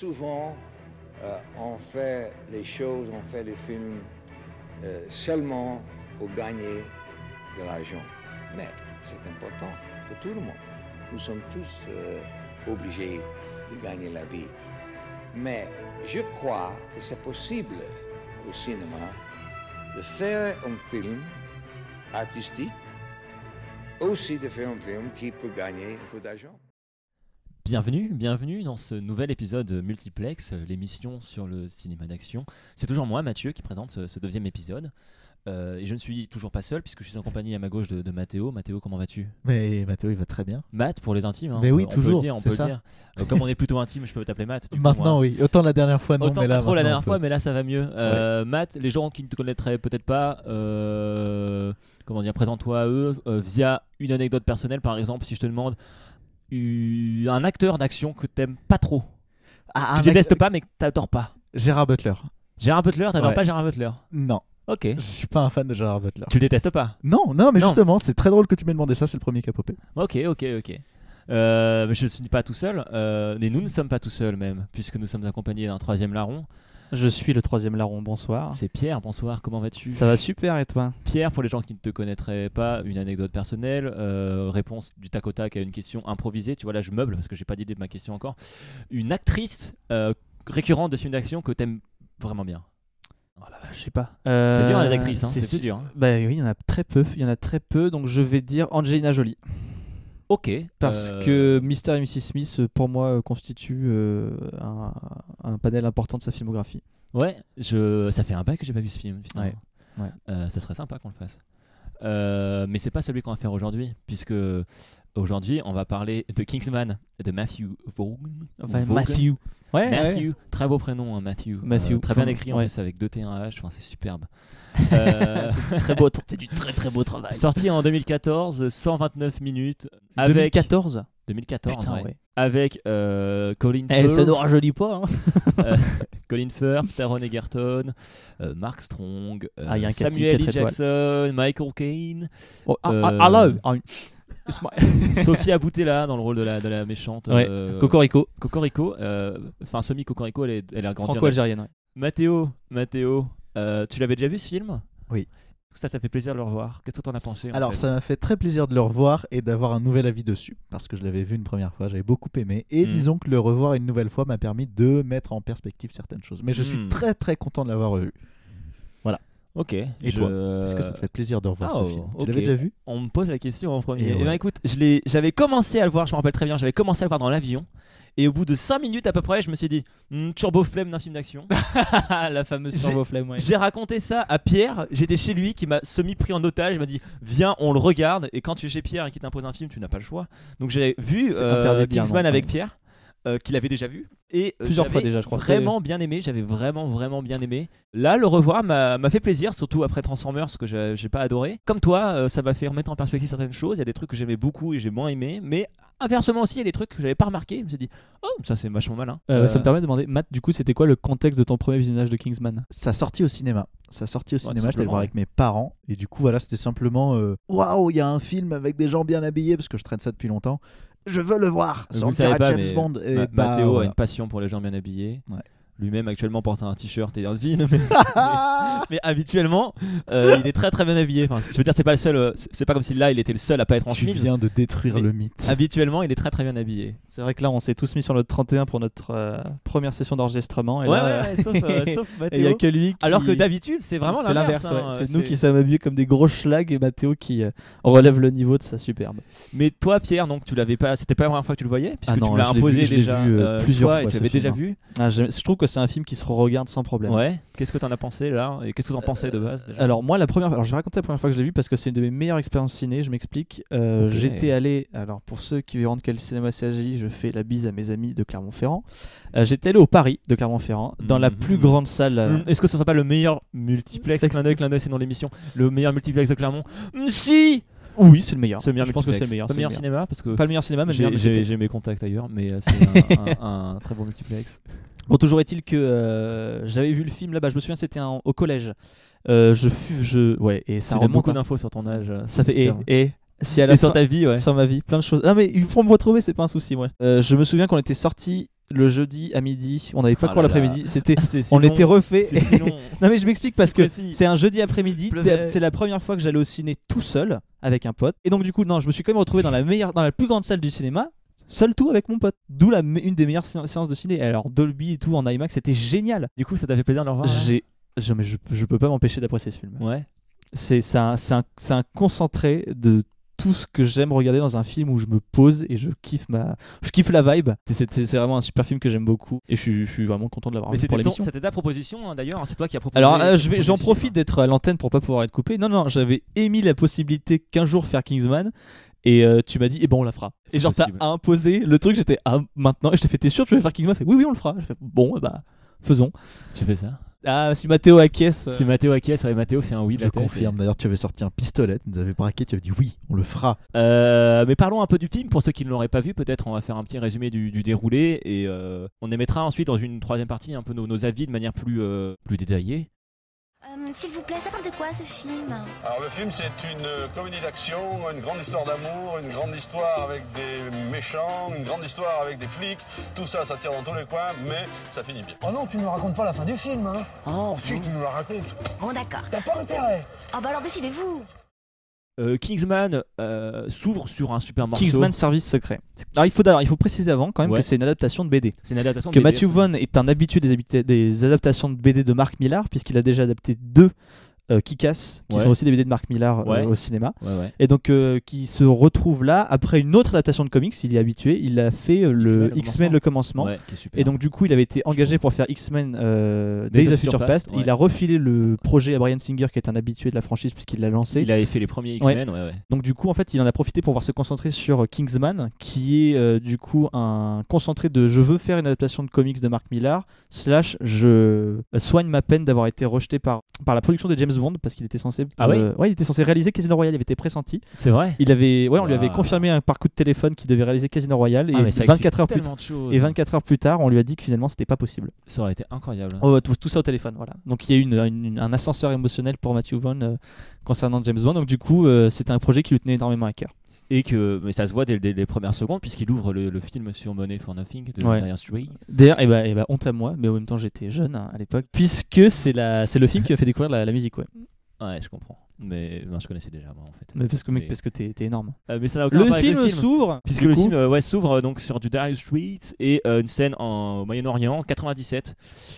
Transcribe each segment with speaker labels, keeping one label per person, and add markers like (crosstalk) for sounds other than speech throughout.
Speaker 1: Souvent, euh, on fait les choses, on fait les films euh, seulement pour gagner de l'argent. Mais c'est important pour tout le monde. Nous sommes tous euh, obligés de gagner la vie. Mais je crois que c'est possible au cinéma de faire un film artistique, aussi de faire un film qui peut gagner un peu d'argent.
Speaker 2: Bienvenue, bienvenue dans ce nouvel épisode multiplex, euh, l'émission sur le cinéma d'action. C'est toujours moi, Mathieu, qui présente ce, ce deuxième épisode. Euh, et je ne suis toujours pas seul puisque je suis en compagnie à ma gauche de, de Mathéo. Mathéo, comment vas-tu
Speaker 3: Mais Mathéo, il va très bien.
Speaker 2: Matt pour les intimes. hein.
Speaker 3: Mais oui,
Speaker 2: on peut le
Speaker 3: toujours,
Speaker 2: dire, on
Speaker 3: c'est
Speaker 2: peut le
Speaker 3: ça.
Speaker 2: dire. Euh, comme on est plutôt intime, je peux t'appeler Matt. du coup,
Speaker 3: Maintenant,
Speaker 2: moi.
Speaker 3: oui. Autant la dernière fois, non,
Speaker 2: Autant
Speaker 3: mais là.
Speaker 2: pas trop la
Speaker 3: maintenant,
Speaker 2: dernière
Speaker 3: on
Speaker 2: fois,
Speaker 3: peut.
Speaker 2: mais là ça va mieux. Euh, Matt, les gens qui ne te connaîtraient peut-être pas, euh, comment dire, présente-toi à eux euh, via une anecdote personnelle, par exemple, si je te demande euh, un acteur d'action que t'aimes pas trop,
Speaker 3: Ah,
Speaker 2: tu
Speaker 3: un
Speaker 2: détestes
Speaker 3: acteur-
Speaker 2: pas mais que t'adores pas.
Speaker 3: Gérard Butler.
Speaker 2: Gérard Butler, t'adores
Speaker 3: Ouais.
Speaker 2: pas Gérard Butler
Speaker 3: Non,
Speaker 2: Ok.
Speaker 3: je suis pas un fan de Gérard Butler.
Speaker 2: Tu le détestes pas
Speaker 3: Non, non, mais
Speaker 2: Non.
Speaker 3: justement, c'est très drôle que tu m'aies demandé ça. C'est le premier qui a popé.
Speaker 2: Ok, ok, ok. Euh, mais je ne suis pas tout seul, euh, et nous ne sommes pas tout seuls même, puisque nous sommes accompagnés d'un troisième larron.
Speaker 4: Je suis le troisième larron, bonsoir.
Speaker 2: C'est Pierre, bonsoir, comment vas-tu
Speaker 4: Ça va super et toi
Speaker 2: Pierre, pour les gens qui ne te connaîtraient pas, une anecdote personnelle, euh, réponse du tac au tac à une question improvisée. Tu vois, là, je meuble parce que j'ai pas d'idée de ma question encore. Une actrice euh, récurrente de films d'action que t'aimes vraiment bien. Ah,
Speaker 4: Je sais pas.
Speaker 2: C'est
Speaker 4: Euh,
Speaker 2: dur, les actrices, hein,
Speaker 4: c'est
Speaker 2: c'est plus
Speaker 4: su-
Speaker 2: dur. hein.
Speaker 4: Bah oui, il y en a très peu. Il y en a très peu, donc je vais dire Angelina Jolie.
Speaker 2: Ok.
Speaker 4: Parce
Speaker 2: euh,
Speaker 4: que Mr. et Mrs. Smith, euh, pour moi, euh, constitue euh, un, un panel important de sa filmographie.
Speaker 2: Ouais, je... ça fait un bail que j'ai pas vu ce film. putain.
Speaker 4: Ouais, ouais.
Speaker 2: Euh, ça serait sympa qu'on le fasse. Euh, mais c'est pas celui qu'on va faire aujourd'hui, puisque aujourd'hui on va parler de Kingsman, de Matthew Vaughn.
Speaker 4: Enfin,
Speaker 2: Vaughn.
Speaker 4: Matthew. Ouais,
Speaker 2: Matthew, très beau prénom, hein, Matthew.
Speaker 4: Matthew.
Speaker 2: très bien écrit en
Speaker 4: Ouais.
Speaker 2: plus avec 2 T 1 H, enfin, c'est superbe.
Speaker 4: (laughs)
Speaker 2: Euh,
Speaker 4: Très beau, c'est du très très beau travail.
Speaker 2: sorti en 2014, 129 minutes. Avec
Speaker 4: 2014
Speaker 2: 2014,
Speaker 4: Putain,
Speaker 2: ouais.
Speaker 4: ouais.
Speaker 2: Avec euh, Colin
Speaker 4: Elle se
Speaker 2: Firth,
Speaker 4: noie jolie pas. hein.
Speaker 2: Colin Firth, Taron Egerton, euh, Mark Strong, euh,
Speaker 4: Ah, il y a un casting
Speaker 2: Samuel
Speaker 4: quatre
Speaker 2: E.
Speaker 4: étoiles.
Speaker 2: Jackson, Michael
Speaker 4: (laughs)
Speaker 2: Caine,
Speaker 4: Oh, ah, ah,
Speaker 2: Euh,
Speaker 4: hello. Ah, it's my-
Speaker 2: Sophia Boutella dans le rôle de la, de la méchante
Speaker 4: Ouais,
Speaker 2: euh,
Speaker 4: Cocorico,
Speaker 2: Cocorico, euh, enfin semi Cocorico, elle, est, elle a grandi. en (laughs)
Speaker 4: franco-algérienne. ouais.
Speaker 2: Mathéo, Mathéo, euh, tu l'avais déjà vu ce film
Speaker 3: Oui.
Speaker 2: Ça t'a fait plaisir de le revoir. Qu'est-ce que t'en as pensé en
Speaker 3: Alors,
Speaker 2: fait
Speaker 3: ça m'a fait très plaisir de le revoir et d'avoir un nouvel avis dessus. Parce que je l'avais vu une première fois, j'avais beaucoup aimé. Et
Speaker 2: Mm.
Speaker 3: disons que le revoir une nouvelle fois m'a permis de mettre en perspective certaines choses. Mais je
Speaker 2: Mm.
Speaker 3: suis très, très content de l'avoir revu.
Speaker 2: Ok. Et
Speaker 3: toi, Est-ce que ça te fait plaisir de revoir
Speaker 2: ah,
Speaker 3: ce film
Speaker 2: Euh, ok.
Speaker 3: Tu l'avais déjà vu
Speaker 2: On me pose la question en premier.
Speaker 3: Et
Speaker 2: Eh ben,
Speaker 3: ouais.
Speaker 2: écoute, je l'ai- j'avais commencé à le voir, je me rappelle très bien, j'avais commencé à le voir dans l'avion. Et au bout de 5 minutes à peu près, je me suis dit, Hmm, turbo flemme d'un film d'action.
Speaker 4: Ah, la fameuse
Speaker 2: J'ai-
Speaker 4: turbo flemme, ouais.
Speaker 2: J'ai raconté ça à Pierre, j'étais chez lui qui m'a semi pris en otage, il m'a dit, viens, on le regarde. Et quand tu es chez Pierre et qu'il t'impose un film, tu n'as pas le choix. Donc j'ai vu
Speaker 4: C'est
Speaker 2: euh,
Speaker 4: interdit de dire
Speaker 2: Kingsman
Speaker 4: non,
Speaker 2: avec
Speaker 4: ouais.
Speaker 2: Pierre, euh, qu'il avait déjà vu. Et euh,
Speaker 4: Plusieurs
Speaker 2: j'avais
Speaker 4: fois déjà, je crois.
Speaker 2: Vraiment bien aimé, j'avais vraiment vraiment bien aimé. Là, le revoir m'a m'a fait plaisir, surtout après Transformers que j'ai j'ai pas adoré. Comme toi, euh, ça m'a fait remettre en perspective certaines choses. Il y a des trucs que j'aimais beaucoup et j'ai moins aimé, mais inversement aussi, il y a des trucs que j'avais pas remarqué. Je me suis dit, oh, ça c'est vachement malin.
Speaker 4: Euh,
Speaker 2: Euh,
Speaker 4: Ça me permet de demander, Matt, du coup, c'était quoi le contexte de ton premier visionnage de Kingsman
Speaker 3: Sa sortie au cinéma. Sa sortie au
Speaker 2: tout
Speaker 3: cinéma, j'étais le
Speaker 2: simplement,
Speaker 3: voir avec mes parents. Et du coup, voilà, c'était simplement euh, Waouh, il y a un film avec des gens bien habillés, parce que je traîne ça depuis longtemps. Je veux le voir
Speaker 2: Vous
Speaker 3: sans me
Speaker 2: savez
Speaker 3: dire à
Speaker 2: pas, mais
Speaker 3: James Bond. Et
Speaker 2: Ma-
Speaker 3: bah,
Speaker 2: Mathéo a
Speaker 3: voilà. (laughs)
Speaker 2: une passion pour les gens bien habillés.
Speaker 3: Ouais.
Speaker 2: Lui-même actuellement porte un t-shirt et un jean, (laughs) mais,
Speaker 3: Ah,
Speaker 2: mais habituellement euh, il est très très bien habillé. Enfin, je veux dire, c'est pas le seul. euh, c'est c'est pas comme si là il était le seul à pas être en
Speaker 3: Tu
Speaker 2: chemise.
Speaker 3: viens de détruire
Speaker 2: Mais-
Speaker 3: le mythe.
Speaker 2: Habituellement, il est très très bien habillé.
Speaker 4: C'est vrai que là, on s'est tous mis sur notre 31 pour notre euh, première session d'enregistrement. Et
Speaker 2: Ouais,
Speaker 4: là,
Speaker 2: ouais, ouais, sauf,
Speaker 4: (laughs)
Speaker 2: euh, (laughs) sauf
Speaker 4: et il y a
Speaker 2: Mathéo.
Speaker 4: que lui qui...
Speaker 2: Alors que d'habitude, c'est vraiment
Speaker 4: C'est
Speaker 2: l'inverse.
Speaker 4: ouais.
Speaker 2: hein,
Speaker 4: C'est nous qui sommes habillés comme des gros schlags et Mathéo qui euh, relève le niveau de sa superbe.
Speaker 2: Mais toi, Pierre, donc tu l'avais pas. C'était pas la première fois que tu le voyais, puisque
Speaker 3: Ah non,
Speaker 2: tu me l'as
Speaker 3: je l'ai
Speaker 2: imposé
Speaker 3: vu- je l'ai
Speaker 2: déjà
Speaker 3: vu, euh,
Speaker 2: une
Speaker 4: plusieurs
Speaker 2: et
Speaker 4: fois,
Speaker 2: tu
Speaker 4: ce
Speaker 2: l'avais déjà
Speaker 4: film,
Speaker 2: vu.
Speaker 4: Ah, je, je trouve que c'est un film qui se regarde sans problème.
Speaker 2: Ouais. Qu'est-ce que t'en as pensé là Et qu'est-ce que t'en pensais de base déjà
Speaker 4: Alors moi la première alors je vais raconter la première fois que je l'ai vu parce que c'est une de mes meilleures expériences ciné, je m'explique. Euh,
Speaker 2: Ok.
Speaker 4: J'étais allé, alors pour ceux qui verront de quel cinéma il s'agit, je fais la bise à mes amis de Clermont-Ferrand. Euh, J'étais allé au Paris de Clermont-Ferrand, dans la
Speaker 2: Mhm.
Speaker 4: plus grande salle. euh,
Speaker 2: Hum, Est-ce que ce sera pas le meilleur multiplex
Speaker 4: Ex-
Speaker 2: Clin d'œil, clin d'œil, c'est dans l'émission. Le meilleur multiplex de Clermont. Hum, Si
Speaker 4: Oui, c'est le meilleur.
Speaker 2: C'est le meilleur
Speaker 4: je pense que c'est le
Speaker 2: multiplex.
Speaker 4: meilleur.
Speaker 2: Le
Speaker 4: c'est
Speaker 2: meilleur
Speaker 4: le
Speaker 2: cinéma, parce que
Speaker 4: meilleur. Pas le meilleur cinéma, mais le meilleur
Speaker 2: j'ai- j'ai
Speaker 4: multiplex.
Speaker 2: j'ai mes contacts ailleurs, mais euh,
Speaker 4: (laughs)
Speaker 2: c'est un- un un très bon multiplex.
Speaker 4: Bon, toujours est-il que euh, j'avais vu le film là-bas. Je me souviens, c'était un- au collège. Euh, je fus, je ouais, et ça
Speaker 2: Ça donne
Speaker 4: remonte.
Speaker 2: beaucoup
Speaker 4: hein.
Speaker 2: d'infos sur ton âge. euh,
Speaker 4: Ça
Speaker 2: c'est
Speaker 4: fait et,
Speaker 2: super.
Speaker 4: et si à la
Speaker 2: Et
Speaker 4: fin,
Speaker 2: sur ta vie, ouais.
Speaker 4: sur ma vie, plein de choses. Ah mais ils pourront me retrouver, c'est pas un souci moi. Euh, je me souviens qu'on était sorti le jeudi à midi. On n'avait pas
Speaker 2: Ah
Speaker 4: cours
Speaker 2: là là.
Speaker 4: l'après-midi. C'était,
Speaker 2: (laughs) (laughs) C'est si
Speaker 4: on
Speaker 2: long,
Speaker 4: était refait.
Speaker 2: C'est si long.
Speaker 4: Non mais je m'explique parce
Speaker 2: C'est
Speaker 4: que
Speaker 2: précis.
Speaker 4: c'est un jeudi après-midi,
Speaker 2: Il pleuvait.
Speaker 4: c'est la première fois que j'allais au ciné tout seul avec un pote. Et donc du coup, non, je me suis quand même retrouvé dans la meilleure dans la plus grande salle du cinéma, seul tout avec mon pote. D'où la me- une des meilleures sé- séances de ciné. Alors Dolby et tout en IMAX, c'était génial.
Speaker 2: (laughs) Du coup, ça t'a fait plaisir de le revoir là
Speaker 4: J'ai je, mais je, je peux pas m'empêcher d'apprécier ce film.
Speaker 2: Ouais.
Speaker 4: C'est c'est un, c'est un- c'est un concentré de tout ce que j'aime regarder dans un film où je me pose et je kiffe ma je kiffe la vibe. C'est c'est- c'est vraiment un super film que j'aime beaucoup et je suis, je suis vraiment content de l'avoir
Speaker 2: Mais
Speaker 4: vu pour
Speaker 2: c'était ton-
Speaker 4: l'émission.
Speaker 2: c'était ta proposition hein, d'ailleurs, hein, c'est toi qui as proposé.
Speaker 4: Alors, euh, je vais- j'en
Speaker 2: proposé ce
Speaker 4: profite
Speaker 2: film.
Speaker 4: d'être à l'antenne pour pas pouvoir être coupé. Non, non, j'avais émis la possibilité qu'un jour faire Kingsman. Et euh, tu m'as dit, eh ben on la fera.
Speaker 2: C'est
Speaker 4: Et genre, t'as
Speaker 2: possible.
Speaker 4: imposé le truc, j'étais, ah maintenant. Et je t'ai fait, t'es sûr que tu veux faire Kingsman Fait, oui, oui, on le fera. Je fais, bon, eh bah, faisons.
Speaker 2: Tu fais ça
Speaker 4: Ah, si Mathéo acquiesce. euh,
Speaker 2: Si Mathéo acquiesce, ouais, Mathéo fait un oui de
Speaker 3: Je
Speaker 2: la tête.
Speaker 3: confirme. D'ailleurs, tu avais sorti un pistolet, tu nous avais braqué, tu avais dit oui, on le fera.
Speaker 2: Euh, mais parlons un peu du film pour ceux qui ne l'auraient pas vu. Peut-être on va faire un petit résumé du, du déroulé et euh, on émettra ensuite dans une troisième partie un peu nos, nos avis de manière plus euh, plus détaillée.
Speaker 5: Euh, S'il vous plaît, ça parle de quoi ce film
Speaker 6: Alors le film c'est une euh, comédie d'action, une grande histoire d'amour, une grande histoire avec des méchants, une grande histoire avec des flics, tout ça ça tire dans tous les coins mais ça finit bien.
Speaker 7: Oh non, tu ne nous racontes pas la fin du film, hein
Speaker 8: Ah
Speaker 7: Oh, si, tu nous la racontes.
Speaker 5: Bon, d'accord.
Speaker 7: T'as pas intérêt
Speaker 5: Ah bah alors décidez-vous.
Speaker 2: Euh, Kingsman euh, s'ouvre sur un super morceau.
Speaker 4: Kingsman Service Secret. Alors, il faut, d'ailleurs, il faut préciser avant quand même
Speaker 2: Ouais.
Speaker 4: que c'est une adaptation de BD.
Speaker 2: c'est une adaptation de
Speaker 4: Que
Speaker 2: BD,
Speaker 4: Matthew Vaughn est un habitué des, habita- des adaptations de BD de Mark Millar, puisqu'il a déjà adapté deux euh, Kick-Ass, qui
Speaker 2: Ouais.
Speaker 4: sont aussi des BD de Mark Millar euh,
Speaker 2: Ouais.
Speaker 4: au cinéma.
Speaker 2: Ouais, ouais.
Speaker 4: et donc euh, qui se retrouve là après une autre adaptation de comics. Il est habitué, il a fait euh,
Speaker 2: X-Men,
Speaker 4: le
Speaker 2: le
Speaker 4: X-Men le commencement.
Speaker 2: Ouais, qui est super.
Speaker 4: Et donc du coup, il avait été engagé pour faire X-Men euh,
Speaker 2: Days
Speaker 4: Days
Speaker 2: of
Speaker 4: of Future
Speaker 2: Future
Speaker 4: Past.
Speaker 2: Past, ouais.
Speaker 4: Il a refilé le projet à Brian Singer, qui est un habitué de la franchise puisqu'il l'a lancé.
Speaker 2: il avait fait les premiers X-Men, ouais, ouais.
Speaker 4: Donc du coup, en fait, il en a profité pour pouvoir se concentrer sur euh, Kingsman, qui est euh, du coup un concentré de je veux faire une adaptation de comics de Mark Millar, slash je euh, soigne ma peine d'avoir été rejeté par, par la production de James Bond, parce qu'il était censé... euh,
Speaker 2: Ah ouais
Speaker 4: ouais, il était censé réaliser Casino Royale, il avait été pressenti.
Speaker 2: C'est vrai.
Speaker 4: Il avait, ouais, on lui avait
Speaker 2: Waouh.
Speaker 4: confirmé un par coup de téléphone qu'il devait réaliser Casino Royale et
Speaker 2: Ah, mais ça
Speaker 4: 24 heures plus tard.
Speaker 2: tellement de choses.
Speaker 4: Et 24 heures plus tard, on lui a dit que finalement c'était pas possible.
Speaker 2: Ça aurait été incroyable.
Speaker 4: Oh, tout, tout ça au téléphone, voilà. Donc il y a eu une- une- une- un ascenseur émotionnel pour Matthew Vaughn euh, concernant James Bond. Donc du coup, euh, c'était un projet qui lui tenait énormément à cœur.
Speaker 2: Et que mais ça se voit dès, dès les premières secondes puisqu'il ouvre le, le film sur Money for Nothing de
Speaker 4: Ouais.
Speaker 2: Darius Reyes.
Speaker 4: D'ailleurs, eh ben, eh ben, honte à moi, mais en même temps j'étais jeune hein, à l'époque, puisque c'est la, c'est le film qui a fait découvrir la, la musique, ouais.
Speaker 2: Ouais, je comprends. Mais non, je connaissais déjà moi en fait.
Speaker 4: Mais parce que
Speaker 2: Mais-
Speaker 4: mec, parce que t'es t'es énorme.
Speaker 2: Euh, mais ça n'a aucun
Speaker 4: Le
Speaker 2: rapport avec
Speaker 4: film,
Speaker 2: le film.
Speaker 4: s'ouvre,
Speaker 2: Puisque
Speaker 4: du
Speaker 2: le
Speaker 4: coup,
Speaker 2: film euh, ouais, s'ouvre euh, donc sur du Darius Street et euh, une scène en, au Moyen-Orient, 97.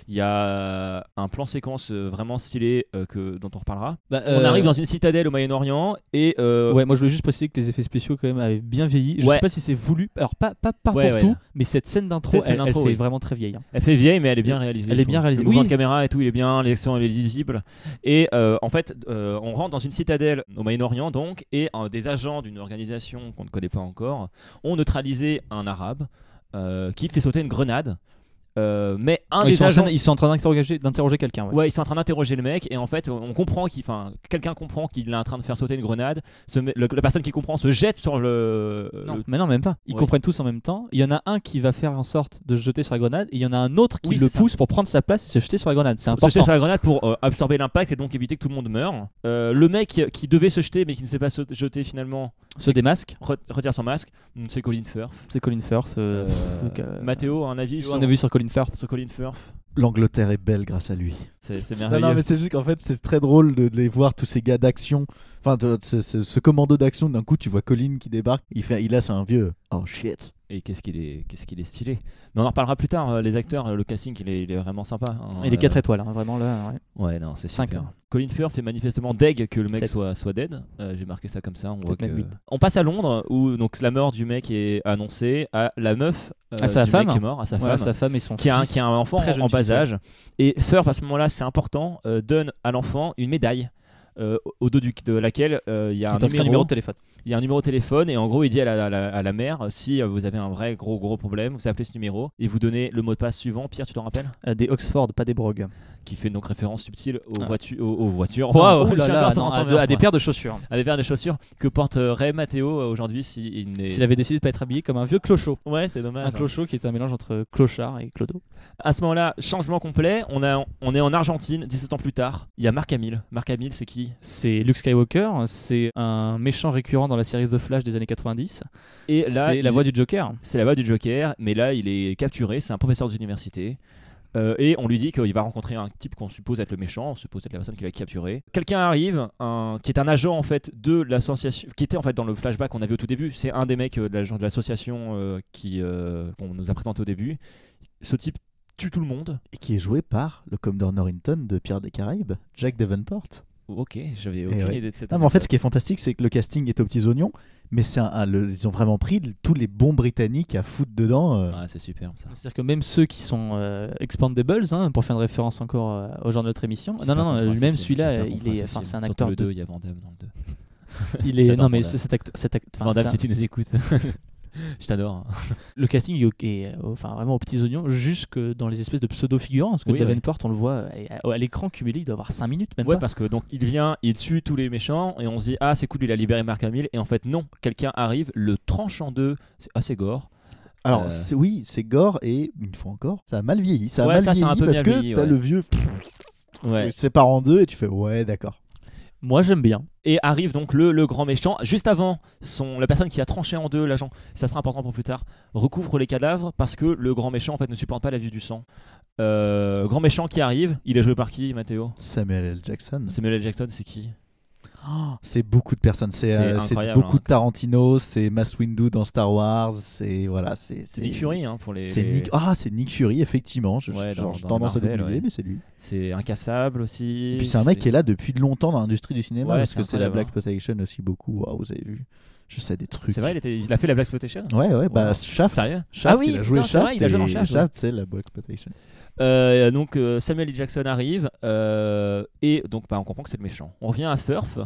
Speaker 2: Il y a un plan séquence euh, vraiment stylé euh, que, dont on reparlera.
Speaker 4: bah,
Speaker 2: On
Speaker 4: euh,
Speaker 2: arrive dans une citadelle au Moyen-Orient et euh,
Speaker 4: Ouais, moi je voulais juste préciser que les effets spéciaux quand même avaient bien vieilli. Je
Speaker 2: Ouais.
Speaker 4: sais pas si c'est voulu, alors pas pas pas
Speaker 2: Ouais,
Speaker 4: pour
Speaker 2: ouais.
Speaker 4: tout, mais cette scène d'intro,
Speaker 2: Cette
Speaker 4: elle,
Speaker 2: scène
Speaker 4: elle
Speaker 2: d'intro,
Speaker 4: fait
Speaker 2: oui.
Speaker 4: vraiment très vieille. hein.
Speaker 2: elle fait vieille mais elle est bien réalisée.
Speaker 4: Elle
Speaker 2: je
Speaker 4: est bien
Speaker 2: trouve.
Speaker 4: réalisée,
Speaker 2: Le mouvement de
Speaker 4: oui.
Speaker 2: caméra et tout, il est bien, l'action elle est lisible. Et euh, en fait, euh, on rentre dans une citadelle au Moyen-Orient donc et euh, des agents d'une organisation qu'on ne connaît pas encore ont neutralisé un arabe euh, qui fait sauter une grenade. Euh, mais un
Speaker 4: Ouais, ils,
Speaker 2: des
Speaker 4: sont en
Speaker 2: agents
Speaker 4: train- ils sont en train d'interroger, d'interroger quelqu'un. ouais.
Speaker 2: Ouais. ils sont en train d'interroger le mec et en fait, on comprend qu'il, enfin, quelqu'un comprend qu'il est en train de faire sauter une grenade. Se met- le- la personne qui comprend se jette sur le.
Speaker 4: Non,
Speaker 2: le-
Speaker 4: mais non, même pas. Ils
Speaker 2: Ouais.
Speaker 4: comprennent tous en même temps. Il y en a un qui va faire en sorte de se jeter sur la grenade, et il y en a un autre qui
Speaker 2: Oui,
Speaker 4: le
Speaker 2: c'est ça.
Speaker 4: pousse pour prendre sa place et se jeter sur la grenade. C'est
Speaker 2: se
Speaker 4: important.
Speaker 2: jette sur la grenade pour euh, absorber l'impact et donc éviter que tout le monde meure. Euh, le mec qui, qui devait se jeter mais qui ne s'est pas saut- jeté finalement
Speaker 4: Se démasque.
Speaker 2: re- retire son masque. Mm, C'est Colin Firth.
Speaker 4: C'est Colin Firth. euh,
Speaker 2: Euh,
Speaker 4: donc, euh,
Speaker 2: Mathéo a un avis sur,
Speaker 4: on a vu sur Colin Firth.
Speaker 2: sur Colin Firth.
Speaker 3: L'Angleterre est belle grâce à lui.
Speaker 2: C'est, c'est
Speaker 3: Non,
Speaker 2: merveilleux.
Speaker 3: non, mais c'est juste qu'en fait, c'est très drôle de, de les voir, tous ces gars d'action. Enfin, de- de- ce, ce- ce commando d'action, d'un coup, tu vois Colin qui débarque. Il, fait, il a, c'est un vieux. Oh shit.
Speaker 2: Et qu'est-ce qu'il est, qu'est-ce qu'il est stylé. Mais on en reparlera plus tard. euh, Les acteurs, euh, le casting, il est, il est vraiment sympa. hein.
Speaker 4: Il est
Speaker 2: Euh,
Speaker 4: 4 étoiles, hein, vraiment là. ouais.
Speaker 2: Ouais, non, c'est
Speaker 4: Cinq,
Speaker 2: super.
Speaker 4: hein.
Speaker 2: Colin Firth est manifestement deg que le mec
Speaker 4: Sept.
Speaker 2: soit, soit dead. Euh, J'ai marqué ça comme ça. On, voit
Speaker 4: Peut-être même
Speaker 2: que...
Speaker 4: huit.
Speaker 2: on passe à Londres où donc la mort du mec est annoncée à la meuf euh,
Speaker 4: À sa
Speaker 2: du
Speaker 4: femme.
Speaker 2: mec qui est mort, à sa
Speaker 4: Voilà,
Speaker 2: femme.
Speaker 4: sa femme et son
Speaker 2: Qui a, un,
Speaker 4: fils.
Speaker 2: qui a un enfant
Speaker 4: très jeune
Speaker 2: en bas
Speaker 4: fille, ouais.
Speaker 2: âge. Et Firth, à ce moment-là, c'est important, euh, donne à l'enfant une médaille euh, au- au dos du- de laquelle euh, il y a un
Speaker 4: Attends, c'est
Speaker 2: numéro,
Speaker 4: un numéro de téléphone.
Speaker 2: il y a un numéro de téléphone et en gros il dit à la, à la- à la mère si euh, vous avez un vrai gros gros problème vous appelez ce numéro et vous donnez le mot de passe suivant Pierre tu t'en rappelles
Speaker 4: Euh, des Oxford, pas des Brogues.
Speaker 2: qui fait donc référence subtile aux,
Speaker 4: Ah.
Speaker 2: voitures, aux, aux voitures
Speaker 4: Waouh,
Speaker 2: Aux
Speaker 4: ouh là
Speaker 2: chiens
Speaker 4: là,
Speaker 2: Vincent
Speaker 4: non, à,
Speaker 2: Vincent
Speaker 4: de- à des
Speaker 2: Vincent.
Speaker 4: paires de chaussures.
Speaker 2: à des paires de chaussures que porterait Matteo euh, aujourd'hui s'il n'est.
Speaker 4: S'il avait décidé de pas être habillé comme un vieux clochot.
Speaker 2: Ouais, c'est dommage. hein.
Speaker 4: Un clochot qui est un mélange entre clochard et clodo.
Speaker 2: À ce moment-là, changement complet. On, a, on est en Argentine, 17 ans plus tard. Il y a Marc Hamill. Marc Hamill, c'est qui oui.
Speaker 4: C'est Luke Skywalker, c'est un méchant récurrent dans la série The Flash des années 90.
Speaker 2: Et là,
Speaker 4: C'est la
Speaker 2: il-
Speaker 4: voix du Joker.
Speaker 2: c'est la voix du Joker, mais là, il est capturé, c'est un professeur d'université. Euh, et on lui dit qu'il va rencontrer un type qu'on suppose être le méchant, on suppose être la personne qui l'a capturé. Quelqu'un arrive, un- qui est un agent en fait de l'association, qui était en fait dans le flashback qu'on a vu au tout début. C'est un des mecs euh, de l'agent- de l'association euh, qui euh, qu'on nous a présenté au début. Ce type tue tout le monde.
Speaker 3: Et qui est joué par le Commodore Norrington de Pierre des Caraïbes, Jack Davenport.
Speaker 2: Ok, j'avais aucune
Speaker 3: ouais.
Speaker 2: idée de cette.
Speaker 3: Non, mais en fait, ce qui est fantastique, c'est que le casting est aux petits oignons, mais c'est un- un- le- ils ont vraiment pris de- tous les bons britanniques à foutre dedans. euh.
Speaker 2: Ah, c'est super ça.
Speaker 4: C'est-à-dire que même ceux qui sont euh, expandables, hein, pour faire une référence encore euh, au genre de notre émission,
Speaker 2: J'ai
Speaker 4: non,
Speaker 2: pas
Speaker 4: non,
Speaker 2: compris
Speaker 4: non,
Speaker 2: ce
Speaker 4: même
Speaker 2: film, j'ai
Speaker 4: celui-là,
Speaker 2: pas
Speaker 4: il
Speaker 2: compris
Speaker 4: est,
Speaker 2: ce
Speaker 4: enfin,
Speaker 2: film.
Speaker 4: c'est un
Speaker 2: Surtout
Speaker 4: acteur
Speaker 2: le
Speaker 4: de.
Speaker 2: 2, il y a Van Damme dans le 2.
Speaker 4: Il est,
Speaker 2: J'adore
Speaker 4: non, mais
Speaker 2: Van Damme.
Speaker 4: cet acteur, cet acteur, enfin,
Speaker 2: Van Damme,
Speaker 4: c'est un-
Speaker 2: si tu nous (laughs) écoutes, je t'adore.
Speaker 4: le casting est, au- est, euh, enfin vraiment aux petits oignons, jusque dans les espèces de pseudo-figurants. Parce que
Speaker 2: Oui,
Speaker 4: Davenport, on le voit euh, à, à l'écran cumulé, il doit avoir 5 minutes même
Speaker 2: Ouais,
Speaker 4: pas.
Speaker 2: parce que donc il vient, il tue tous les méchants et on se dit ah c'est cool il a libéré Mark Hamill et en fait non quelqu'un arrive le tranche en deux c'est assez gore.
Speaker 3: Alors,
Speaker 2: Euh.
Speaker 3: c'est- oui, c'est gore, et une fois encore, ça a mal vieilli. Ça a
Speaker 2: Ouais,
Speaker 3: mal
Speaker 2: ça, c'est un
Speaker 3: vieilli
Speaker 2: peu
Speaker 3: parce
Speaker 2: mal
Speaker 3: que
Speaker 2: vieilli,
Speaker 3: t'as
Speaker 2: ouais.
Speaker 3: le vieux,
Speaker 2: Ouais.
Speaker 3: il se sépare en deux, et tu fais ouais, d'accord.
Speaker 2: bah.
Speaker 4: Moi, j'aime bien.
Speaker 2: Et arrive donc le, le grand méchant juste avant son la personne qui a tranché en deux l'agent ça sera important pour plus tard recouvre les cadavres parce que le grand méchant en fait ne supporte pas la vue du sang. Euh, grand méchant qui arrive il est joué par qui Mathéo
Speaker 3: Samuel L. Jackson.
Speaker 2: Samuel L. Jackson c'est qui
Speaker 3: C'est beaucoup de personnes. C'est
Speaker 2: Oh. C'est
Speaker 3: euh, c'est
Speaker 2: incroyable,
Speaker 3: beaucoup
Speaker 2: hein.
Speaker 3: de Tarantino, c'est Mass Windu dans Star Wars, c'est voilà, c'est
Speaker 2: C'est Nick Fury hein, pour les.
Speaker 3: C'est Nick... Ah, c'est Nick Fury, effectivement. Je-
Speaker 2: Ouais,
Speaker 3: genre,
Speaker 2: dans-
Speaker 3: J'ai
Speaker 2: dans
Speaker 3: tendance à
Speaker 2: Marvel,
Speaker 3: l'oublier,
Speaker 2: ouais.
Speaker 3: mais c'est lui.
Speaker 2: C'est incassable aussi.
Speaker 3: Et puis c'est un mec qui est là depuis longtemps dans l'industrie du cinéma,
Speaker 2: Ouais,
Speaker 3: parce
Speaker 2: c'est
Speaker 3: que c'est la Black
Speaker 2: incroyable,
Speaker 3: Protection aussi beaucoup. Waouh, vous avez vu Je sais des trucs.
Speaker 2: C'est vrai il, était- il a fait la Black Exploitation
Speaker 3: Ouais, ouais, bah
Speaker 2: Wow.
Speaker 3: Shaft.
Speaker 2: Sérieux
Speaker 3: Shaft,
Speaker 2: Ah oui,
Speaker 3: il a joué
Speaker 2: putain, c'est
Speaker 3: Shaft,
Speaker 2: vrai, il a joué
Speaker 3: et
Speaker 2: dans Shaft, ouais.
Speaker 3: c'est la Black Protection.
Speaker 2: Euh, donc euh, Samuel L. Jackson arrive euh, et donc bah, on comprend que c'est le méchant. On revient à Furf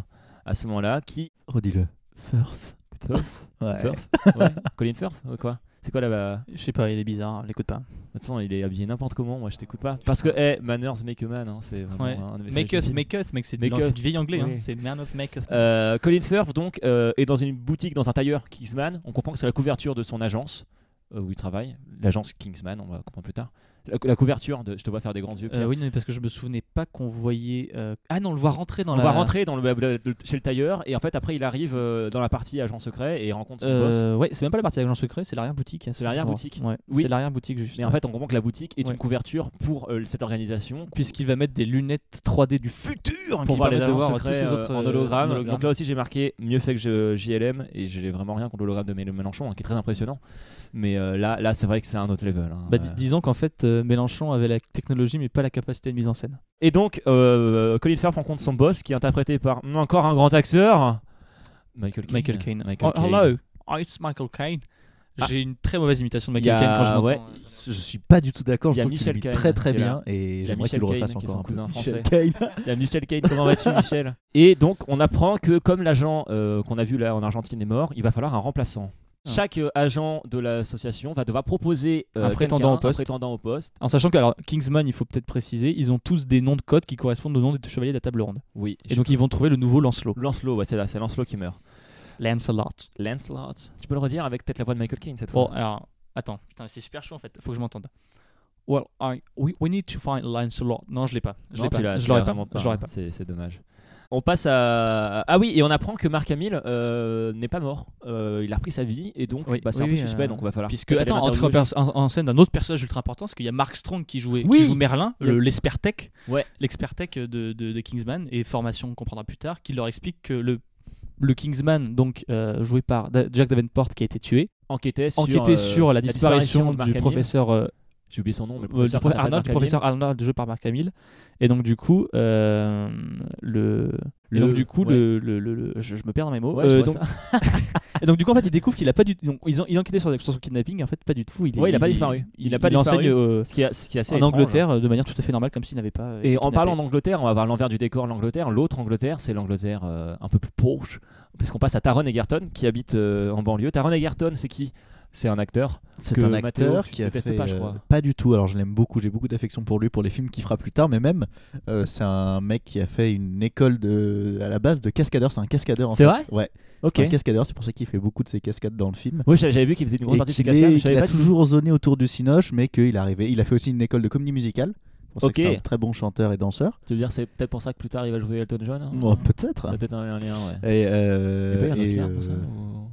Speaker 2: à ce moment-là qui
Speaker 3: Redis-le.
Speaker 4: Firth.
Speaker 2: Furf,
Speaker 3: Ouais.
Speaker 2: Furf ouais.
Speaker 4: (laughs)
Speaker 2: Colin Firth ou quoi C'est quoi là-bas De
Speaker 4: Je sais pas, il est bizarre, on l'écoute pas.
Speaker 2: toute façon, il est habillé n'importe comment, moi je t'écoute pas. Parce que hey, manners make a man, hein, c'est vraiment
Speaker 4: Ouais.
Speaker 2: un de mes
Speaker 4: Make
Speaker 2: messages
Speaker 4: us,
Speaker 2: du
Speaker 4: make us, mec, c'est
Speaker 2: Make
Speaker 4: du
Speaker 2: us.
Speaker 4: c'est du vieil anglais, hein.
Speaker 2: Oui.
Speaker 4: c'est Man of Make us.
Speaker 2: Euh, Colin Firth donc euh, est dans une boutique dans un tailleur Kingsman. On comprend que c'est la couverture de son agence euh, où il travaille, l'agence Kingsman. On va comprendre plus tard. La, la couverture de, je te vois faire des grands yeux.
Speaker 4: Euh,
Speaker 2: Pierre.
Speaker 4: oui, non, mais parce que je me souvenais pas qu'on voyait. euh, Ah non, on le voit rentrer dans
Speaker 2: On
Speaker 4: la.
Speaker 2: va rentrer dans le, le- le- chez le tailleur et en fait après il arrive euh, dans la partie agent secret et il rencontre son boss.
Speaker 4: Euh, ouais, c'est même pas la partie agent secret, c'est l'arrière boutique.
Speaker 2: C'est l'arrière boutique.
Speaker 4: Ouais,
Speaker 2: Oui.
Speaker 4: c'est l'arrière boutique juste.
Speaker 2: Mais en
Speaker 4: ouais.
Speaker 2: fait on comprend que la boutique est
Speaker 4: Ouais.
Speaker 2: une couverture pour euh, cette organisation
Speaker 4: puisqu'il va mettre des lunettes 3D du futur hein,
Speaker 2: pour
Speaker 4: qui
Speaker 2: voir les
Speaker 4: permettent de
Speaker 2: agents
Speaker 4: voir
Speaker 2: secrets
Speaker 4: tous ces
Speaker 2: euh,
Speaker 4: autres
Speaker 2: en
Speaker 4: euh,
Speaker 2: hologramme.
Speaker 4: hologrammes.
Speaker 2: Donc là aussi j'ai marqué mieux fait que je- JLM et j'ai vraiment rien contre l'hologramme de Mél- Mélenchon hein, qui est très impressionnant. Mais euh, là là c'est vrai que c'est un autre level. hein.
Speaker 4: Bah, di-
Speaker 2: Euh,
Speaker 4: disons qu'en fait, euh, Mélenchon avait la technologie mais pas la capacité de mise en scène.
Speaker 2: Et donc euh, Colin Firth rencontre son boss qui est interprété par mm, encore un grand acteur. Michael Caine.
Speaker 4: Michael Caine.
Speaker 2: Michael
Speaker 4: Oh,
Speaker 2: Caine.
Speaker 4: hello, Oh, it's Michael Caine.
Speaker 2: Ah.
Speaker 4: J'ai une très mauvaise imitation de
Speaker 2: Il y
Speaker 4: Michael
Speaker 2: a-
Speaker 4: Caine quand je l'entends.
Speaker 2: ouais.
Speaker 3: Je suis pas du tout d'accord,
Speaker 2: Il y
Speaker 3: je
Speaker 2: a
Speaker 3: trouve qu'il
Speaker 2: Michel
Speaker 3: est
Speaker 2: Caine
Speaker 3: très très
Speaker 2: qui est là.
Speaker 3: bien et
Speaker 2: a
Speaker 3: j'aimerais qu'il
Speaker 2: Michel
Speaker 3: le refasse
Speaker 2: Caine qui est
Speaker 3: encore
Speaker 2: son
Speaker 3: un peu.
Speaker 2: cousin
Speaker 3: Michel Caine.
Speaker 2: (laughs) Il y a Michel Caine, comment
Speaker 4: (laughs)
Speaker 2: vas-tu Michel Et donc on apprend que comme l'agent euh, qu'on a vu là en Argentine est mort, il va falloir un remplaçant.
Speaker 4: Ah.
Speaker 2: Chaque euh, agent de l'association va devoir proposer euh,
Speaker 4: Un prétendant
Speaker 2: quelqu'un,
Speaker 4: au poste.
Speaker 2: un prétendant au poste.
Speaker 4: En sachant que alors, Kingsman, il faut peut-être préciser, ils ont tous des noms de codes qui correspondent aux noms des chevaliers de la table ronde.
Speaker 2: Oui.
Speaker 4: Et donc ils vont trouver le nouveau Lancelot.
Speaker 2: Lancelot, ouais, c'est là, c'est Lancelot qui meurt.
Speaker 4: Lancelot.
Speaker 2: Lancelot. Tu peux le redire avec peut-être la voix de Michael Caine cette
Speaker 4: Bon,
Speaker 2: fois.
Speaker 4: alors, attends, putain, c'est super chaud en fait, faut que je m'entende. Well, I, we, we need to find Lancelot. Non, je l'ai pas. Je
Speaker 2: Non,
Speaker 4: l'ai
Speaker 2: tu l'as-
Speaker 4: pas.
Speaker 2: tu l'as
Speaker 4: Je l'aurais pas.
Speaker 2: vraiment
Speaker 4: Je l'aurais
Speaker 2: hein.
Speaker 4: pas.
Speaker 2: C'est, c'est dommage. On passe à ah oui et on apprend que Marc Hamill euh, n'est pas mort. Euh, il a repris sa vie et donc
Speaker 4: Oui,
Speaker 2: bah, c'est
Speaker 4: oui,
Speaker 2: un peu
Speaker 4: oui,
Speaker 2: suspect
Speaker 4: euh,
Speaker 2: donc on va falloir.
Speaker 4: Puisque, attends, entre
Speaker 2: l'interroger.
Speaker 4: pers- en, en scène d'un autre personnage ultra important, parce qu'il y a Mark Strong qui, jouait, qui
Speaker 2: Oui.
Speaker 4: joue Merlin,
Speaker 2: Il y a-
Speaker 4: le- l'expert tech,
Speaker 2: Ouais.
Speaker 4: l'expert tech de, de- de Kingsman, et formation qu'on comprendra plus tard, qui leur explique que le, le Kingsman, donc euh, joué par Da- Jack Davenport, qui a été tué,
Speaker 2: enquêter sur,
Speaker 4: enquêtait
Speaker 2: euh,
Speaker 4: sur la disparition,
Speaker 2: de Mark
Speaker 4: du
Speaker 2: Hamill.
Speaker 4: professeur, euh,
Speaker 2: J'ai oublié son nom, mais le
Speaker 4: euh, du
Speaker 2: professeur,
Speaker 4: pro-
Speaker 2: interprète
Speaker 4: Arnold, du
Speaker 2: Mark
Speaker 4: professeur Arnold, joué par Mark Hamill. Et donc, du coup, euh, le. et donc,
Speaker 2: Le-
Speaker 4: du coup,
Speaker 2: ouais.
Speaker 4: le, le- le- le- je, je me perds dans mes mots.
Speaker 2: Hamill. Ouais, je
Speaker 4: Euh,
Speaker 2: vois
Speaker 4: donc,
Speaker 2: ça.
Speaker 4: (laughs) Et donc du coup en fait il découvre qu'il a pas du donc, ils ont ils enquêtaient sur, sur son kidnapping en fait pas du tout il est-
Speaker 2: Ouais, il a pas
Speaker 4: est-
Speaker 2: disparu.
Speaker 4: il,
Speaker 2: Il a pas disparu.
Speaker 4: enseigne euh,
Speaker 2: ce, qui est, ce qui est assez
Speaker 4: en
Speaker 2: étrange.
Speaker 4: Angleterre euh, de manière tout à fait normale comme s'il n'avait pas euh,
Speaker 2: Et
Speaker 4: été
Speaker 2: en
Speaker 4: kidnappé.
Speaker 2: parlant d'Angleterre, on va voir l'envers du décor, l'Angleterre. L'autre Angleterre, c'est l'Angleterre euh, un peu plus pauvre, parce qu'on passe à Taron Egerton, qui habite euh, en banlieue. Taron Egerton, c'est qui C'est un acteur.
Speaker 3: C'est
Speaker 2: que
Speaker 3: un
Speaker 2: Matteo,
Speaker 3: acteur
Speaker 2: tu
Speaker 3: qui a
Speaker 2: détestes
Speaker 3: fait
Speaker 2: pas, je
Speaker 3: euh,
Speaker 2: crois.
Speaker 3: pas du tout. Alors je l'aime beaucoup, j'ai beaucoup d'affection pour lui, pour les films qu'il fera plus tard, mais même euh, c'est un mec qui a fait une école de à la base de cascadeur. C'est un cascadeur. en
Speaker 2: C'est
Speaker 3: fait.
Speaker 2: vrai
Speaker 3: Ouais.
Speaker 2: Ok.
Speaker 3: C'est un cascadeur. C'est pour ça qu'il fait beaucoup de ses cascades dans le film.
Speaker 2: Oui, j'a- j'avais vu qu'il faisait une grosse
Speaker 3: Et
Speaker 2: partie de ses
Speaker 3: qu'il
Speaker 2: cascades,
Speaker 3: est-
Speaker 2: mais je
Speaker 3: qu'il
Speaker 2: savais
Speaker 3: a
Speaker 2: pas.
Speaker 3: toujours zoné autour du cinoche, mais qu'il arrivait. Il a fait aussi une école de comédie musicale. pour ça que
Speaker 2: Ok.
Speaker 3: c'est un très bon chanteur et danseur.
Speaker 2: Tu veux dire, c'est peut-être pour ça que plus tard il va jouer Elton John hein
Speaker 3: Bon, peut-être.
Speaker 2: Ça a peut-être un lien, ouais.
Speaker 3: Et,
Speaker 2: Il a pas eu
Speaker 3: euh,
Speaker 2: un
Speaker 3: et,
Speaker 2: Oscar pour ça
Speaker 3: euh,
Speaker 2: ou-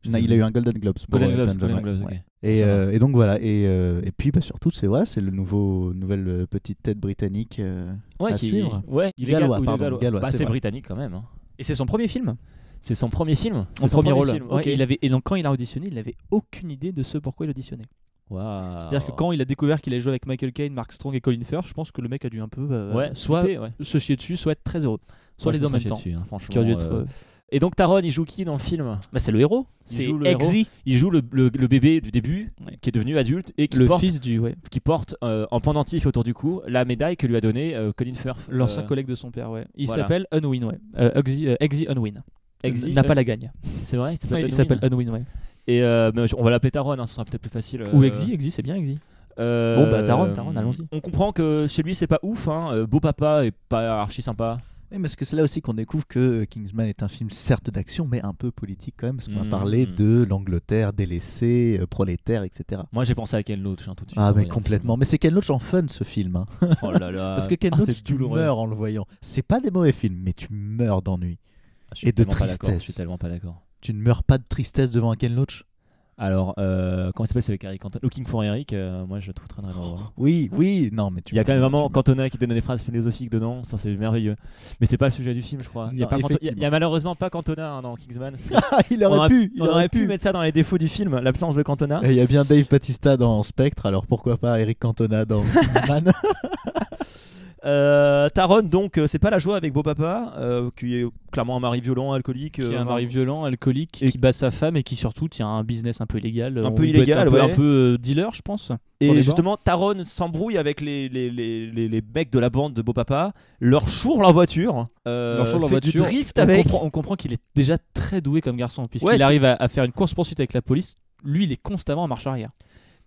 Speaker 2: Je
Speaker 3: non,
Speaker 2: sais
Speaker 3: il a eu un Golden Globes. pour
Speaker 2: Golden
Speaker 3: Elton
Speaker 2: Globes,
Speaker 3: John,
Speaker 2: Golden
Speaker 3: ouais.
Speaker 2: Globes, ok.
Speaker 3: Ouais. Et,
Speaker 2: Ça va.
Speaker 3: euh, et donc voilà. Et, euh, et puis bah, surtout, c'est voilà, c'est le nouveau nouvelle euh, petite tête britannique. euh,
Speaker 2: Ouais,
Speaker 3: à
Speaker 2: qui-
Speaker 3: suivre.
Speaker 2: Ouais, il est
Speaker 3: Gallois,
Speaker 2: gal- ou il est
Speaker 3: pardon, gallois,
Speaker 2: Bah,
Speaker 3: c'est
Speaker 2: c'est
Speaker 3: vrai.
Speaker 2: britannique quand même. hein.
Speaker 4: Et c'est son premier film.
Speaker 2: C'est son premier film.
Speaker 4: En
Speaker 2: Son
Speaker 4: premier rôle.
Speaker 2: film,
Speaker 4: Ouais,
Speaker 2: ok.
Speaker 4: il avait, et donc quand il a auditionné, il n'avait aucune idée de ce pourquoi il auditionnait.
Speaker 2: Waouh.
Speaker 4: C'est-à-dire que quand il a découvert qu'il allait jouer avec Michael Caine, Mark Strong et Colin Firth, je pense que le mec a dû un peu euh,
Speaker 2: ouais,
Speaker 4: soit
Speaker 2: flipper, ouais.
Speaker 4: se chier dessus, soit être très heureux. Soit
Speaker 2: Moi, je
Speaker 4: les deux en
Speaker 2: me
Speaker 4: même
Speaker 2: serais
Speaker 4: temps.
Speaker 2: chié dessus, hein, franchement,
Speaker 4: Curieux d'être,
Speaker 2: euh.
Speaker 4: euh,
Speaker 2: Et donc Taron, il joue qui dans le film
Speaker 4: Bah, c'est le héros.
Speaker 2: Il
Speaker 4: C'est
Speaker 2: joue le
Speaker 4: Eggsy,
Speaker 2: Il joue le, le- le bébé du début,
Speaker 4: Ouais.
Speaker 2: qui est devenu adulte et qui
Speaker 4: le
Speaker 2: porte,
Speaker 4: fils du ouais,
Speaker 2: qui porte euh, en pendentif autour du cou la médaille que lui a donnée euh, Colin Firth.
Speaker 4: l'ancien
Speaker 2: Euh,
Speaker 4: collègue de son père. Ouais. Il
Speaker 2: voilà.
Speaker 4: s'appelle Unwin. Ouais. Euh, Eggsy- euh, Eggsy Unwin.
Speaker 2: Eggsy,
Speaker 4: n'a pas
Speaker 2: euh,
Speaker 4: la gagne.
Speaker 2: C'est vrai, il s'appelle.
Speaker 4: Il
Speaker 2: Edwin.
Speaker 4: s'appelle Unwin. Ouais.
Speaker 2: Et euh, mais on va l'appeler Taron, hein, ce sera peut-être plus facile. euh,
Speaker 4: Ou Exi, Exi, c'est bien Exi.
Speaker 2: euh,
Speaker 4: Bon, bah, Taron, Taron, allons-y.
Speaker 2: On comprend que chez lui c'est pas ouf, hein, euh, beau papa et pas archi sympa.
Speaker 3: Oui, parce que c'est là aussi qu'on découvre que euh, Kingsman est un film certes d'action, mais un peu politique quand même, parce qu'on
Speaker 2: Mhm.
Speaker 3: a parlé de l'Angleterre délaissée, euh, prolétaire, etc.
Speaker 2: Moi j'ai pensé à Ken Loach hein, tout de suite.
Speaker 3: Ah
Speaker 2: en
Speaker 3: mais
Speaker 2: voyant le
Speaker 3: complètement. Mais c'est Ken Loach en fun ce film. hein.
Speaker 2: film. (laughs) Oh là là.
Speaker 3: Parce que Ken
Speaker 2: Ah,
Speaker 3: Loach,
Speaker 2: c'est
Speaker 3: tu
Speaker 2: douloureux.
Speaker 3: meurs en le voyant. C'est pas des mauvais films, mais tu meurs d'ennui.
Speaker 2: Ah, je suis
Speaker 3: et de
Speaker 2: tellement pas d'accord,
Speaker 3: tristesse.
Speaker 2: Je suis tellement pas d'accord.
Speaker 3: Tu ne meurs pas de tristesse devant un Ken Loach
Speaker 2: Alors, euh, comment il s'appelle celui avec Eric Cantona Looking for Eric, euh, moi je le trouve très très drôle.
Speaker 3: Oui, oui, non, mais tu
Speaker 2: Il y a quand même
Speaker 3: tu
Speaker 2: vraiment
Speaker 3: meurs.
Speaker 2: Cantona qui donne des phrases philosophiques dedans, ça c'est merveilleux. Mais c'est pas le sujet du film, je crois. Il y a,
Speaker 3: Non,
Speaker 2: pas Canto- il y a-
Speaker 3: effectivement.
Speaker 2: il y a malheureusement pas Cantona hein, dans Kingsman. C'est-
Speaker 3: (laughs) Ah, il
Speaker 2: on
Speaker 3: aurait
Speaker 2: aurait-
Speaker 3: pu, il
Speaker 2: On aurait pu mettre ça dans les défauts du film, l'absence de Cantona.
Speaker 3: Et Il y a bien Dave Batista dans Spectre, alors pourquoi pas Eric Cantona
Speaker 2: (laughs)
Speaker 3: dans Kingsman
Speaker 2: Euh, Taron, donc, euh, c'est pas la joie avec Beau Papa, euh, qui est clairement un mari violent, alcoolique.
Speaker 4: Qui est
Speaker 2: euh,
Speaker 4: un mari violent, alcoolique,
Speaker 2: Et-
Speaker 4: qui bat sa femme et qui surtout tient un business un peu euh, illégal.
Speaker 2: Un
Speaker 4: On
Speaker 2: peu
Speaker 4: peut être
Speaker 2: illégal,
Speaker 4: un peu,
Speaker 2: ouais.
Speaker 4: un peu euh, dealer, je pense. sur les bords.
Speaker 2: Et justement, Taron s'embrouille avec les, les, les, les, les mecs de la bande de Beau Papa, leur chourre leur voiture, euh,
Speaker 4: Leur chourre leur
Speaker 2: fait du
Speaker 4: voiture,
Speaker 2: drift
Speaker 4: on
Speaker 2: avec.
Speaker 4: comprend, on comprend qu'il est déjà très doué comme garçon, puisqu'il
Speaker 2: Ouais, c'est-
Speaker 4: arrive à, à faire une course-poursuite avec la police. Lui, il est constamment en marche arrière.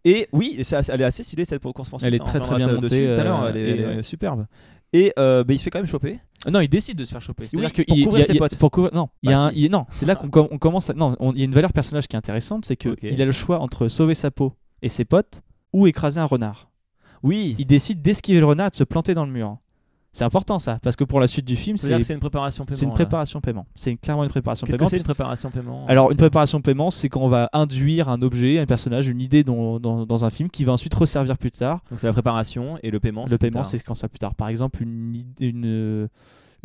Speaker 2: Et oui, et ça, elle est assez stylée cette course poursuite.
Speaker 4: Elle est
Speaker 2: On
Speaker 4: très, très
Speaker 2: reviendra
Speaker 4: bien
Speaker 2: dessus
Speaker 4: montée,
Speaker 2: Tout à l'heure,
Speaker 4: euh,
Speaker 2: elle est,
Speaker 4: et
Speaker 2: elle est
Speaker 4: ouais.
Speaker 2: superbe. Et euh, bah, il se fait quand même choper.
Speaker 4: Euh, Non, il décide de se faire choper. C'est-à-dire
Speaker 2: Oui,
Speaker 4: que
Speaker 2: pour
Speaker 4: il-
Speaker 2: couvrir
Speaker 4: il y a-
Speaker 2: ses
Speaker 4: il y a-
Speaker 2: potes.
Speaker 4: pour couvrir- non, il y a
Speaker 2: Bah,
Speaker 4: un-
Speaker 2: si.
Speaker 4: il- non, c'est là qu'on com- on commence. à- non, on- il y a une valeur personnage qui est intéressante, c'est que
Speaker 2: Ok.
Speaker 4: il a le choix entre sauver sa peau et ses potes ou écraser un renard.
Speaker 2: Oui.
Speaker 4: Il décide d'esquiver le renard et de se planter dans le mur. C'est important ça, parce que pour la suite du film,
Speaker 2: C'est-à-dire
Speaker 4: c'est
Speaker 2: que c'est une préparation paiement.
Speaker 4: c'est une
Speaker 2: là.
Speaker 4: préparation paiement. C'est une- clairement une préparation
Speaker 2: Qu'est-ce
Speaker 4: paiement.
Speaker 2: que c'est une préparation paiement
Speaker 4: Alors, une préparation paiement, c'est quand on va induire un objet, un personnage, une idée dans, dans- dans un film qui va ensuite resservir plus tard.
Speaker 2: Donc c'est la préparation et le paiement.
Speaker 4: le
Speaker 2: plus
Speaker 4: paiement,
Speaker 2: tard.
Speaker 4: c'est quand ça plus tard. Par exemple, une, id- une, euh,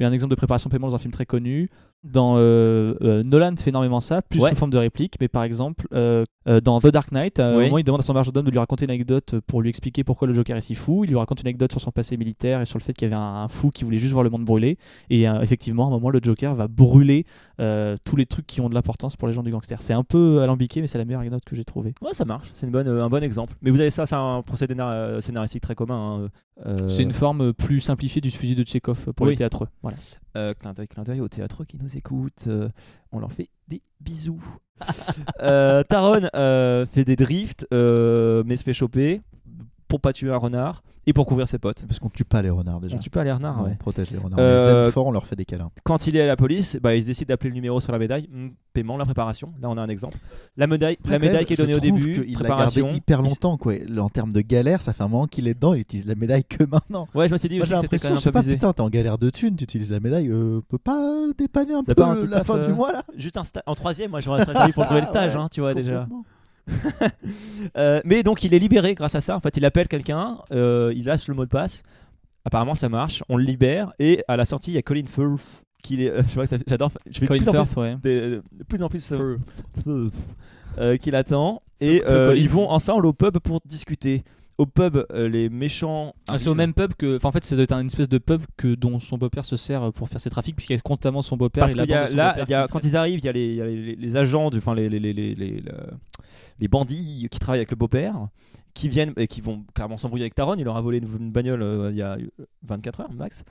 Speaker 4: un exemple de préparation paiement dans un film très connu. Dans euh, euh, Nolan fait énormément ça, plus
Speaker 2: Ouais.
Speaker 4: sous forme de réplique, mais par exemple, euh, euh, dans The Dark Knight, euh,
Speaker 2: Oui.
Speaker 4: au moment il demande à son marge d'homme de lui raconter une anecdote pour lui expliquer pourquoi le Joker est si fou. Il lui raconte une anecdote sur son passé militaire et sur le fait qu'il y avait un, un fou qui voulait juste voir le monde brûler. Et euh, effectivement, à un moment, le Joker va brûler euh, tous les trucs qui ont de l'importance pour les gens du gangster. C'est un peu alambiqué, mais c'est la meilleure anecdote que j'ai trouvée.
Speaker 2: Ouais, ça marche. C'est une bonne, euh, un bon exemple. Mais vous avez ça, c'est un procédé nar- euh, scénaristique très commun. hein, euh,
Speaker 4: C'est une forme euh, plus simplifiée du fusil de Tchekhov pour
Speaker 2: Oui.
Speaker 4: les théâtreux. Voilà.
Speaker 2: Euh, clin d'œil, clin d'œil au théâtre qui nous écoute. euh, on leur fait des bisous.
Speaker 3: (laughs)
Speaker 2: Euh, Taron euh, fait des drifts, euh, mais se fait choper pour pas tuer un renard et pour couvrir ses potes.
Speaker 3: Parce qu'on tue pas les renards déjà.
Speaker 2: On tue pas les renards.
Speaker 3: Non,
Speaker 2: ouais.
Speaker 3: On protège les renards. On
Speaker 2: Euh,
Speaker 3: les aime fort, on leur fait des câlins.
Speaker 2: Quand il est à la police, bah, il se décide d'appeler le numéro sur la médaille. Hmm, paiement, la préparation. Là, on a un exemple. La médaille, la médaille qui est donnée au début.
Speaker 3: il
Speaker 2: préparation.
Speaker 3: l'a gardé hyper longtemps. Quoi. En termes de galère, ça fait un moment qu'il est dedans, il utilise la médaille que maintenant.
Speaker 2: Ouais, je me suis dit
Speaker 3: Moi,
Speaker 2: aussi
Speaker 3: j'ai
Speaker 2: que c'était quand
Speaker 3: l'impression,
Speaker 2: même
Speaker 3: je
Speaker 2: un peu
Speaker 3: sais pas,
Speaker 2: biaisé.
Speaker 3: putain, t'es en galère de thunes, tu utilises la médaille, euh, peut pas dépanner un
Speaker 2: T'as
Speaker 3: peu
Speaker 2: pas un petit
Speaker 3: la
Speaker 2: taf,
Speaker 3: fin
Speaker 2: euh,
Speaker 3: du mois là
Speaker 2: Juste un sta- en troisième, moi j'aurais servi
Speaker 3: (laughs)
Speaker 2: pour trouver le stage,
Speaker 3: Ouais,
Speaker 2: hein, tu vois déjà.
Speaker 3: Complètement.
Speaker 2: Euh, mais donc il est libéré grâce à ça. En fait, il appelle quelqu'un, euh, il lâche le mot de passe. Apparemment, ça marche. On le libère et à la sortie, il y a Colin Firth qui est. euh, (laughs) je sais pas, ça- j'adore. Je fais de
Speaker 4: Colin
Speaker 2: plus en plus
Speaker 4: Firth, ouais.
Speaker 2: de, de plus en plus euh, euh, qui l'attend et
Speaker 4: Feu
Speaker 2: euh,
Speaker 4: Colin.
Speaker 2: ils vont ensemble au pub pour discuter. Au pub, euh, les méchants.
Speaker 4: Ah, c'est au même pub que. Enfin, en fait, ça doit être une espèce de pub que dont son beau-père se sert euh, pour faire ses trafics, puisqu'il y a constamment son beau-père.
Speaker 2: Parce
Speaker 4: et
Speaker 2: que
Speaker 4: la
Speaker 2: y a-
Speaker 4: bande de son
Speaker 2: là,
Speaker 4: beau-père
Speaker 2: il y a-
Speaker 4: qui
Speaker 2: quand ils arrivent, il y a les, il y a les- les- les agents, du, enfin les, les, les, les, les- le- les bandits qui travaillent avec le beau-père, qui viennent et qui vont clairement s'embrouiller avec Taron. Il leur a volé une, une bagnole euh, il y a 24 heures max.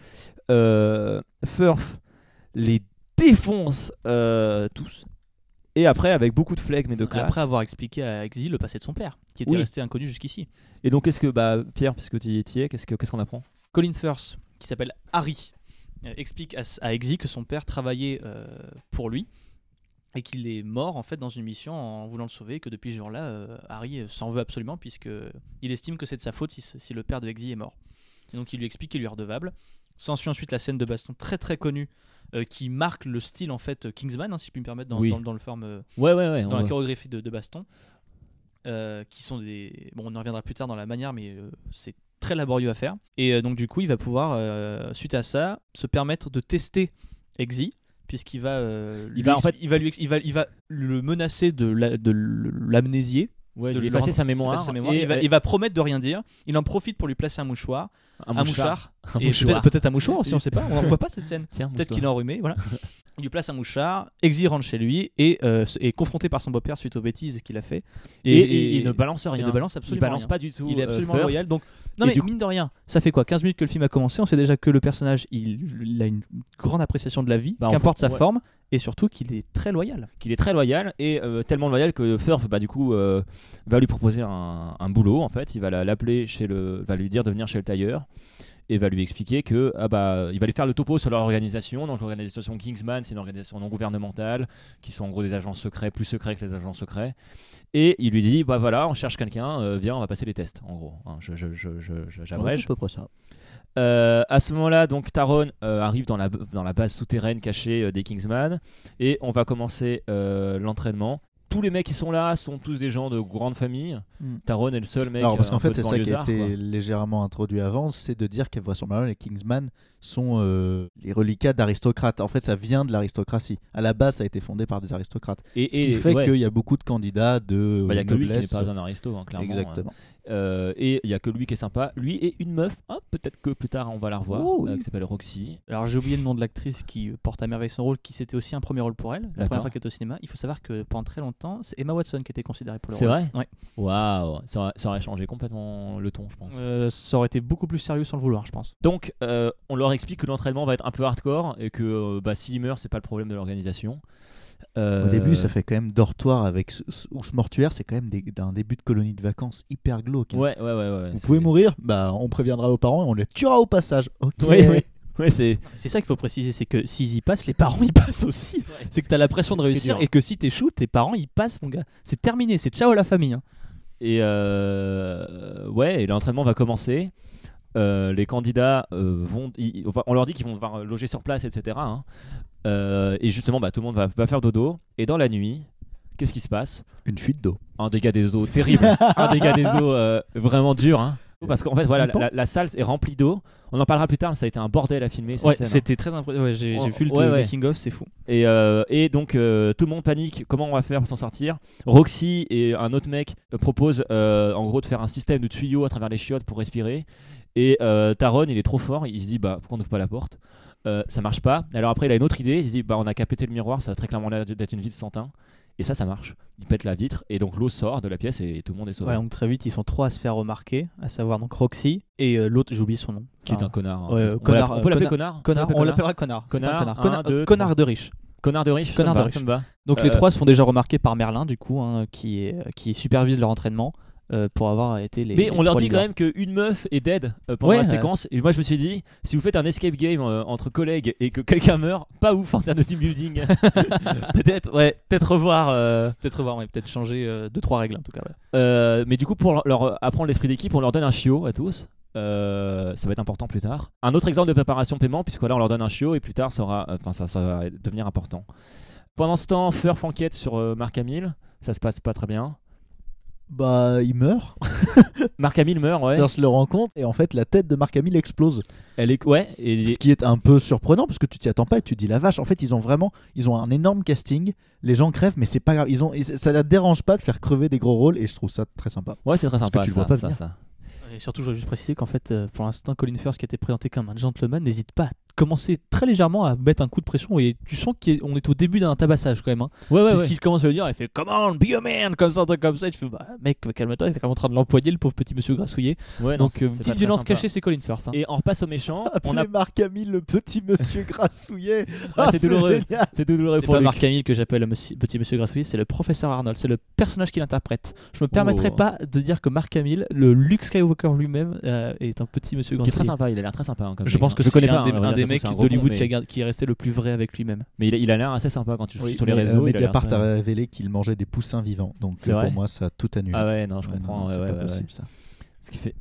Speaker 2: Euh, Furf les défonce euh, tous. Et après, avec beaucoup de flegme mais de
Speaker 4: traite.
Speaker 2: classe.
Speaker 4: Après avoir expliqué à Exil le passé de son père, qui était
Speaker 2: Oui.
Speaker 4: resté inconnu jusqu'ici.
Speaker 2: Et donc, qu'est-ce que, bah, Pierre, puisque tu y tu y es, qu'est-ce que- qu'est-ce qu'on apprend
Speaker 4: Colin Firth, qui s'appelle Harry, euh, explique à, à Exil que son père travaillait euh, pour lui et qu'il est mort en fait dans une mission en voulant le sauver. et Que depuis ce jour-là, euh, Harry euh, s'en veut absolument puisque il estime que c'est de sa faute si, ce- si le père de Exil est mort. donc il lui explique qu'il lui est redevable. S'ensuit ensuite la scène de baston très très connue euh, qui marque le style en fait euh, Kingsman, hein, si je puis me permettre, dans,
Speaker 2: Oui.
Speaker 4: dans- dans le forme, euh,
Speaker 2: Ouais, ouais, ouais. on
Speaker 4: dans la
Speaker 2: va-
Speaker 4: chorégraphie de, de baston, euh, qui sont des. Bon, on en reviendra plus tard dans la manière, mais euh, c'est très laborieux à faire. Et euh, donc du coup, il va pouvoir, euh, suite à ça, se permettre de tester Exi. Puisqu'il va, euh, lui
Speaker 2: va, en
Speaker 4: ex-
Speaker 2: fait-
Speaker 4: il va lui, ex- il va, il va le menacer de la- de l'amnésier
Speaker 2: Ouais,
Speaker 4: de
Speaker 2: de lui
Speaker 4: le
Speaker 2: effacer
Speaker 4: rendre-
Speaker 2: sa mémoire.
Speaker 4: effacer sa mémoire.
Speaker 2: et-
Speaker 4: il, va, il va promettre de rien dire. Il en profite pour lui placer un mouchoir.
Speaker 2: un mouchard.
Speaker 4: et
Speaker 2: mouchoir.
Speaker 4: peut-être- Peut-être un mouchoir aussi, on sait pas. On ne voit pas cette scène.
Speaker 2: Tiens,
Speaker 4: Peut-être
Speaker 2: mouche-toi.
Speaker 4: qu'il est enrhumé, (laughs) voilà. Il lui place un mouchard, Exy rentre chez lui et euh, se- est confronté par son beau-père suite aux bêtises qu'il a fait.
Speaker 2: Et, et- il ne balance
Speaker 4: et
Speaker 2: rien.
Speaker 4: ne balance
Speaker 2: il
Speaker 4: absolument
Speaker 2: balance
Speaker 4: rien.
Speaker 2: pas du tout.
Speaker 4: Il est
Speaker 2: euh,
Speaker 4: absolument
Speaker 2: Firth.
Speaker 4: loyal. Donc, non
Speaker 2: Et
Speaker 4: mais
Speaker 2: du
Speaker 4: mine de rien, ça fait quoi 15 minutes que le film a commencé, on sait déjà que le personnage, il, il a une grande appréciation de la vie,
Speaker 2: Bah, en
Speaker 4: qu'importe
Speaker 2: fait,
Speaker 4: sa
Speaker 2: ouais.
Speaker 4: forme, et surtout qu'il est très loyal.
Speaker 2: qu'il est très loyal et euh, tellement loyal que Furf bah du coup euh, va lui proposer un, un boulot en fait il va la- l'appeler chez le va lui dire de venir chez le tailleur et va lui expliquer que ah bah il va lui faire le topo sur leur organisation donc l'organisation Kingsman c'est une organisation non gouvernementale qui sont en gros des agents secrets plus secrets que les agents secrets et il lui dit bah voilà on cherche quelqu'un euh, viens on va passer les tests en gros hein, je je- je- je- je-
Speaker 4: Ah,
Speaker 2: j'abrège
Speaker 3: peu près ça.
Speaker 2: euh, à ce moment-là, donc Taron euh, arrive dans la, dans la base souterraine cachée euh, des Kingsman et on va commencer euh, l'entraînement. Tous les mecs qui sont là sont tous des gens de grande famille.
Speaker 4: Mm.
Speaker 2: Taron est le seul mec.
Speaker 3: Alors, parce
Speaker 2: euh,
Speaker 3: qu'en
Speaker 2: un
Speaker 3: fait,
Speaker 2: peu
Speaker 3: c'est
Speaker 2: de
Speaker 3: ça qui a
Speaker 2: banlieusard,
Speaker 3: été
Speaker 2: quoi.
Speaker 3: légèrement introduit avant, c'est de dire qu'vraisemblablement les Kingsman sont euh, les reliquats d'aristocrates. En fait, ça vient de l'aristocratie. À la base, ça a été fondé par des aristocrates.
Speaker 2: Et,
Speaker 3: Ce qui
Speaker 2: et-
Speaker 3: fait
Speaker 2: ouais.
Speaker 3: qu'il y a beaucoup de candidats de euh,
Speaker 2: Bah, y a que lui qui n'est
Speaker 3: noblesse.
Speaker 2: pas un aristo, hein, clairement.
Speaker 3: Exactement.
Speaker 2: Euh, et il y a que lui qui est sympa. Lui et une meuf. hein, Peut-être que plus tard on va la revoir.
Speaker 3: Oh, oui.
Speaker 2: euh, qui s'appelle Roxy.
Speaker 4: Alors j'ai oublié le nom de l'actrice qui euh, porte à merveille son rôle, qui c'était aussi un premier rôle pour elle, la
Speaker 2: D'accord.
Speaker 4: première fois qu'elle était au cinéma. Il faut savoir que pendant très longtemps, c'est Emma Watson qui était considérée pour le
Speaker 2: C'est
Speaker 4: rôle.
Speaker 2: vrai
Speaker 4: Ouais.
Speaker 2: Waouh, ça, aurait- ça aurait changé complètement le ton, je pense.
Speaker 4: Euh, ça aurait été beaucoup plus sérieux sans le vouloir, je pense.
Speaker 2: Donc, euh, on leur explique que l'entraînement va être un peu hardcore et que euh, bah, s'ils meurent, c'est pas le problème de l'organisation. Euh,
Speaker 3: Au début, ça fait quand même dortoir avec ce- ce- ou ce mortuaire, c'est quand même des- d'un début de colonie de vacances hyper glauque. hein.
Speaker 2: Ouais, ouais, ouais. ouais,
Speaker 3: Vous
Speaker 2: c'est-
Speaker 3: pouvez mourir, bah on préviendra aux parents et on les tuera au passage. Ok.
Speaker 2: Ouais, ouais. (laughs) Ouais, c'est.
Speaker 4: C'est ça qu'il faut préciser, c'est que s'ils y passent, les parents y passent aussi. C'est que t'as la pression de
Speaker 2: c'est ce qui est
Speaker 4: réussir
Speaker 2: dur.
Speaker 4: et que si t'échoues, tes parents y passent, mon gars. C'est terminé, c'est ciao à la famille. hein.
Speaker 2: Et euh, ouais, et l'entraînement va commencer. Euh, les candidats euh, vont. ils- enfin, on leur dit qu'ils vont devoir euh, loger sur place, etc. hein. Euh, et justement, bah, tout le monde va, va faire dodo. Et dans la nuit, qu'est-ce qui se passe
Speaker 3: Une fuite d'eau.
Speaker 2: Un dégât des eaux (laughs) terrible. un dégât des eaux euh, vraiment dur. hein. Parce qu'en fait, voilà, la, la- la salle est remplie d'eau. On en parlera plus tard, mais ça a été un bordel à filmer. cette
Speaker 4: Ouais,
Speaker 2: scène, hein.
Speaker 4: c'était très impressionnant. Oh, Ouais, j'ai
Speaker 2: Ouais,
Speaker 4: j'ai vu le
Speaker 2: ouais, ouais.
Speaker 4: making of, c'est fou.
Speaker 2: Et, euh, et donc euh, tout le monde panique, comment on va faire pour s'en sortir Roxy et un autre mec euh, proposent euh, en gros de faire un système de tuyaux à travers les chiottes pour respirer. Et euh, Taron, il est trop fort, il se dit bah pourquoi on n'ouvre pas la porte Euh, Ça marche pas. Alors après il a une autre idée, il se dit bah on a qu'à péter le miroir, ça a très clairement l'air d'être une vitre sans teint. Et ça, ça marche. Il pète la vitre et donc l'eau sort de la pièce et tout le monde est sauvé.
Speaker 4: Ouais, donc très vite, ils sont trois à se faire remarquer, à savoir donc Roxy et euh, l'autre, j'ai oublié son nom.
Speaker 2: Qui est
Speaker 4: Enfin,
Speaker 2: un connard. hein.
Speaker 4: Ah. ouais,
Speaker 2: on
Speaker 4: connard,
Speaker 2: l'appelle- on peut l'appeler
Speaker 4: euh,
Speaker 2: connard
Speaker 4: connard,
Speaker 2: peut
Speaker 4: on l'appellera connard. c'est un
Speaker 2: Connard,
Speaker 4: connard.
Speaker 2: un,
Speaker 4: Connard-
Speaker 2: deux,
Speaker 4: connard de riche.
Speaker 2: Connard de riche.
Speaker 4: Connard
Speaker 2: ça me
Speaker 4: de
Speaker 2: va,
Speaker 4: riche.
Speaker 2: ça me va.
Speaker 4: Donc
Speaker 2: Euh,
Speaker 4: les trois se font déjà remarquer par Merlin, du coup, hein, qui, est- qui supervise leur entraînement euh, pour avoir été les.
Speaker 2: Mais
Speaker 4: les
Speaker 2: on leur
Speaker 4: trois
Speaker 2: dit quand
Speaker 4: leaders.
Speaker 2: même qu'une meuf est dead euh, pendant
Speaker 4: Ouais,
Speaker 2: la
Speaker 4: ouais.
Speaker 2: séquence. Et moi, je me suis dit, si vous faites un escape game euh, entre collègues et que quelqu'un meurt, pas ouf en termes de team
Speaker 4: (laughs)
Speaker 2: building. peut-être, ouais, peut-être revoir. euh,
Speaker 4: Peut-être revoir, mais peut-être changer euh, deux trois règles en tout cas. ouais.
Speaker 2: euh, mais du coup, pour leur- leur apprendre l'esprit d'équipe, on leur donne un chiot à tous. Euh, ça va être important plus tard. Un autre exemple de préparation paiement, puisque là on leur donne un chiot et plus tard ça, aura- euh, enfin, ça, ça va devenir important. Pendant ce temps, Furf enquête sur euh, Marc Hamill. Ça se passe pas très bien.
Speaker 3: Bah il meurt.
Speaker 2: Marc Hamill meurt, ouais.
Speaker 3: Firth le rencontre et en fait la tête de Mark Hamill explose.
Speaker 2: Elle est, ouais, et
Speaker 3: Ce qui est un peu surprenant parce que tu t'y attends pas et tu te dis la vache. En fait ils ont vraiment ils ont un énorme casting. Les gens crèvent mais c'est pas grave. Ils ont et ça la dérange pas de faire crever des gros rôles et je trouve ça très sympa.
Speaker 2: ouais, c'est très
Speaker 3: Parce que
Speaker 2: sympa.
Speaker 3: tu le
Speaker 2: ça,
Speaker 3: vois pas
Speaker 2: ça,
Speaker 3: venir.
Speaker 2: ça.
Speaker 4: Et surtout, je voudrais juste préciser qu'en fait, euh, pour l'instant, Colin Firth, qui était présenté comme un gentleman, n'hésite pas à commencer très légèrement à mettre un coup de pression. Et tu sens qu'on est au début d'un tabassage quand même. Hein,
Speaker 2: Ouais, ouais, ouais.
Speaker 4: Puisqu'il commence à le dire, il fait Come on, be a man, comme ça, un truc comme ça. Et tu fais Bah, mec, calme-toi, t'es quand même en train de l'empoigner, le pauvre petit monsieur grassouillet.
Speaker 2: Ouais, non,
Speaker 4: Donc,
Speaker 2: c'est- c'est
Speaker 4: euh,
Speaker 2: pas
Speaker 4: petite
Speaker 2: très
Speaker 4: violence
Speaker 2: sympa.
Speaker 4: cachée, c'est Colin Firth. hein.
Speaker 2: Et on repasse aux méchants. On a...
Speaker 3: Appelez Marc Hamill le petit monsieur
Speaker 2: (laughs)
Speaker 3: grassouillet.
Speaker 2: Ah, (laughs) c'est
Speaker 3: c'est
Speaker 2: douloureux.
Speaker 3: génial.
Speaker 2: C'est douloureux
Speaker 4: C'est
Speaker 2: pour
Speaker 4: pas
Speaker 2: lui.
Speaker 4: Marc Hamill que j'appelle le monsieur- petit monsieur Grassouillet, c'est le professeur Arnold, c'est le personnage qu'il interprète. Je me permettrai
Speaker 2: Oh.
Speaker 4: pas de dire que Marc Hamill, le Luke Skywalker lui-même, euh, est un petit monsieur
Speaker 2: Qui est très
Speaker 4: Grassouillet.
Speaker 2: sympa, il a l'air très sympa. hein, comme
Speaker 4: Je
Speaker 2: mec,
Speaker 4: pense
Speaker 2: hein.
Speaker 4: que
Speaker 2: je
Speaker 4: c'est
Speaker 2: connais
Speaker 4: un
Speaker 2: pas
Speaker 4: des,
Speaker 2: hein,
Speaker 4: un
Speaker 2: regarde, ça
Speaker 4: des
Speaker 2: se trouve,
Speaker 4: mecs
Speaker 2: c'est un gros con,
Speaker 4: d'Hollywood
Speaker 2: mais-
Speaker 4: qui, a- qui est resté le plus vrai avec lui-même.
Speaker 2: Mais il a- il a l'air assez sympa quand tu le suis sur les
Speaker 3: Mais, euh,
Speaker 2: réseaux. il a l'air
Speaker 3: Mediapart
Speaker 2: très-
Speaker 3: a révélé qu'il mangeait des poussins vivants. Donc
Speaker 2: C'est
Speaker 3: euh,
Speaker 2: vrai
Speaker 3: pour moi ça a tout annulé.
Speaker 2: Ah ouais, non, je
Speaker 3: Ouais, non,
Speaker 2: comprends.
Speaker 3: non,
Speaker 2: ouais,
Speaker 3: c'est
Speaker 2: ouais,
Speaker 3: pas
Speaker 2: ouais, ouais.
Speaker 3: possible ça.
Speaker 2: Ce qui fait.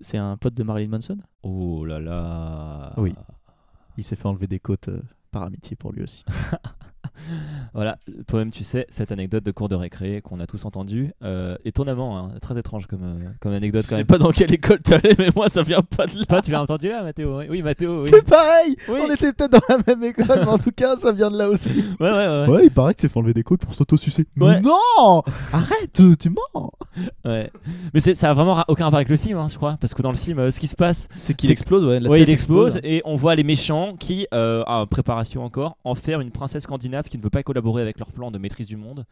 Speaker 4: C'est un pote de Marilyn Manson
Speaker 2: Oh là là.
Speaker 3: Oui. Il s'est fait enlever des côtes euh, par amitié pour lui aussi.
Speaker 2: Voilà, toi-même tu sais cette anecdote de cours de récré qu'on a tous entendue. Euh, étonnamment, hein, très étrange comme, euh, comme anecdote
Speaker 4: Je
Speaker 2: quand
Speaker 4: sais
Speaker 2: même.
Speaker 4: pas dans quelle école t'allais, mais moi ça vient pas de là.
Speaker 2: Toi, tu l'as entendu là, Mathéo Oui, oui, Mathéo. Oui.
Speaker 3: (laughs) C'est pareil
Speaker 2: Oui.
Speaker 3: On était peut-être dans la même école, mais en tout cas, ça vient de là aussi.
Speaker 2: Ouais, ouais, ouais.
Speaker 3: Ouais, il paraît que s'est fait enlever des côtes pour s'auto-sucer.
Speaker 2: Ouais.
Speaker 3: Mais non Arrête, euh, tu mens
Speaker 2: Ouais. Mais c'est- ça a vraiment ra- aucun rapport avec le film, hein, je crois. Parce que dans le film, euh, ce qui se passe,
Speaker 4: C'est qu'il explose, ouais. la
Speaker 2: ouais,
Speaker 4: tête
Speaker 2: il explose, et on voit les méchants qui, euh, ah, préparation encore, en faire une princesse scandinave qui ne veut pas collaborer avec leur plan de maîtrise du monde.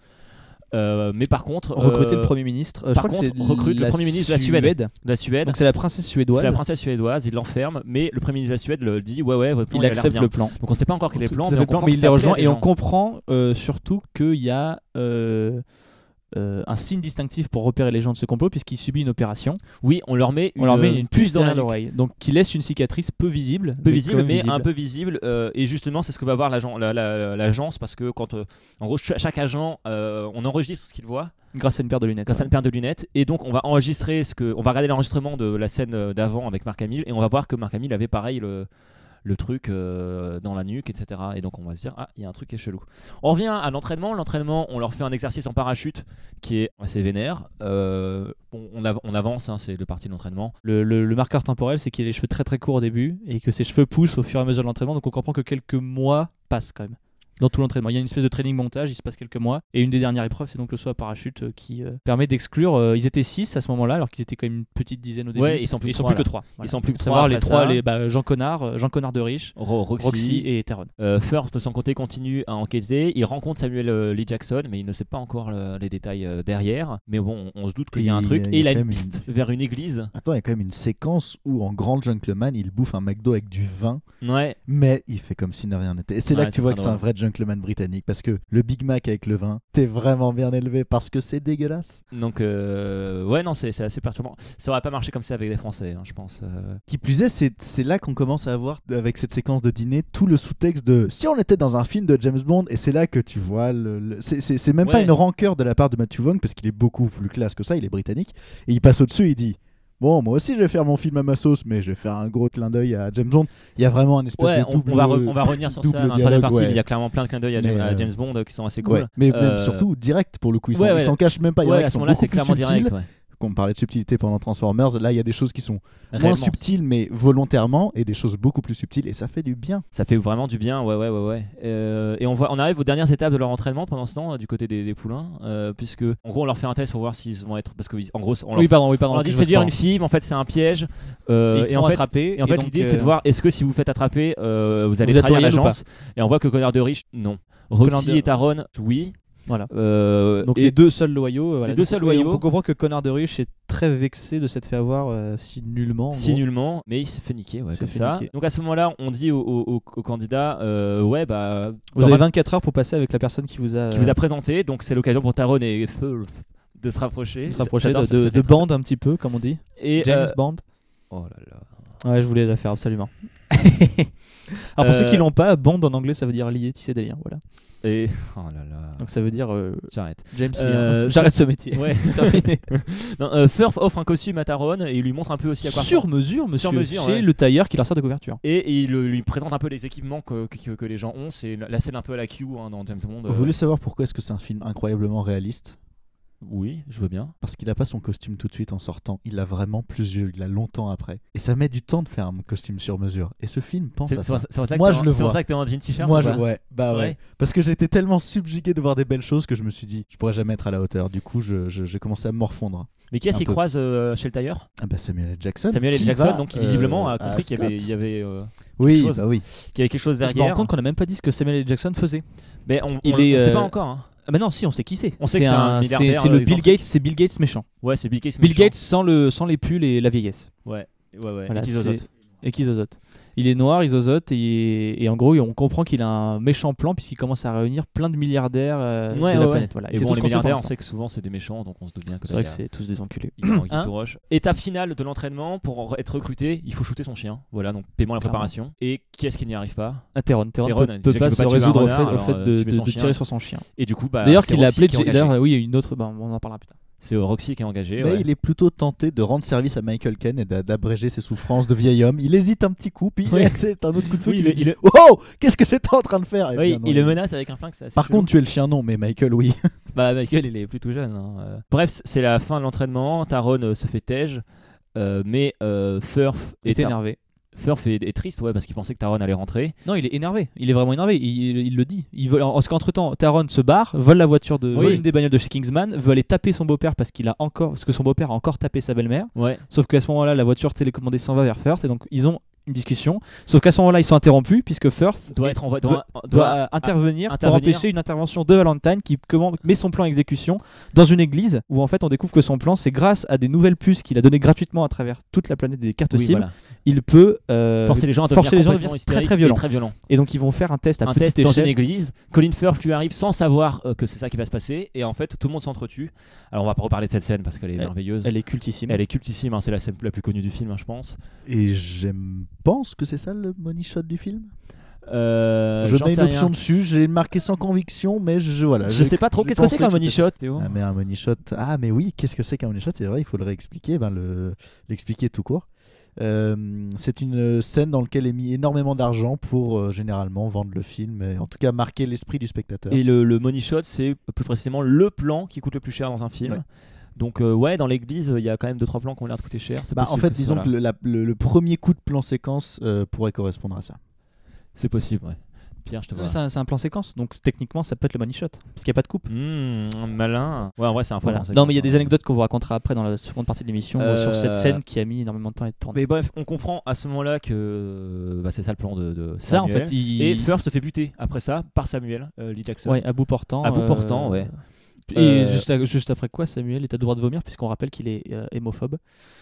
Speaker 2: Euh, mais par contre,
Speaker 4: Recruter
Speaker 2: euh,
Speaker 4: le premier ministre. Euh, je
Speaker 2: par
Speaker 4: crois que
Speaker 2: contre,
Speaker 4: c'est
Speaker 2: recrute le
Speaker 4: la
Speaker 2: Premier ministre de la Suède. la Suède,
Speaker 4: Donc c'est la princesse
Speaker 2: c'est
Speaker 4: suédoise.
Speaker 2: la princesse suédoise, il l'enferme, mais le premier ministre de la Suède le dit Ouais, ouais, votre plan
Speaker 4: il
Speaker 2: il a l'air
Speaker 4: accepte
Speaker 2: bien.
Speaker 4: le plan.
Speaker 2: Donc on sait pas encore quel est le plan,
Speaker 4: Tout
Speaker 2: mais,
Speaker 4: à fait
Speaker 2: on comprend
Speaker 4: mais
Speaker 2: que
Speaker 4: il
Speaker 2: ça plaît
Speaker 4: les rejoint
Speaker 2: à des
Speaker 4: et on
Speaker 2: gens.
Speaker 4: comprend euh, surtout qu'il y a euh, euh, un signe distinctif pour repérer les gens de ce complot puisqu'il subit une opération.
Speaker 2: Oui, on leur met une,
Speaker 4: On leur met une euh, puce dans
Speaker 2: derrière
Speaker 4: l'oreille, donc qui laisse une cicatrice peu visible,
Speaker 2: peu visible,
Speaker 4: quand même
Speaker 2: mais
Speaker 4: visible.
Speaker 2: un peu visible. euh, et justement, c'est ce que va voir l'agent- la- la- l'agence, parce que quand, euh, en gros, ch- chaque agent, euh, on enregistre ce qu'il voit
Speaker 4: grâce à une paire de lunettes.
Speaker 2: grâce à
Speaker 4: ouais.
Speaker 2: une paire de lunettes, et donc on va enregistrer ce que, on va regarder l'enregistrement de la scène euh, d'avant avec Marc Hamill, et on va voir que Marc Hamill avait pareil le le truc euh, dans la nuque, etc. Et donc on va se dire, ah, il y a un truc qui est chelou. On revient à l'entraînement. L'entraînement, on leur fait un exercice en parachute qui est assez vénère. Euh, bon, on, av- on avance, hein, c'est le parti de l'entraînement.
Speaker 4: Le, le- le marqueur temporel, c'est qu'il a les cheveux très très courts au début et que ses cheveux poussent au fur et à mesure de l'entraînement. Donc on comprend que quelques mois passent quand même dans tout l'entraînement. Il y a une espèce de training montage, il se passe quelques mois. Et une des dernières épreuves, c'est donc le saut à parachute euh, qui euh, permet d'exclure. euh, ils étaient 6 à ce moment-là, alors qu'ils étaient quand même une petite dizaine au début.
Speaker 2: Ouais, ils sont plus
Speaker 4: ils
Speaker 2: que
Speaker 4: sont
Speaker 2: trois,
Speaker 4: plus
Speaker 2: là.
Speaker 4: que 3.
Speaker 2: sont plus que trois
Speaker 4: Savoir les
Speaker 2: après
Speaker 4: 3,
Speaker 2: ça.
Speaker 4: les, bah, Jean Connard, euh, Jean Connard de Riche,
Speaker 2: Ro- Roxy,
Speaker 4: Roxy et Taron.
Speaker 2: Euh, Firth, de son côté, continue à enquêter. Il rencontre Samuel euh, Lee Jackson, mais il ne sait pas encore le- les détails euh, derrière. Mais bon, on, on se doute qu'il y a
Speaker 3: Et
Speaker 2: un truc.
Speaker 3: il y a
Speaker 2: Et il a
Speaker 3: quand
Speaker 2: une
Speaker 3: même une-
Speaker 2: piste vers une église.
Speaker 3: Attends, il y a quand même une séquence où, en grand gentleman, il bouffe un McDo avec du vin,
Speaker 2: Ouais,
Speaker 3: mais il fait comme si de rien n'était. Et c'est
Speaker 2: Ouais,
Speaker 3: là que
Speaker 2: c'est
Speaker 3: tu vois
Speaker 2: très
Speaker 3: que c'est un vrai gentleman britannique, parce que le Big Mac avec le vin, t'es vraiment bien élevé, parce que c'est dégueulasse.
Speaker 2: donc euh, ouais, non, c'est c'est assez perturbant. Ça aurait pas marché comme ça avec des Français, hein, je pense. euh.
Speaker 3: Qui plus est, c'est c'est là qu'on commence à avoir, avec cette séquence de dîner, tout le sous-texte de si on était dans un film de James Bond, et c'est là que tu vois, le, le- c'est- c'est c'est même pas
Speaker 2: Ouais.
Speaker 3: une rancœur de la part de Matthew Vaughn, parce qu'il est beaucoup plus classe que ça, il est britannique, et il passe au-dessus, il dit. Bon, moi aussi je vais faire mon film à ma sauce, mais je vais faire un gros clin d'œil à James Bond. Il y a vraiment un espèce
Speaker 2: Ouais,
Speaker 3: de
Speaker 2: on,
Speaker 3: double. euh,
Speaker 2: on va re- on va revenir sur ça
Speaker 3: double
Speaker 2: dans la troisième
Speaker 3: dialogue,
Speaker 2: partie.
Speaker 3: ouais.
Speaker 2: Il y a clairement plein de clins d'œil à, James-
Speaker 3: Mais,
Speaker 2: à
Speaker 3: euh,
Speaker 2: James Bond euh, qui sont assez cool.
Speaker 3: Ouais, mais
Speaker 2: Euh,
Speaker 3: même surtout direct pour le coup, ils s'en
Speaker 2: ouais, ouais.
Speaker 3: ils s'en cachent même pas. Il y en
Speaker 2: ouais,
Speaker 3: a
Speaker 2: à
Speaker 3: qui
Speaker 2: ce
Speaker 3: sont
Speaker 2: moment-là,
Speaker 3: beaucoup
Speaker 2: c'est
Speaker 3: plus
Speaker 2: clairement direct.
Speaker 3: subtils.
Speaker 2: ouais.
Speaker 3: Qu'on parlait de subtilité pendant Transformers, là il y a des choses qui sont moins
Speaker 4: Réellement.
Speaker 3: subtiles mais volontairement et des choses beaucoup plus subtiles et ça fait du bien.
Speaker 2: Ça fait vraiment du bien, ouais, ouais, ouais, ouais. Euh, et on, voit, on arrive aux dernières étapes de leur entraînement pendant ce temps, euh, du côté des, des poulains, euh, puisque en gros on leur fait un test pour voir s'ils vont être. Parce que, en gros, on leur
Speaker 4: Oui, pardon, oui, pardon.
Speaker 2: On leur dit de séduire une fille, mais en fait c'est un piège. Euh,
Speaker 4: Ils
Speaker 2: et, en fait,
Speaker 4: attrapés.
Speaker 2: et en fait, l'idée
Speaker 4: euh,
Speaker 2: c'est de voir est-ce que si vous faites attraper, euh, vous allez
Speaker 4: Vous êtes
Speaker 2: trahir
Speaker 4: loyal ou
Speaker 2: l'agence. Et on voit que Connard de Riche, non.
Speaker 4: Connard
Speaker 2: Roxy
Speaker 4: de-
Speaker 2: et Taron, oui.
Speaker 4: Voilà.
Speaker 2: Euh,
Speaker 4: Donc
Speaker 2: et-
Speaker 4: les deux seuls loyaux. euh, voilà.
Speaker 2: deux
Speaker 4: Donc,
Speaker 2: seuls
Speaker 4: on-
Speaker 2: loyaux.
Speaker 4: On comprend que Connard de Riche est très vexé de s'être fait avoir euh, si nullement. en
Speaker 2: si
Speaker 4: gros.
Speaker 2: nullement, mais il se fait niquer, ouais,
Speaker 4: Il se
Speaker 2: comme
Speaker 4: fait
Speaker 2: ça.
Speaker 4: niquer.
Speaker 2: Donc à ce moment-là, on dit au, au- au- au candidat, euh, ouais, bah,
Speaker 4: Vous
Speaker 2: t'auras-
Speaker 4: avez 24 heures pour passer avec la personne qui vous a,
Speaker 2: qui vous a présenté, donc c'est l'occasion pour Taron et Firth de se rapprocher.
Speaker 4: de se rapprocher de,
Speaker 2: J'adore, ça
Speaker 4: de,
Speaker 2: fait
Speaker 4: de
Speaker 2: très-
Speaker 4: Bond un petit peu, comme on dit.
Speaker 2: Et,
Speaker 4: James
Speaker 2: euh,
Speaker 4: Bond.
Speaker 2: oh là là.
Speaker 4: Ouais, je voulais la faire
Speaker 2: (laughs)
Speaker 4: absolument. Alors pour
Speaker 2: Euh,
Speaker 4: ceux qui l'ont pas, Bond en anglais ça veut dire lié, tisser des liens, voilà.
Speaker 2: Et oh là là.
Speaker 4: Donc ça veut dire euh,
Speaker 2: J'arrête.
Speaker 4: James.
Speaker 2: Euh,
Speaker 4: Lien. (laughs) J'arrête ce métier.
Speaker 2: Ouais,
Speaker 4: c'est (laughs) terminé.
Speaker 2: Non, euh, Firth offre un costume à Taron et il lui montre un peu aussi à quoi ressemble.
Speaker 4: Sur mesure, monsieur.
Speaker 2: Sur mesure,
Speaker 4: chez
Speaker 2: ouais.
Speaker 4: le tailleur qui leur sert de couverture.
Speaker 2: Et il euh, lui présente un peu les équipements que, que, que les gens ont. C'est la la scène un peu à la Q hein, dans James Bond. euh,
Speaker 3: Vous voulez savoir pourquoi est-ce que c'est un film incroyablement réaliste
Speaker 2: Oui, je veux bien.
Speaker 3: Parce qu'il a pas son costume tout de suite en sortant, il l'a vraiment plus vieux, il l'a longtemps après. Et ça met du temps de faire un costume sur mesure. Et ce film pense
Speaker 2: C'est
Speaker 3: à
Speaker 2: c'est pour
Speaker 3: ça.
Speaker 2: ça c'est pour ça que
Speaker 3: Moi,
Speaker 2: t'es
Speaker 3: je
Speaker 2: en-
Speaker 3: le
Speaker 2: C'est pour
Speaker 3: vois.
Speaker 2: ça que t'es en jean t-shirt.
Speaker 3: Moi
Speaker 2: ou
Speaker 3: je
Speaker 2: pas
Speaker 3: ouais, bah ouais.
Speaker 2: Ouais.
Speaker 3: Parce que j'étais tellement subjugué de voir des belles choses que je me suis dit, je pourrais jamais être à la hauteur. Du coup, je- je- j'ai commencé à me morfondre.
Speaker 2: Mais qui est-ce
Speaker 3: Un
Speaker 2: qui
Speaker 3: peu.
Speaker 2: croise euh, chez le tailleur
Speaker 3: Ah bah Samuel L. Jackson.
Speaker 2: Samuel L.
Speaker 3: qui
Speaker 2: Jackson,
Speaker 3: va,
Speaker 2: donc qui visiblement
Speaker 3: euh,
Speaker 2: a
Speaker 3: à
Speaker 2: compris qu'il y avait,
Speaker 3: Scott.
Speaker 2: il y, avait, euh,
Speaker 3: Oui,
Speaker 2: chose.
Speaker 3: bah oui.
Speaker 2: qu'il y avait quelque chose
Speaker 4: Je me
Speaker 2: derrière.
Speaker 4: rends compte qu'on n'a même pas dit ce que Samuel L. Jackson faisait.
Speaker 2: Mais on,
Speaker 4: Il
Speaker 2: on-
Speaker 4: est,
Speaker 2: on sait
Speaker 4: euh,
Speaker 2: pas encore. hein.
Speaker 4: Ah bah non, si, on sait qui c'est.
Speaker 2: On sait que c'est un
Speaker 4: c'est
Speaker 2: milliardaire,
Speaker 4: c'est
Speaker 2: euh,
Speaker 4: le Bill
Speaker 2: excentrique.
Speaker 4: Gates, c'est Bill Gates méchant.
Speaker 2: Ouais, c'est Bill Gates.
Speaker 4: Bill
Speaker 2: méchant.
Speaker 4: Gates sans le sans les pulls et la vieillesse.
Speaker 2: Ouais, ouais, ouais.
Speaker 4: Voilà,
Speaker 2: et qui
Speaker 4: c'est-
Speaker 2: zozote.
Speaker 4: Et qui zozote. Il est noir, il zozote et, et en gros, on comprend qu'il a un méchant plan puisqu'il commence à réunir plein de milliardaires euh,
Speaker 2: Ouais,
Speaker 4: de
Speaker 2: ouais,
Speaker 4: la
Speaker 2: ouais.
Speaker 4: planète. Voilà.
Speaker 2: Et
Speaker 4: c'est
Speaker 2: bon,
Speaker 4: tout
Speaker 2: les
Speaker 4: ce qu'on sait pour
Speaker 2: milliardaires, on
Speaker 4: l'instant.
Speaker 2: sait que souvent hein. c'est des méchants, donc on se doute bien que
Speaker 4: C'est vrai que
Speaker 2: là,
Speaker 4: c'est tous des enculés.
Speaker 2: il y a- il y en a qui
Speaker 4: Hein
Speaker 2: se rushent. Étape finale de l'entraînement, pour re- être recruté, il faut shooter son chien. Voilà, donc paiement à la
Speaker 4: Clairement.
Speaker 2: préparation. Et qui est-ce qui n'y arrive pas
Speaker 4: Ah, Terron, Terron
Speaker 2: Terron,
Speaker 4: peut,
Speaker 2: déjà
Speaker 4: peut
Speaker 2: qu'il
Speaker 4: pas
Speaker 2: peut
Speaker 4: se
Speaker 2: pas tuer un
Speaker 4: résoudre au fait,
Speaker 2: renard,
Speaker 4: au fait
Speaker 2: alors, euh,
Speaker 4: de,
Speaker 2: tuer son
Speaker 4: de
Speaker 2: chien.
Speaker 4: tirer sur son chien.
Speaker 2: Et du coup, bah.
Speaker 4: D'ailleurs,
Speaker 2: c'est
Speaker 4: qu'il a
Speaker 2: Rossi
Speaker 4: appelé.
Speaker 2: qui est engagé.
Speaker 4: D'ailleurs, oui, il y a une autre. bah, on en parlera plus tard.
Speaker 2: C'est euh, Roxy qui est engagé.
Speaker 3: Mais
Speaker 2: ouais.
Speaker 3: il est plutôt tenté de rendre service à Michael Ken et d'a- d'abréger ses souffrances de vieil homme. Il hésite un petit coup, puis
Speaker 2: Oui.
Speaker 3: (laughs) c'est un autre coup de feu
Speaker 2: Oui,
Speaker 3: qui
Speaker 2: il
Speaker 3: lui
Speaker 2: est-
Speaker 3: dit
Speaker 2: il est-
Speaker 3: Wow, qu'est-ce que j'étais en train de faire Eh
Speaker 2: Oui,
Speaker 3: bien, non,
Speaker 2: il le menace avec un flingue. c'est assez
Speaker 3: Par
Speaker 2: chelou.
Speaker 3: contre, tu es le chien, non, mais Michael, oui.
Speaker 2: Bah Michael il est plutôt jeune. hein. Euh, Bref, c'est la fin de l'entraînement. Taron euh, se fait tège, euh, mais euh, Furf
Speaker 4: Il
Speaker 2: est,
Speaker 4: est énervé.
Speaker 2: Furf est, est triste, ouais, parce qu'il pensait que Taron allait rentrer.
Speaker 4: Non, il est énervé. Il est vraiment énervé. Il, il- il le dit. Il veut, alors, parce qu'entre temps, Taron se barre, vole la voiture de,
Speaker 2: Oui.
Speaker 4: vole une des bagnoles de chez Kingsman, veut aller taper son beau-père parce qu'il a encore, parce que son beau-père a encore tapé sa belle-mère.
Speaker 2: Ouais.
Speaker 4: Sauf qu'à ce moment-là, la voiture télécommandée s'en va vers Firth et donc ils ont une discussion. Sauf qu'à ce moment-là, ils sont interrompus puisque Firth
Speaker 2: Doit être envoyé.
Speaker 4: doit-
Speaker 2: Doit,
Speaker 4: doit
Speaker 2: doit-
Speaker 4: euh, intervenir,
Speaker 2: intervenir.
Speaker 4: pour empêcher une intervention de Valentine qui commande, met son plan à exécution dans une église où en fait on découvre que son plan c'est grâce à des nouvelles puces qu'il a données gratuitement à travers toute la planète des cartes
Speaker 2: oui,
Speaker 4: SIM,
Speaker 2: voilà.
Speaker 4: il peut euh,
Speaker 2: forcer les gens à devenir,
Speaker 4: forcer les gens à
Speaker 2: complètement
Speaker 4: devenir
Speaker 2: hystériques
Speaker 4: très, très
Speaker 2: et
Speaker 4: violents.
Speaker 2: Très violents.
Speaker 4: et donc ils vont faire un test à
Speaker 2: un
Speaker 4: petite
Speaker 2: test dans une
Speaker 4: échelle.
Speaker 2: église. Colin Firth lui arrive sans savoir euh, que c'est ça qui va se passer et en fait tout le monde s'entretue. Alors on va pas reparler de cette scène parce qu'elle est
Speaker 4: Elle-
Speaker 2: merveilleuse.
Speaker 4: Elle est cultissime.
Speaker 2: Elle est cultissime, hein, c'est la scène la plus connue du film, hein, je pense.
Speaker 3: (laughs) Et j'aime, pense que c'est ça le money shot du film.
Speaker 2: Euh,
Speaker 3: je
Speaker 2: j'en
Speaker 3: mets
Speaker 2: sais
Speaker 3: une
Speaker 2: rien.
Speaker 3: option dessus, j'ai marqué sans conviction, mais je voilà.
Speaker 2: Je
Speaker 3: j'ai-
Speaker 2: sais pas trop.
Speaker 3: j'ai
Speaker 2: Qu'est-ce que c'est
Speaker 3: pensé
Speaker 2: qu'un money
Speaker 3: c'était-
Speaker 2: shot, Théo
Speaker 3: Ah mais un money shot. Ah mais oui, qu'est-ce que c'est qu'un money shot C'est vrai, il faut le réexpliquer, ben le l'expliquer tout court. Euh, c'est une euh, scène dans laquelle est mis énormément d'argent pour euh, généralement vendre le film et en tout cas marquer l'esprit du spectateur.
Speaker 2: Et le, le money shot, c'est plus précisément le plan qui coûte le plus cher dans un film.
Speaker 3: Ouais.
Speaker 2: Donc euh, ouais, dans l'église, il y a quand même deux trois plans qui ont l'air de coûter cher. c'est
Speaker 3: Bah, en
Speaker 2: possible
Speaker 3: fait,
Speaker 2: que ce
Speaker 3: disons
Speaker 2: soit
Speaker 3: que
Speaker 2: là.
Speaker 3: le, la- le- le premier coup de plan séquence euh, pourrait correspondre à ça.
Speaker 2: c'est possible. ouais. Pierre, je te
Speaker 4: Non,
Speaker 2: vois.
Speaker 4: mais C'est un, c'est un plan séquence, donc c- techniquement ça peut être le money shot parce qu'il n'y a pas de coupe.
Speaker 2: Hmm, malin. Ouais, en vrai, c'est un faux
Speaker 4: Voilà.
Speaker 2: plan, c'est
Speaker 4: Non,
Speaker 2: con,
Speaker 4: mais il y a
Speaker 2: ça.
Speaker 4: des anecdotes qu'on vous racontera après dans la seconde partie de l'émission euh, sur
Speaker 2: Euh,
Speaker 4: cette scène qui a mis énormément de temps à être tournée.
Speaker 2: Mais bref, on comprend à ce moment-là que bah, c'est ça le plan de, de
Speaker 4: Ça, en
Speaker 2: Samuel.
Speaker 4: fait, il...
Speaker 2: Et Firth se fait buter après ça par Samuel euh, Lee Jackson.
Speaker 4: Ouais, à bout portant.
Speaker 2: À bout
Speaker 4: euh,
Speaker 2: portant, ouais.
Speaker 4: Et
Speaker 2: Euh,
Speaker 4: juste, à- juste après quoi, Samuel est à droit de vomir, puisqu'on rappelle qu'il est euh, hémophobe.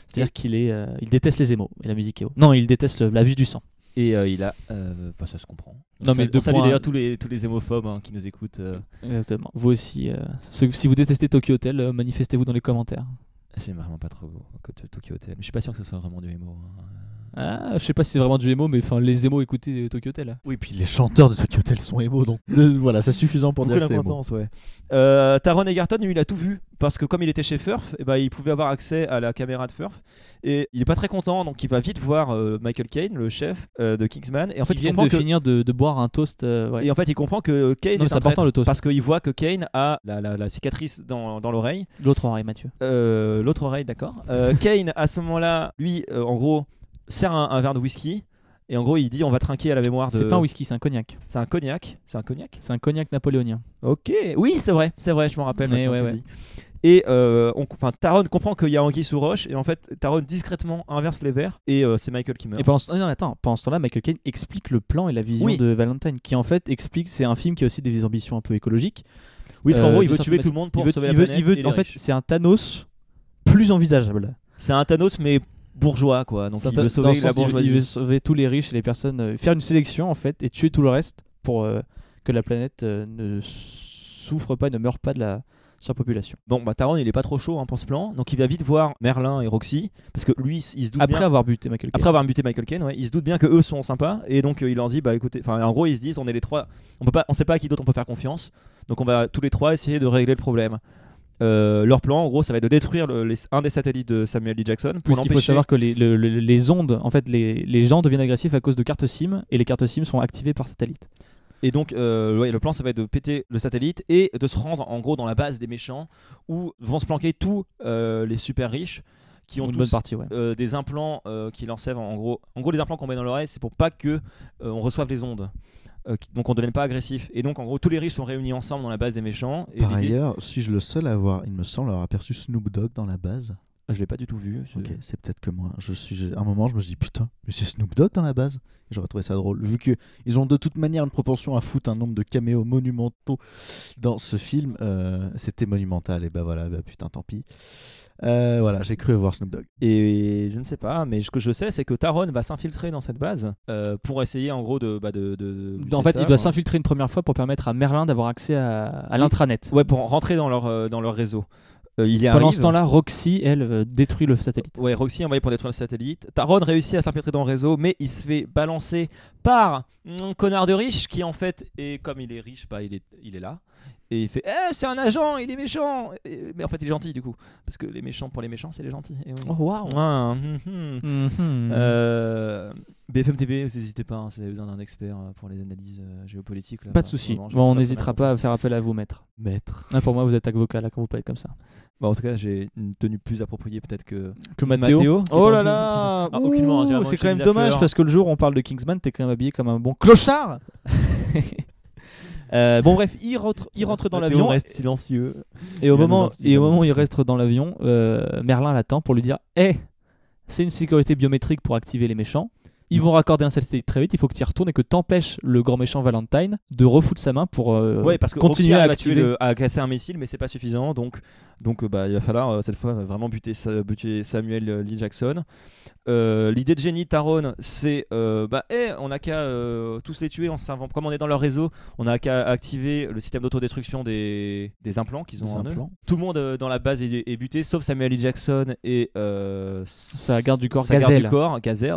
Speaker 4: C'est-à-dire qu'il est, euh, il déteste les hémos et la musique héo. Non, il déteste le- la vue du sang.
Speaker 2: Et euh, il a. euh, Enfin, ça se comprend.
Speaker 4: Non,
Speaker 2: On
Speaker 4: mais
Speaker 2: salue-
Speaker 4: deux
Speaker 2: on salue
Speaker 4: points.
Speaker 2: d'ailleurs tous les, tous les hémophobes hein, qui nous écoutent. euh,
Speaker 4: Exactement. Vous aussi, euh, ceux- si vous détestez Tokyo Hotel, euh, manifestez-vous dans les commentaires.
Speaker 2: (laughs) J'aime vraiment pas trop que to- Tokyo Hotel. Mais Je suis pas sûr que ce soit vraiment du hémo. hein.
Speaker 4: Ah, je sais pas si c'est vraiment du hémo, mais enfin, les hémos écoutez euh, Tokyo Hotel.
Speaker 3: Oui, puis les chanteurs de Tokyo Hotel sont émo, donc euh, voilà, c'est suffisant pour dire que c'est émo.
Speaker 2: ouais. Euh, Taron Egerton, lui, il a tout vu. Parce que comme il était chez Furf, eh ben, il pouvait avoir accès à la caméra de Furf. Et il est pas très content, donc il va vite voir euh, Michael Caine, le chef euh, de Kingsman. Et en fait,
Speaker 4: Ils
Speaker 2: il
Speaker 4: viennent
Speaker 2: comprend
Speaker 4: de
Speaker 2: que.
Speaker 4: finir de, de boire un toast. euh, ouais.
Speaker 2: Et en fait, il comprend que Kane
Speaker 4: Non, mais
Speaker 2: est
Speaker 4: c'est
Speaker 2: un
Speaker 4: important,
Speaker 2: traître
Speaker 4: le toast.
Speaker 2: parce qu'il voit que Kane a la, la- la cicatrice dans, dans l'oreille,
Speaker 4: L'autre oreille, Mathieu.
Speaker 2: Euh, l'autre oreille, d'accord. Euh,
Speaker 4: (laughs)
Speaker 2: Kane, à ce moment-là, lui, euh, en gros, sert un, un verre de whisky et en gros, il dit on va trinquer à la mémoire de.
Speaker 4: C'est pas un whisky, c'est un cognac.
Speaker 2: C'est un cognac. C'est un cognac.
Speaker 4: C'est un cognac napoléonien.
Speaker 2: Ok, oui, c'est vrai, c'est vrai, je m'en rappelle.
Speaker 4: Mais
Speaker 2: maintenant
Speaker 4: Eh ouais,
Speaker 2: que tu le dis. Et euh, on, enfin, Taron comprend qu'il y a Anguille sous roche, et en fait, Taron discrètement inverse les verres, et euh, c'est Michael qui meurt.
Speaker 4: Et pendant ce, non, attends, pendant ce temps-là, Michael Caine explique le plan et la vision
Speaker 2: Oui.
Speaker 4: de Valentine, qui en fait explique, c'est un film qui a aussi des ambitions un peu écologiques.
Speaker 2: oui, parce qu'en
Speaker 4: euh,
Speaker 2: gros, il veut
Speaker 4: bien sûr,
Speaker 2: tuer
Speaker 4: mais
Speaker 2: tout le monde pour
Speaker 4: il veut,
Speaker 2: sauver
Speaker 4: il
Speaker 2: la
Speaker 4: veut-
Speaker 2: planète.
Speaker 4: il veut-
Speaker 2: et les
Speaker 4: en fait,
Speaker 2: riches.
Speaker 4: c'est un Thanos plus envisageable.
Speaker 2: c'est un Thanos, mais bourgeois, quoi. Donc
Speaker 4: C'est un
Speaker 2: il
Speaker 4: Thanos-
Speaker 2: veut
Speaker 4: dans
Speaker 2: sauver
Speaker 4: le sens,
Speaker 2: la
Speaker 4: il veut-
Speaker 2: bourgeoisie.
Speaker 4: Il veut sauver tous les riches et les personnes, euh, faire une sélection en fait et tuer tout le reste pour euh, que la planète euh, ne souffre pas, ne meure pas de la surpopulation.
Speaker 2: Bon, bah, Taron, il est pas trop chaud hein, pour ce plan, donc il va vite voir Merlin et Roxy, parce que lui, il se doute
Speaker 4: Après
Speaker 2: bien.
Speaker 4: avoir buté Michael Caine.
Speaker 2: Après avoir buté Michael Caine, ouais, il se doute bien que eux sont sympas, et donc euh, il leur dit, bah écoutez, enfin, en gros, ils se disent, on est les trois, on peut pas, on sait pas à qui d'autre on peut faire confiance, donc on va tous les trois essayer de régler le problème. Euh, leur plan, en gros, ça va être de détruire le- les- un des satellites de Samuel D. Jackson pour
Speaker 4: Plus qu'il faut
Speaker 2: l'empêcher.
Speaker 4: savoir que les, le- le- les ondes, en fait, les, les gens deviennent agressifs à cause de cartes SIM et les cartes SIM sont activées par satellite.
Speaker 2: Et donc, euh, ouais, le plan, ça va être de péter le satellite et de se rendre, en gros, dans la base des méchants où vont se planquer tous euh, les super riches qui ont
Speaker 4: Une bonne
Speaker 2: tous
Speaker 4: partie, ouais.
Speaker 2: euh, des implants euh, qui leur servent en gros. En gros, les implants qu'on met dans l'oreille, c'est pour pas que euh, on reçoive les ondes. Euh, qui- donc on devienne pas agressif. Et donc en gros, tous les riches sont réunis ensemble dans la base des méchants. Et
Speaker 3: Par
Speaker 2: l'idée-
Speaker 3: ailleurs, suis-je le seul à avoir, il me semble, avoir aperçu Snoop Dogg dans la base
Speaker 2: je l'ai pas du tout vu.
Speaker 3: Ok, c'est peut-être que moi. Je suis, j'ai- à un moment, je me suis dit, putain, mais c'est Snoop Dogg dans la base. Et J'aurais trouvé ça drôle. Vu qu'ils ont de toute manière une propension à foutre un nombre de caméos monumentaux dans ce film, euh, c'était monumental. Et bah voilà, bah putain, tant pis. Euh, voilà, j'ai cru voir Snoop Dogg.
Speaker 2: Et je ne sais pas, mais ce que je sais, c'est que Taron va s'infiltrer dans cette base euh, pour essayer en gros de. bah, de, de- de
Speaker 4: En
Speaker 2: lutter
Speaker 4: fait,
Speaker 2: ça,
Speaker 4: il doit
Speaker 2: quoi.
Speaker 4: s'infiltrer une première fois pour permettre à Merlin d'avoir accès à, à l'intranet.
Speaker 2: Ouais, pour rentrer dans leur, euh, dans leur réseau. Euh, il y
Speaker 4: Pendant
Speaker 2: arrive.
Speaker 4: ce temps-là, Roxy, elle, euh, détruit le satellite.
Speaker 2: Ouais, Roxy est envoyé pour détruire le satellite. Taron réussit à s'infiltrer dans le réseau, mais il se fait balancer par un connard de riche qui, en fait, est comme il est riche, bah, il, est, il est là. Et il fait Eh, c'est un agent, il est méchant Et- Mais en fait, il est gentil du coup. Parce que les méchants, pour les méchants, c'est les gentils. Et oui.
Speaker 4: Oh, waouh
Speaker 2: Ouais, hum, hum.
Speaker 4: Mhm.
Speaker 2: Euh, BFM TV, vous n'hésitez pas, hein, si vous avez besoin d'un expert euh, pour les analyses euh, géopolitiques. là,
Speaker 4: Pas de
Speaker 2: bah,
Speaker 4: souci.
Speaker 2: vraiment, j'ai
Speaker 4: Bon, on
Speaker 2: très, très
Speaker 4: n'hésitera
Speaker 2: mal
Speaker 4: pas à faire appel à vous, maître.
Speaker 2: compris. Maître.
Speaker 4: Ah, pour moi, vous êtes attaque vocale là, quand vous parlez comme ça.
Speaker 2: Bah, en tout cas, j'ai une tenue plus appropriée peut-être que.
Speaker 4: Que
Speaker 2: Matteo.
Speaker 4: Matteo.
Speaker 2: qui est
Speaker 4: Oh
Speaker 2: dans
Speaker 4: là
Speaker 2: le-
Speaker 4: là
Speaker 2: Ah, aucunement,
Speaker 4: Ouh,
Speaker 2: j'ai vraiment
Speaker 4: C'est
Speaker 2: une
Speaker 4: quand même
Speaker 2: chemise à
Speaker 4: dommage
Speaker 2: fleurs.
Speaker 4: parce que le jour où on parle de Kingsman, t'es quand même habillé comme un bon clochard (laughs) Euh, bon bref, il rentre, il rentre dans
Speaker 2: Matteo
Speaker 4: l'avion
Speaker 2: reste silencieux.
Speaker 4: et au
Speaker 2: Il va
Speaker 4: moment
Speaker 2: nous en-
Speaker 4: et
Speaker 2: il
Speaker 4: au
Speaker 2: va
Speaker 4: moment
Speaker 2: nous
Speaker 4: où il reste dans l'avion, euh, Merlin l'attend pour lui dire "Eh, c'est une sécurité biométrique pour activer les méchants. Ils vont raccorder un satellite très vite. Il faut que tu y retournes et que t'empêches le grand méchant Valentine de refoutre sa main pour euh,
Speaker 2: Ouais, parce que Roxy
Speaker 4: continuer à
Speaker 2: arrive tuer
Speaker 4: activer.
Speaker 2: le- à casser un missile, mais c'est pas suffisant. Donc, donc euh, bah, il va falloir euh, cette fois euh, vraiment buter, Sa- buter Samuel euh, Lee Jackson. Euh, L'idée de génie Taron, c'est euh, bah, eh, on a qu'à euh, tous les tuer en se servant. Comme on est dans leur réseau, on a qu'à activer le système d'autodestruction des, des implants qu'ils ont
Speaker 4: Des
Speaker 2: en eux.
Speaker 4: implants.
Speaker 2: Tout le monde euh, dans la base est, est buté, sauf Samuel Lee Jackson et euh,
Speaker 4: Sa garde du corps,
Speaker 2: sa garde
Speaker 4: Gazelle.
Speaker 2: du corps, Gazelle,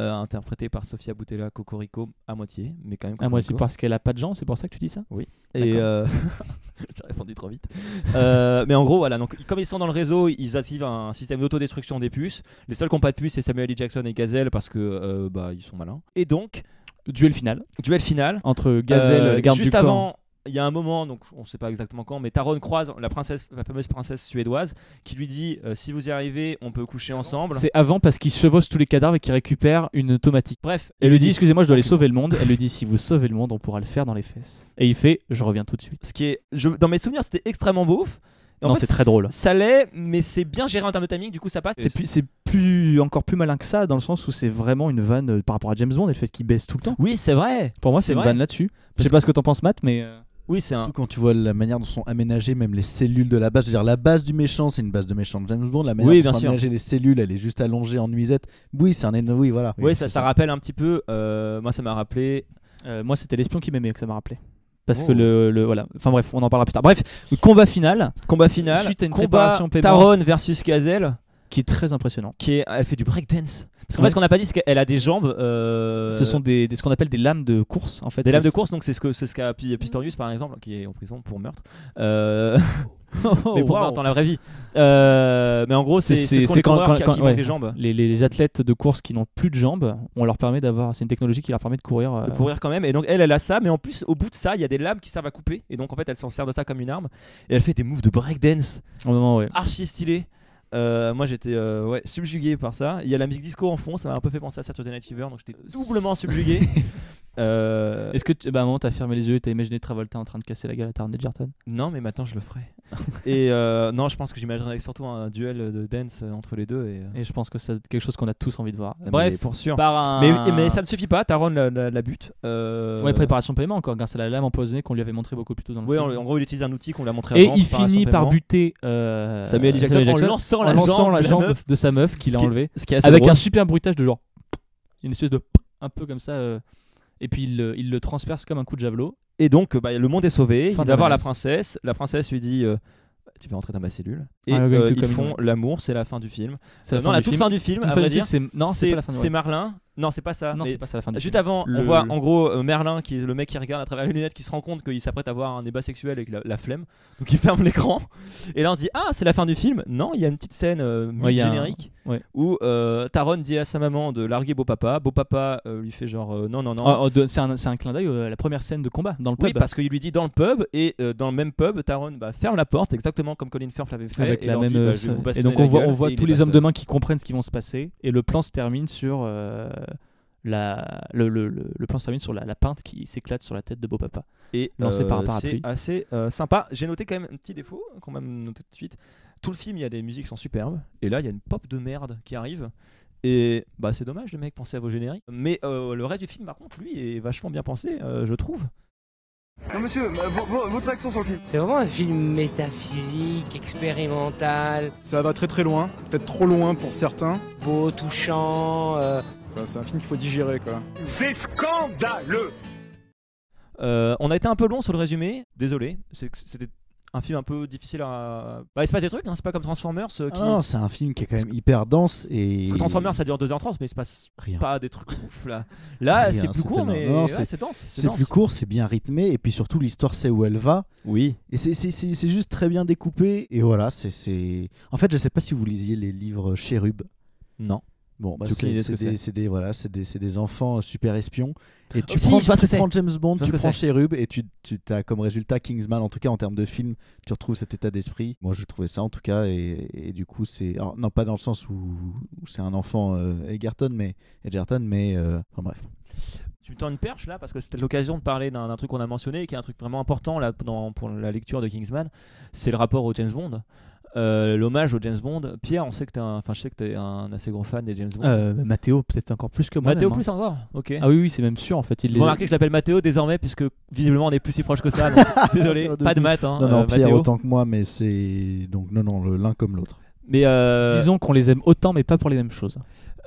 Speaker 2: euh, interprétée par Sofia Boutella Cocorico à moitié, mais quand même.
Speaker 4: Ah moi c'est
Speaker 2: Cocorico.
Speaker 4: parce qu'elle a pas de gens, c'est pour ça que tu dis ça
Speaker 2: Et
Speaker 4: D'accord.
Speaker 2: euh, (laughs) j'ai répondu trop vite. (laughs) Euh, mais en gros, voilà. Donc, comme ils sont dans le réseau, ils activent un système d'autodestruction des puces. Les seuls qui n'ont pas de puces, c'est Samuel L. Jackson et Gazelle parce que euh, bah ils sont malins. Et donc,
Speaker 4: Duel final
Speaker 2: duel final.
Speaker 4: entre Gazelle,
Speaker 2: Euh,
Speaker 4: la garde
Speaker 2: juste
Speaker 4: du corps.
Speaker 2: avant. Il y a un moment, donc on ne sait pas exactement quand, mais Taron croise la princesse, la fameuse princesse suédoise, qui lui dit euh, si vous y arrivez, on peut coucher ensemble.
Speaker 4: C'est avant parce qu'ils chevauchent tous les cadavres et qu'ils récupèrent une automatique.
Speaker 2: Bref,
Speaker 4: Elle lui dit
Speaker 2: dit-
Speaker 4: excusez-moi je dois aller sauver le monde. Elle lui dit si vous sauvez le monde on pourra le faire dans les fesses. Et il fait je reviens tout de suite.
Speaker 2: ce qui est je- dans mes souvenirs c'était extrêmement beauf Et en
Speaker 4: Non,
Speaker 2: fait,
Speaker 4: c'est très drôle.
Speaker 2: ça l'est mais c'est bien géré en termes de timing du coup ça passe
Speaker 4: C'est plus, c'est plus encore plus malin que ça dans le sens où c'est vraiment une vanne euh, par rapport à James Bond et le fait qu'il baisse tout le temps.
Speaker 2: oui c'est vrai
Speaker 4: Pour moi c'est
Speaker 2: C'est
Speaker 4: une
Speaker 2: vrai.
Speaker 4: vanne là-dessus. Je
Speaker 2: Parce
Speaker 4: sais pas ce que t'en penses Matt mais euh,
Speaker 2: oui c'est un
Speaker 3: Surtout quand tu vois la manière dont sont aménagées même les cellules de la base, je veux dire la base du méchant, c'est une base de méchant de James Bond, la manière
Speaker 2: Oui,
Speaker 3: dont
Speaker 2: bien
Speaker 3: sont
Speaker 2: sûr.
Speaker 3: aménagées les cellules, elle est juste allongée en nuisette. Oui, c'est un énorme, oui, voilà.
Speaker 2: oui, ça,
Speaker 3: c'est
Speaker 2: ça rappelle un petit peu. euh, moi, ça m'a rappelé.
Speaker 4: euh, moi c'était l'espion qui m'aimait que ça m'a rappelé. Parce
Speaker 2: Oh.
Speaker 4: que le, le- voilà enfin bref on en parlera plus tard. Bref le combat final
Speaker 2: Combat final.
Speaker 4: Suite à une
Speaker 2: combat
Speaker 4: préparation paiement.
Speaker 2: Taron versus Gazelle.
Speaker 4: qui est très impressionnant.
Speaker 2: Qui est, elle fait du breakdance. Parce qu'en
Speaker 4: Ouais.
Speaker 2: fait, ce qu'on n'a pas dit, c'est qu'elle a des jambes. euh,
Speaker 4: Ce sont des, des- ce qu'on appelle des lames de course en fait.
Speaker 2: des lames de
Speaker 4: C'est-
Speaker 2: course. Donc, c'est ce que c'est ce qu'a Pi- Pistorius, par exemple, qui est en prison pour meurtre. Euh,
Speaker 4: (laughs) Oh,
Speaker 2: mais pour
Speaker 4: wow.
Speaker 2: meurtre dans la vraie vie. Euh, mais en gros, c'est
Speaker 4: C'est-
Speaker 2: c'est ce qu'on
Speaker 4: c'est
Speaker 2: les
Speaker 4: quand-
Speaker 2: coureurs qui,
Speaker 4: quand-
Speaker 2: qui
Speaker 4: quand-
Speaker 2: manquent
Speaker 4: ouais.
Speaker 2: des jambes.
Speaker 4: les, les- les athlètes de course qui n'ont plus de jambes, on leur permet d'avoir. C'est une technologie qui leur permet de courir. euh,
Speaker 2: de courir quand même. Et donc elle, elle a ça, mais en plus au bout de ça, il y a des lames qui servent à couper. Et donc en fait, elle s'en sert de ça comme une arme. Et elle fait des moves de breakdance
Speaker 4: Au moment, ouais.
Speaker 2: archi stylés. Euh, moi j'étais euh, ouais, subjugué par ça. Il y a la musique disco en fond, ça m'a un peu fait penser à Saturday Night Fever, donc j'étais doublement
Speaker 4: (laughs)
Speaker 2: subjugué. Euh,
Speaker 4: Est-ce que tu, bah, à un moment t'as fermé les yeux et t'as imaginé Travolta en train de casser la gueule à Taron Edgerton
Speaker 2: non, mais maintenant je le
Speaker 4: (laughs)
Speaker 2: ferai. et euh, non, je pense que j'imaginerais surtout un duel de dance euh, entre les deux. Et, euh,
Speaker 4: Et je pense que c'est quelque chose qu'on a tous envie de voir.
Speaker 2: Ah, mais
Speaker 4: Bref,
Speaker 2: pour sûr.
Speaker 4: par un.
Speaker 2: Mais, mais ça ne suffit pas, Taron la, la- la bute. Euh,
Speaker 4: Ouais, préparation paiement encore grâce à la lame empoisonnée qu'on lui avait montré beaucoup plus tôt dans le
Speaker 2: ouais, en,
Speaker 4: film.
Speaker 2: en gros, il utilise un outil qu'on lui a montré
Speaker 4: Et
Speaker 2: avant,
Speaker 4: il
Speaker 2: préparation
Speaker 4: finit par
Speaker 2: paiement.
Speaker 4: buter euh,
Speaker 2: Samuel L. Jackson, en lançant
Speaker 4: en
Speaker 2: la
Speaker 4: lançant
Speaker 2: jambe
Speaker 4: la
Speaker 2: de la
Speaker 4: jambe
Speaker 2: meuf.
Speaker 4: de sa meuf qu'il
Speaker 2: Ce
Speaker 4: a
Speaker 2: qui est-
Speaker 4: enlevée
Speaker 2: ce qui est assez
Speaker 4: avec
Speaker 2: drôle.
Speaker 4: un super bruitage de genre une espèce de (laughs) un peu comme ça euh, et puis il, le- il le transperce comme un coup de javelot
Speaker 2: Et donc, euh, bah, le monde est sauvé.
Speaker 4: Fin
Speaker 2: il
Speaker 4: de
Speaker 2: va voir la
Speaker 4: menace.
Speaker 2: princesse. La princesse lui dit euh, Tu vas entrer dans ma cellule. Et
Speaker 4: Ah, le going
Speaker 2: euh,
Speaker 4: to
Speaker 2: ils
Speaker 4: come in,
Speaker 2: font l'amour. C'est la fin du film.
Speaker 4: c'est la
Speaker 2: Euh,
Speaker 4: fin
Speaker 2: non, la
Speaker 4: du
Speaker 2: toute
Speaker 4: film
Speaker 2: fin du film,
Speaker 4: Toute
Speaker 2: à
Speaker 4: fin
Speaker 2: vrai
Speaker 4: du
Speaker 2: dire.
Speaker 4: film, c'est- non c'est pas la fin du
Speaker 2: c'est Merlin. Non, c'est pas ça.
Speaker 4: non
Speaker 2: mais
Speaker 4: c'est pas ça la fin du
Speaker 2: Juste
Speaker 4: film.
Speaker 2: avant,
Speaker 4: Le-
Speaker 2: on voit
Speaker 4: le-
Speaker 2: en gros euh, Merlin, qui est le mec qui regarde à travers les lunettes, qui se rend compte qu'il s'apprête à avoir un débat sexuel avec la, la flemme, donc il ferme l'écran. Et là on dit ah c'est la fin du film. Non, il y a une petite scène euh,
Speaker 4: Ouais, il y a un-
Speaker 2: générique
Speaker 4: ouais.
Speaker 2: où euh, Taron dit à sa maman de larguer beau papa. Beau papa euh, lui fait genre euh, non non non.
Speaker 4: Oh, oh, de- c'est un, c'est un clin d'œil euh, à la première scène de combat dans le pub
Speaker 2: Oui, parce qu'il lui dit dans le pub, et euh, dans le même pub, Taron bah, ferme la porte, exactement comme Colin Firth l'avait fait.
Speaker 4: avec
Speaker 2: et
Speaker 4: la
Speaker 2: leur
Speaker 4: même
Speaker 2: dit, bah,
Speaker 4: euh,
Speaker 2: je vais vous
Speaker 4: et
Speaker 2: bastonner
Speaker 4: donc
Speaker 2: la
Speaker 4: on voit
Speaker 2: gueule,
Speaker 4: on voit
Speaker 2: et
Speaker 4: tous
Speaker 2: il
Speaker 4: les hommes de
Speaker 2: bastonne.
Speaker 4: main qui comprennent ce qui vont se passer et le plan se termine sur euh, la le, le, le- le plan se termine sur la, la peinte qui s'éclate sur la tête de beau papa
Speaker 2: Et
Speaker 4: lancés par un parapluie.
Speaker 2: c'est assez euh, sympa. J'ai noté quand même un petit défaut, quand même noté tout de suite. Tout le film, il y a des musiques qui sont superbes, et là, il y a une pop de merde qui arrive. Et bah c'est dommage, les mecs, pensez à vos génériques. Mais euh, le reste du film, par contre, lui, est vachement bien pensé, euh, je trouve.
Speaker 7: euh,
Speaker 9: C'est vraiment un film métaphysique, expérimental,
Speaker 8: Ça va très très loin, peut-être trop loin pour certains.
Speaker 9: beau, touchant. euh,
Speaker 8: Enfin, Bah, c'est un film qu'il faut digérer quoi.
Speaker 7: C'est scandaleux
Speaker 2: Euh, on a été un peu long sur le résumé, désolé. C'est- C'était un film un peu difficile à. Bah, il se passe des trucs, hein, c'est pas comme Transformers euh, qui.
Speaker 3: Ah non, c'est un film qui est quand même hyper dense et.
Speaker 2: Parce que Transformers ça dure 2h30, mais il se passe
Speaker 3: Rien.
Speaker 2: pas des trucs ouf là. Là,
Speaker 3: Rien,
Speaker 2: c'est plus
Speaker 3: c'est
Speaker 2: court,
Speaker 3: tellement-
Speaker 2: mais
Speaker 3: non,
Speaker 2: ouais,
Speaker 3: c'est-
Speaker 2: c'est dense.
Speaker 3: C'est plus court, c'est bien rythmé, et puis surtout l'histoire sait où elle va.
Speaker 2: Oui.
Speaker 3: Et c'est- c'est c'est- c'est juste très bien découpé, et voilà, c'est- c'est. En fait, je sais pas si vous lisiez les livres Chérub.
Speaker 2: Non.
Speaker 3: Bon, bah,
Speaker 2: J'ai aucune
Speaker 3: c'est
Speaker 2: idée de
Speaker 3: c'est
Speaker 2: ce que
Speaker 3: des, c'est des- voilà, c'est des, c'est des enfants euh, super espions. Et tu
Speaker 2: Oh, si,
Speaker 3: prends,
Speaker 2: je vois ce
Speaker 3: tu
Speaker 2: que c'est.
Speaker 3: prends James Bond,
Speaker 2: Je vois ce
Speaker 3: tu
Speaker 2: que
Speaker 3: prends
Speaker 2: c'est.
Speaker 3: Cherub, et tu, tu as comme résultat Kingsman, en tout cas en termes de film, tu retrouves cet état d'esprit. Moi, je trouvais ça en tout cas, et, et du coup, c'est. alors, Non, pas dans le sens où, où c'est un enfant euh, Egerton, mais. Edgerton, mais. euh, Enfin bref.
Speaker 2: Tu me tends une perche là parce que c'était l'occasion de parler d'un d'un truc qu'on a mentionné et qui est un truc vraiment important là dans- pour la lecture de Kingsman, c'est le rapport au James Bond, Euh, l'hommage au James Bond. Pierre, on sait que t'es un, enfin je sais que t'es un assez gros fan des James Bond.
Speaker 4: Euh, Mathéo, peut-être encore plus que moi.
Speaker 2: Mathéo
Speaker 4: même,
Speaker 2: plus encore, ok.
Speaker 4: hein. Ah oui, oui, c'est même sûr en fait. Il
Speaker 2: Vous
Speaker 4: les-
Speaker 2: remarquez que je l'appelle Mathéo désormais puisque visiblement on est plus si proche que
Speaker 3: (laughs)
Speaker 2: ça. donc, désolé,
Speaker 3: C'est
Speaker 2: pas de maths. Hein,
Speaker 3: Non, non,
Speaker 2: euh,
Speaker 3: Pierre
Speaker 2: Mathéo.
Speaker 3: autant que moi, mais c'est. Donc, non, non, le- l'un comme l'autre.
Speaker 2: Mais euh,
Speaker 4: Disons qu'on les aime autant, mais pas pour les mêmes choses.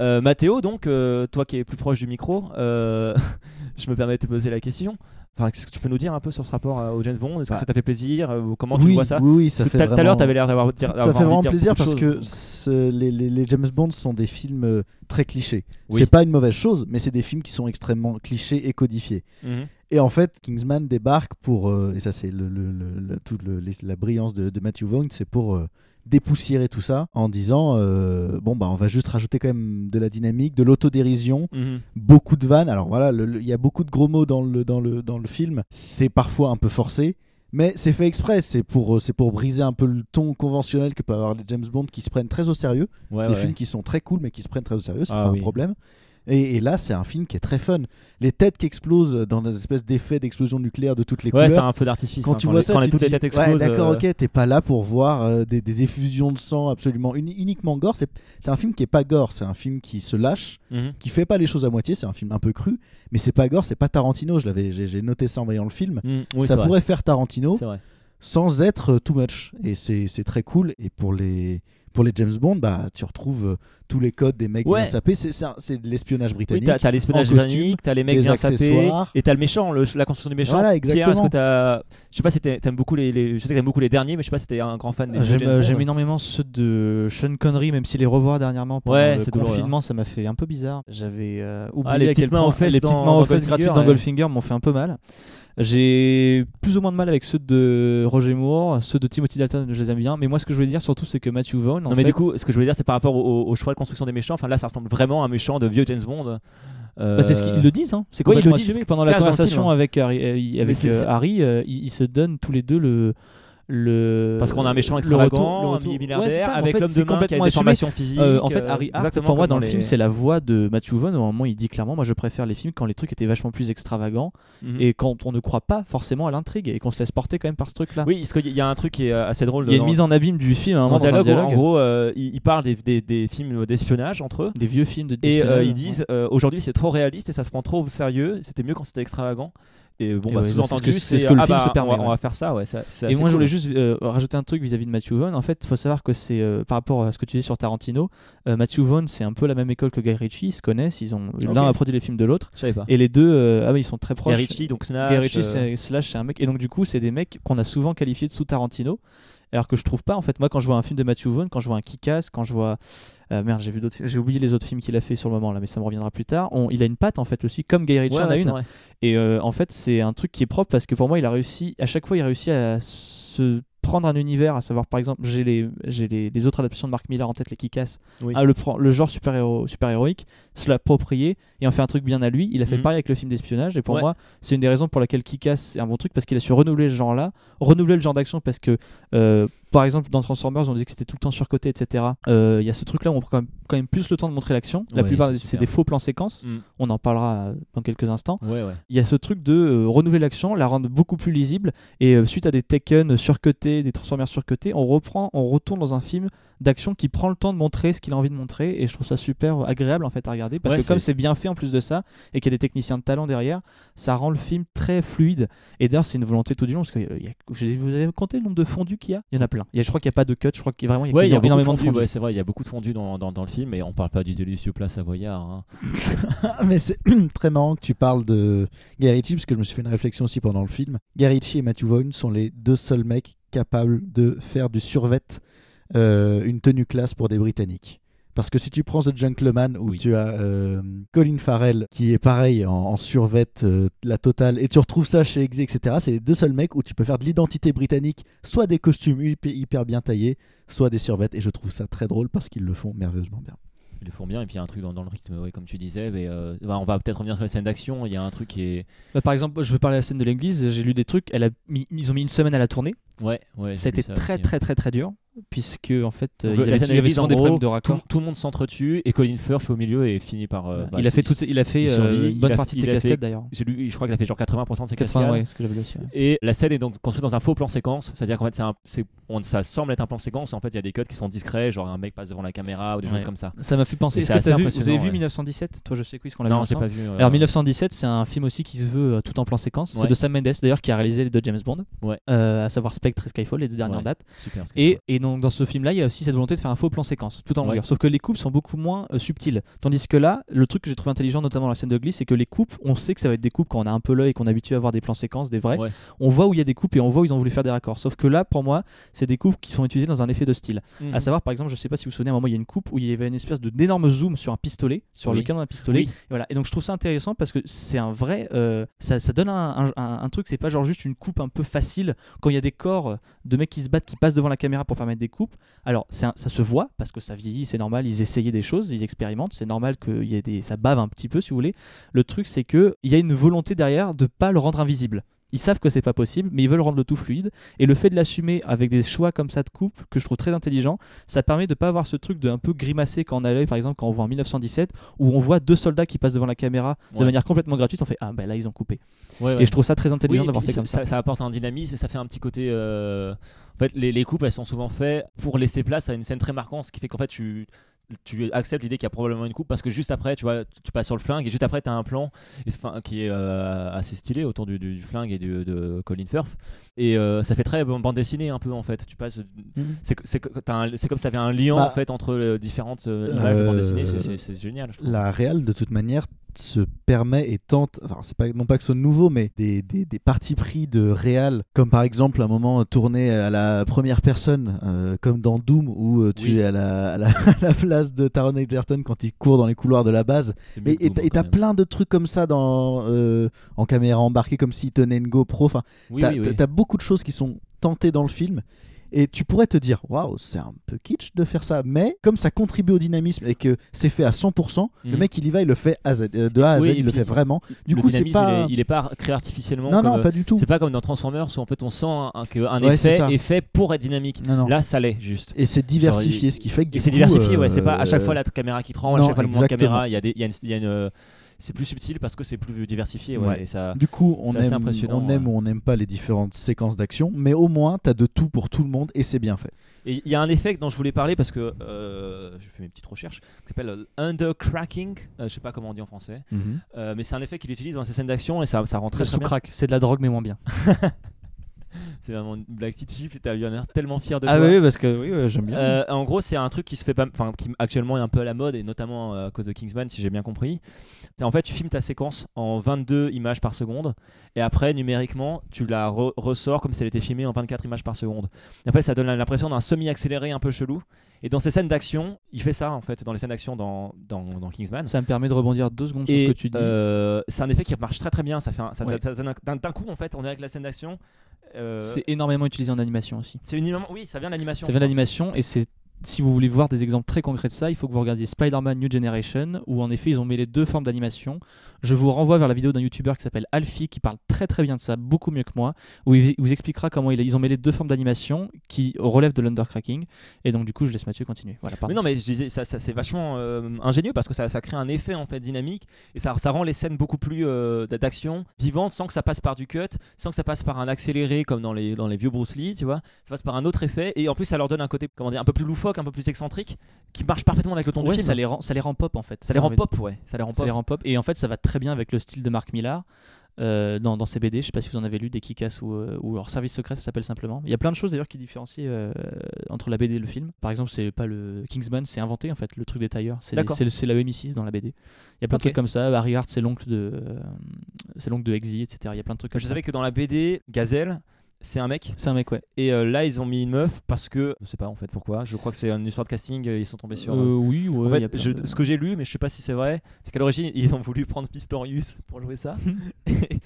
Speaker 2: Euh, Mathéo, donc, euh, toi qui es plus proche du micro, euh, (laughs) je me permets de te poser la question. Enfin, qu'est-ce que tu peux nous dire un peu sur ce rapport euh, au James Bond Est-ce que
Speaker 3: Bah.
Speaker 2: ça t'a fait plaisir Euh, Comment
Speaker 3: oui,
Speaker 2: tu vois ça
Speaker 3: Oui, oui, ça
Speaker 2: Parce que
Speaker 3: fait
Speaker 2: t'as- Tout à l'heure,
Speaker 3: vraiment-
Speaker 2: t'avais l'air d'avoir dire-
Speaker 3: ça
Speaker 2: d'avoir envie de
Speaker 3: fait vraiment
Speaker 2: dire
Speaker 3: plaisir
Speaker 2: beaucoup de
Speaker 3: parce
Speaker 2: choses.
Speaker 3: que ce- les, les- les James Bond sont des films euh, très clichés.
Speaker 2: Oui.
Speaker 3: C'est pas une mauvaise chose, mais c'est des films qui sont extrêmement clichés et codifiés.
Speaker 2: Mhm.
Speaker 3: Et en fait, Kingsman débarque pour, euh, et ça c'est le, le- le- le- toute le- les- la brillance de, de Matthew Vaughn, c'est pour euh, dépoussiérer tout ça en disant euh, bon bah on va juste rajouter quand même de la dynamique, de l'autodérision,
Speaker 2: Mhm.
Speaker 3: beaucoup de vannes. Alors voilà, le- le- il y a beaucoup de gros mots dans le, dans le, dans le film. C'est parfois un peu forcé, mais c'est fait exprès. C'est pour, euh, c'est pour briser un peu le ton conventionnel que peuvent avoir les James Bond qui se prennent très au sérieux.
Speaker 2: Ouais,
Speaker 3: des
Speaker 2: ouais.
Speaker 3: films qui sont très cool, mais qui se prennent très au sérieux, c'est
Speaker 2: Ah
Speaker 3: pas
Speaker 2: oui.
Speaker 3: un problème. Et, et là, c'est un film qui est très fun. Les têtes qui explosent dans des espèces d'effets d'explosion nucléaire de toutes les
Speaker 2: Ouais, c'est
Speaker 3: couleurs.
Speaker 2: un feu d'artifice.
Speaker 3: Quand
Speaker 2: hein,
Speaker 3: tu vois
Speaker 2: les-
Speaker 3: ça,
Speaker 2: quand
Speaker 3: tu
Speaker 2: les-
Speaker 3: te
Speaker 2: toutes les
Speaker 3: dis,
Speaker 2: têtes
Speaker 3: ouais,
Speaker 2: explosent.
Speaker 3: d'accord,
Speaker 2: euh,
Speaker 3: ok, t'es pas là pour voir euh, des, des effusions de sang absolument uni- uniquement gore. C'est c'est un film qui est pas gore, c'est un film qui se lâche
Speaker 2: mhm.
Speaker 3: qui fait pas les choses à moitié, c'est un film un peu cru, mais c'est pas gore, c'est pas Tarantino, je l'avais j'ai j'ai noté ça en voyant le film.
Speaker 2: Mhm, oui,
Speaker 3: ça
Speaker 2: c'est vrai,
Speaker 3: pourrait faire Tarantino
Speaker 2: c'est vrai.
Speaker 3: sans être euh, too much et c'est c'est très cool et pour les pour les James Bond, bah tu retrouves euh, tous les codes des mecs
Speaker 2: Ouais.
Speaker 3: bien sapés, c'est c'est un- c'est de l'espionnage
Speaker 2: Oui,
Speaker 3: britannique.
Speaker 2: t'as t'as l'espionnage
Speaker 3: en costume,
Speaker 2: britannique, t'as les mecs
Speaker 3: des
Speaker 2: bien sapés,
Speaker 3: accessoires.
Speaker 2: et t'as le méchant, le- la construction du méchant.
Speaker 3: Voilà,
Speaker 2: Pierre, est-ce
Speaker 3: exactement.
Speaker 2: que t'as. Je sais pas si t'es- t'aimes beaucoup les, les- Je sais que t'aimes beaucoup les derniers, mais je sais pas si t'es un grand fan des
Speaker 3: euh,
Speaker 4: J'aime
Speaker 2: James Bond.
Speaker 4: j'aime énormément ceux de Sean Connery, même si les revoir dernièrement pendant
Speaker 2: Ouais,
Speaker 4: le
Speaker 2: c'est douloureux,
Speaker 4: confinement, ça m'a fait un peu bizarre. J'avais euh, oublié
Speaker 2: Ah, les
Speaker 4: à quel
Speaker 2: petites mains
Speaker 4: point
Speaker 2: aux fesses
Speaker 4: les petites
Speaker 2: dans-
Speaker 4: mains aux
Speaker 2: dans
Speaker 4: fesses
Speaker 2: Goldfinger,
Speaker 4: gratuites dans
Speaker 2: ouais.
Speaker 4: Goldfinger m'ont fait un peu mal. J'ai plus ou moins de mal avec ceux de Roger Moore, ceux de Timothy Dalton, je les aime bien. Mais moi, ce que je voulais dire surtout, c'est que Matthew Vaughn, en
Speaker 2: Non mais
Speaker 4: fait,
Speaker 2: du coup, ce que je voulais dire, c'est par rapport au, au choix de construction des méchants. Enfin là, ça ressemble vraiment à un méchant de vieux James Bond. Euh,
Speaker 4: Bah, c'est ce qu'ils le disent. Hein. C'est
Speaker 2: oui, ils
Speaker 4: complètement
Speaker 2: le disent,
Speaker 4: assumé.
Speaker 2: oui.
Speaker 4: Pendant la
Speaker 2: Cache dans le film,
Speaker 4: conversation
Speaker 2: hein.
Speaker 4: avec Harry, euh, il- avec,
Speaker 2: c'est-
Speaker 4: euh,
Speaker 2: c'est-
Speaker 4: Harry euh, ils, ils se donnent tous les deux le. le
Speaker 2: Parce qu'on a un méchant
Speaker 4: Euh, le
Speaker 2: extravagant,
Speaker 4: retour- le
Speaker 2: un
Speaker 4: retour.
Speaker 2: milliardaire,
Speaker 4: Ouais, c'est ça, mais en
Speaker 2: avec
Speaker 4: fait,
Speaker 2: l'homme
Speaker 4: c'est
Speaker 2: de main qui a
Speaker 4: complètement
Speaker 2: des
Speaker 4: assumé.
Speaker 2: formations physiques.
Speaker 4: Euh, en fait,
Speaker 2: euh,
Speaker 4: Harry Hart,
Speaker 2: exactement
Speaker 4: pour moi,
Speaker 2: comme
Speaker 4: dans le
Speaker 2: les-
Speaker 4: film, c'est la voix de Matthew Vaughn. Au moment, il dit clairement Moi, je préfère les films quand les trucs étaient vachement plus extravagants
Speaker 2: Mhm.
Speaker 4: et quand on ne croit pas forcément à l'intrigue et qu'on se laisse porter quand même par ce truc-là.
Speaker 2: Oui, parce qu'il y a un truc qui est euh, assez drôle.
Speaker 4: il y a une
Speaker 2: dans-
Speaker 4: mise en abîme du film à
Speaker 2: dans
Speaker 4: un moment
Speaker 2: un
Speaker 4: dans un
Speaker 2: dialogue. où,
Speaker 4: dialogue.
Speaker 2: En gros, euh, ils, ils parlent des, des- des films d'espionnage entre eux.
Speaker 4: des vieux films de
Speaker 2: Et euh,
Speaker 4: d'espionnage,
Speaker 2: ils disent euh, aujourd'hui c'est trop réaliste et ça se prend trop au sérieux. C'était mieux quand c'était extravagant. Et bon,
Speaker 4: Et
Speaker 2: bah,
Speaker 4: ouais,
Speaker 2: sous-entendu,
Speaker 4: c'est ce que- c'est ce
Speaker 2: c'est
Speaker 4: que le
Speaker 2: ah
Speaker 4: film
Speaker 2: bah,
Speaker 4: se permet,
Speaker 2: On va, on
Speaker 4: ouais.
Speaker 2: va faire ça, ouais. ça- c'est
Speaker 4: Et
Speaker 2: assez
Speaker 4: moi, je
Speaker 2: cool.
Speaker 4: voulais juste euh, rajouter un truc vis-à-vis de Matthew Vaughn. En fait, faut savoir que c'est euh, par rapport à ce que tu dis sur Tarantino, euh, Matthew Vaughn, c'est un peu la même école que Guy Ritchie. Ils se connaissent. Ils ont l'un a produit les films de l'autre.
Speaker 2: Je savais pas.
Speaker 4: Et les deux, euh, ah oui, ils sont très
Speaker 2: Guy
Speaker 4: proches.
Speaker 2: Ritchie, donc Snatch.
Speaker 4: Guy Ritchie,
Speaker 2: euh,
Speaker 4: c'est- Slash, c'est un mec. Et donc, du coup, c'est des mecs qu'on a souvent qualifiés de sous Tarantino. Alors que je trouve pas, en fait, moi, quand je vois un film de Matthew Vaughn, quand je vois un Kick-Ass, quand je vois. euh, merde, j'ai vu d'autres films- J'ai oublié les autres films qu'il a fait sur le moment, là, mais ça me reviendra plus tard. On- Il a une patte, en fait, aussi, comme Guy Ritchie
Speaker 2: ouais,
Speaker 4: en a
Speaker 2: ouais, c'est
Speaker 4: une.
Speaker 2: vrai.
Speaker 4: Et euh, en fait, c'est un truc qui est propre parce que pour moi, il a réussi, à chaque fois, il a réussi à se prendre un univers, à savoir, par exemple, j'ai les, j'ai les, les autres adaptations de Mark Millar en tête, les Kick-Ass,
Speaker 2: Oui.
Speaker 4: à le, pren- le genre super-héros- super-héroïque, se l'approprier et en faire un truc bien à lui. Il a fait
Speaker 2: Mhm.
Speaker 4: pareil avec le film d'espionnage et pour
Speaker 2: Ouais.
Speaker 4: moi, c'est une des raisons pour laquelle Kick-Ass, c'est un bon truc parce qu'il a su renouveler ce genre-là, renouveler le genre d'action parce que, euh, par exemple, dans Transformers, on disait que c'était tout le temps surcoté, etc. Euh, Il y a ce truc-là où on prend quand même, quand même plus le temps de montrer l'action. La
Speaker 2: Ouais,
Speaker 4: plupart,
Speaker 2: c'est
Speaker 4: c'est
Speaker 2: super.
Speaker 4: des faux plans séquences.
Speaker 2: Mm.
Speaker 4: On en parlera euh, dans quelques instants
Speaker 2: Ouais, ouais.
Speaker 4: il y a ce truc de euh, renouveler l'action, la rendre beaucoup plus lisible. Et euh, suite à des Tekken surcotés, des Transformers surcotés, on reprend, on retourne dans un film d'action qui prend le temps de montrer ce qu'il a envie de montrer et je trouve ça super agréable en fait à regarder parce
Speaker 2: Ouais,
Speaker 4: que comme
Speaker 2: c'est-
Speaker 4: c'est bien fait en plus de ça et qu'il y a des techniciens de talent derrière, ça rend le film très fluide et d'ailleurs c'est une volonté tout du long parce que euh, il y a- j'ai- vous avez compté le nombre de fondus qu'il y a Il y en a plein. Il y a- je crois qu'il n'y a pas de cut, je crois qu'il y a vraiment il y a,
Speaker 2: Ouais, il y a
Speaker 4: énormément de fondus.
Speaker 2: Ouais, c'est vrai, il y a beaucoup de fondus dans, dans, dans le film, et on parle pas du délicieux plat savoyard. hein.
Speaker 3: Ah, mais c'est (clears throat) très marrant que tu parles de Guy Ritchie, parce que je me suis fait une réflexion aussi pendant le film. Guy Ritchie et Matthew Vaughn sont les deux seuls mecs capables de faire du survêt euh, une tenue classe pour des Britanniques. Parce que si tu prends The Gentleman, où
Speaker 2: Oui.
Speaker 3: tu as euh, Colin Farrell, qui est pareil en, en survêt euh, la totale, et tu retrouves ça chez Exe, etc., c'est les deux seuls mecs où tu peux faire de l'identité britannique, soit des costumes hyper, hyper bien taillés, soit des survêts, et je trouve ça très drôle parce qu'ils le font merveilleusement bien.
Speaker 2: Ils le font bien, et puis il y a un truc dans, dans le rythme, ouais, comme tu disais. Mais, euh, bah, on va peut-être revenir sur les scènes d'action, il y a un truc qui est.
Speaker 4: Bah, par exemple, je veux parler de la scène de l'église, j'ai lu des trucs, elle a mis- ils ont mis une semaine à la tournée.
Speaker 2: Ouais, ouais.
Speaker 4: ça hein. a
Speaker 2: j'ai
Speaker 4: été
Speaker 2: lu
Speaker 4: très
Speaker 2: aussi,
Speaker 4: très très très dur puisque en fait euh,
Speaker 2: Donc,
Speaker 4: ils
Speaker 2: la scène
Speaker 4: avaient, ils avaient
Speaker 2: d'église, en
Speaker 4: souvent des
Speaker 2: gros,
Speaker 4: problèmes de
Speaker 2: Tout,
Speaker 4: raccord.
Speaker 2: tout le monde s'entretue, et Colin Firth au milieu et finit par. euh, bah,
Speaker 4: il a fait
Speaker 2: c'est-
Speaker 4: toutes, ces- il a fait
Speaker 2: il
Speaker 4: euh,
Speaker 2: survit,
Speaker 4: une
Speaker 2: il
Speaker 4: bonne
Speaker 2: a
Speaker 4: partie
Speaker 2: fait-
Speaker 4: de
Speaker 2: il
Speaker 4: ses
Speaker 2: a
Speaker 4: casquettes
Speaker 2: fait-
Speaker 4: d'ailleurs.
Speaker 2: c'est lui- je crois qu'il a fait genre 80% de ses
Speaker 4: 80,
Speaker 2: cascades.
Speaker 4: ouais, ce que j'avais lu aussi. ouais.
Speaker 2: Et la scène est donc construite dans un faux plan séquence, c'est-à-dire qu'en fait c'est un- c'est- on- ça semble être un plan séquence, et en fait il y a des codes qui sont discrets, genre un mec passe devant la caméra ou des
Speaker 4: Ouais.
Speaker 2: choses comme ça.
Speaker 4: Ça m'a fait penser.
Speaker 2: Et
Speaker 4: Est-ce
Speaker 2: c'est
Speaker 4: que
Speaker 2: assez
Speaker 4: t'as vu- vous
Speaker 2: impressionnant,
Speaker 4: avez vu
Speaker 2: ouais.
Speaker 4: 1917 Toi, je sais oui, ce qu'on a vu.
Speaker 2: Non, j'ai
Speaker 4: ensemble.
Speaker 2: pas vu. euh,
Speaker 4: Alors 1917, c'est un film aussi qui se veut euh, tout en plan séquence.
Speaker 2: Ouais.
Speaker 4: C'est de Sam Mendes d'ailleurs qui a réalisé les deux James Bond,
Speaker 2: Ouais.
Speaker 4: Euh, à savoir Spectre et Skyfall, les deux dernières
Speaker 2: Ouais.
Speaker 4: dates.
Speaker 2: Super. parce que-
Speaker 4: Et, et donc dans ce film-là, il y a aussi cette volonté de faire un faux plan séquence, tout en
Speaker 2: Ouais.
Speaker 4: longueur. Sauf que les coupes sont beaucoup moins euh, subtiles. Tandis que là, le truc que j'ai trouvé intelligent, notamment dans la scène de glisse, c'est que les coupes, on sait que ça va être des coupes quand on a un peu l'œil et qu'on est habitué à voir des plans séquences, des vrais.
Speaker 2: Ouais.
Speaker 4: On voit où il y a des coupes et on voit où ils ont voulu faire des raccords. Sauf que là, pour moi, c'est des coupes qui sont utilisées dans un effet de style.
Speaker 2: Mhm.
Speaker 4: À savoir, par exemple, je sais pas si vous vous souvenez, à un moment, il y a une coupe où il y avait une espèce de d'énorme zoom sur un pistolet, sur
Speaker 2: Oui.
Speaker 4: le canon d'un pistolet.
Speaker 2: Oui.
Speaker 4: Et, voilà. et donc, je trouve ça intéressant parce que c'est un vrai. euh, ça, ça donne un, un- un- un truc, c'est pas genre juste une coupe un peu facile quand il y a des corps de mecs qui se battent, qui passent devant la caméra pour permettre des coupes. Alors, c'est un- ça se voit parce que ça vieillit, c'est normal, ils essayaient des choses, ils expérimentent, c'est normal que y ait des, ça bave un petit peu si vous voulez. Le truc, c'est que il y a une volonté derrière de pas le rendre invisible. Ils savent que c'est pas possible, mais ils veulent rendre le tout fluide. Et le fait de l'assumer avec des choix comme ça de coupe, que je trouve très intelligent, ça permet de pas avoir ce truc de un peu grimacer quand on a l'œil, par exemple, quand on voit en 1917, où on voit deux soldats qui passent devant la caméra de
Speaker 2: Ouais.
Speaker 4: manière complètement gratuite, on fait Ah, ben là, ils ont coupé.
Speaker 2: Ouais, ouais.
Speaker 4: Et je trouve ça très
Speaker 2: Oui,
Speaker 4: intelligent
Speaker 2: et
Speaker 4: d'avoir
Speaker 2: puis
Speaker 4: fait comme ça.
Speaker 2: ça. apporte un dynamisme, ça fait un petit côté. euh, En fait, les, les coupes, elles sont souvent faites pour laisser place à une scène très marquante, ce qui fait qu'en fait, tu, tu acceptes l'idée qu'il y a probablement une coupe parce que juste après, tu vois, tu passes sur le flingue et juste après, tu as un plan et, c'est- enfin, qui est euh, assez stylé autour du, du- du flingue et du- de Colin Firth. Et euh, ça fait très bon- bande dessinée un peu en fait. Tu passes. c'est que- C'est que- t'as un- c'est comme si tu avais un lien
Speaker 3: Mmh. Bah.
Speaker 2: en fait entre euh, différentes euh, images de bande
Speaker 3: Euh,
Speaker 2: dessinée, c'est- c'est c'est génial, je trouve.
Speaker 3: la Real de toute manière se permet et tente, enfin c'est pas non pas que ce soit nouveau, mais des, des, des partis pris de Real, comme par exemple un moment tourné à la première personne, euh, comme dans Doom où euh, tu
Speaker 2: Oui.
Speaker 3: es à la, (laughs) à la, à la place de Taron Egerton quand il court dans les couloirs de la base.
Speaker 2: C'est mieux
Speaker 3: Et
Speaker 2: que
Speaker 3: et
Speaker 2: Doom,
Speaker 3: t'as- et
Speaker 2: quand
Speaker 3: t'as
Speaker 2: même.
Speaker 3: plein de trucs comme ça dans euh, en caméra embarquée, comme s'il tenait une GoPro. Enfin,
Speaker 2: Oui,
Speaker 3: t'as
Speaker 2: oui, oui.
Speaker 3: t'as beaucoup de choses qui sont tentées dans le film. Et tu pourrais te dire, waouh, c'est un peu kitsch de faire ça. Mais comme ça contribue au dynamisme et que c'est fait à 100%, le
Speaker 2: Mhm.
Speaker 3: mec, il y va, il le fait à Z, euh, de A à
Speaker 2: Oui,
Speaker 3: Z,
Speaker 2: et
Speaker 3: il le
Speaker 2: puis,
Speaker 3: fait vraiment. Du
Speaker 2: Le
Speaker 3: coup, c'est
Speaker 2: dynamisme, il
Speaker 3: pas.
Speaker 2: est- il est pas créé artificiellement.
Speaker 3: Non, non,
Speaker 2: comme- euh,
Speaker 3: pas du tout.
Speaker 2: C'est pas comme dans Transformers où en fait on sent un, que un
Speaker 3: Ouais, c'est
Speaker 2: effet
Speaker 3: ça.
Speaker 2: est fait pour être dynamique.
Speaker 3: Non, non.
Speaker 2: Là, ça l'est juste.
Speaker 3: Et c'est diversifié,
Speaker 2: Genre, il-
Speaker 3: ce qui fait que du
Speaker 2: Et c'est
Speaker 3: coup,
Speaker 2: diversifié, ouais.
Speaker 3: euh,
Speaker 2: C'est pas à chaque fois la caméra qui tremble, à
Speaker 3: non,
Speaker 2: chaque fois le mouvement de
Speaker 3: exactement.
Speaker 2: caméra. Il y a des, il y a une, il y a une, euh, c'est plus subtil parce que c'est plus diversifié, ouais.
Speaker 3: Ouais.
Speaker 2: et ça,
Speaker 3: Du coup, on
Speaker 2: C'est assez
Speaker 3: aime,
Speaker 2: impressionnant,
Speaker 3: on aime
Speaker 2: ouais.
Speaker 3: ou on n'aime pas les différentes séquences d'action, mais au moins, t'as de tout pour tout le monde et c'est bien fait.
Speaker 2: Et il y a un effet dont je voulais parler parce que euh, je fais mes petites recherches, qui s'appelle euh, undercracking. Euh, je sais pas comment on dit en français,
Speaker 3: Mhm.
Speaker 2: Euh, mais c'est un effet qu'il utilise dans ses scènes d'action et ça, ça rend très,
Speaker 4: Le
Speaker 2: très bien.
Speaker 4: sous-crack, c'est de la drogue mais moins bien.
Speaker 2: C'est vraiment une blague si cheap. T'as eu un air tellement fier de
Speaker 4: Ah
Speaker 2: toi.
Speaker 3: bah
Speaker 4: oui, parce que oui, ouais, j'aime bien.
Speaker 2: Euh, en gros, c'est un truc qui se fait pas, enfin, qui actuellement est un peu à la mode et notamment euh, à cause de Kingsman, si j'ai bien compris. C'est- En fait, tu filmes ta séquence en 22 images par seconde et après, numériquement, tu la re- ressors comme si elle était filmée en 24 images par seconde. Et après, ça donne l'impression d'un semi-accéléré un peu chelou. Et dans ces scènes d'action, il fait ça en fait, dans les scènes d'action dans, dans, dans Kingsman.
Speaker 4: Ça me permet de rebondir deux secondes sur
Speaker 2: euh, Et
Speaker 4: ce que tu dis.
Speaker 2: euh, c'est un effet qui marche très très bien. Ça fait un- ça-
Speaker 4: Ouais.
Speaker 2: ça- ça- d'un d'un coup, en fait, on est avec la scène d'action. euh,
Speaker 4: C'est énormément utilisé en animation aussi.
Speaker 2: c'est une, oui, ça vient de l'animation.
Speaker 4: Ça vient de l'animation et c'est si vous voulez voir des exemples très concrets de ça, il faut que vous regardiez Spider-Man New Generation où en effet ils ont mêlé deux formes d'animation. Je vous renvoie vers la vidéo d'un youtubeur qui s'appelle Alfie qui parle très très bien de ça, beaucoup mieux que moi, où il vous expliquera comment il- ils ont mêlé deux formes d'animation qui relèvent de l'undercracking. Et donc du coup, je laisse Mathieu continuer. Voilà, pardon.
Speaker 2: Mais non, mais je disais, ça, ça- c'est vachement euh, ingénieux parce que ça, ça crée un effet en fait dynamique et ça, ça rend les scènes beaucoup plus euh, d'a- d'action vivantes sans que ça passe par du cut, sans que ça passe par un accéléré comme dans les, dans les vieux Bruce Lee, tu vois. Ça passe par un autre effet et en plus ça leur donne un côté comment dire, un peu plus loufoque, un peu plus excentrique qui marche parfaitement avec le ton
Speaker 4: Ouais,
Speaker 2: du film.
Speaker 4: ça les rend, ça les rend pop en fait.
Speaker 2: Ça les rend
Speaker 4: Ouais.
Speaker 2: pop, ouais. Ça les rend
Speaker 4: Ça
Speaker 2: pop.
Speaker 4: les rend pop. Et en fait, ça va très bien avec le style de Marc Millar euh, dans, dans ses BD. Je sais pas si vous en avez lu des Kikas ou, euh, ou leur service secret, ça s'appelle simplement. Il y a plein de choses d'ailleurs qui différencient euh, entre la BD et le film. Par exemple, c'est pas le Kingsman, c'est inventé en fait le truc des tailleurs. C'est
Speaker 2: D'accord.
Speaker 4: c'est le- c'est la MI6 dans la BD. Il y a plein de
Speaker 2: Ok.
Speaker 4: trucs comme ça. Harry Hart, c'est l'oncle de, euh, c'est l'oncle de Exy, etc. Il y a plein de trucs. Comme
Speaker 2: Je
Speaker 4: ça.
Speaker 2: savais que dans la BD, Gazelle, c'est un mec.
Speaker 4: C'est un mec, ouais.
Speaker 2: Et euh, là, ils ont mis une meuf parce que je sais pas en fait pourquoi. Je crois que c'est une histoire de casting. euh, Ils sont tombés sur.
Speaker 4: Euh, oui, ouais.
Speaker 2: En
Speaker 4: il y a
Speaker 2: fait,
Speaker 4: plein
Speaker 2: je-
Speaker 4: de-
Speaker 2: ce que j'ai lu, mais je sais pas si c'est vrai, c'est qu'à l'origine, ils ont voulu prendre Pistorius pour jouer
Speaker 4: (laughs)
Speaker 2: ça. et,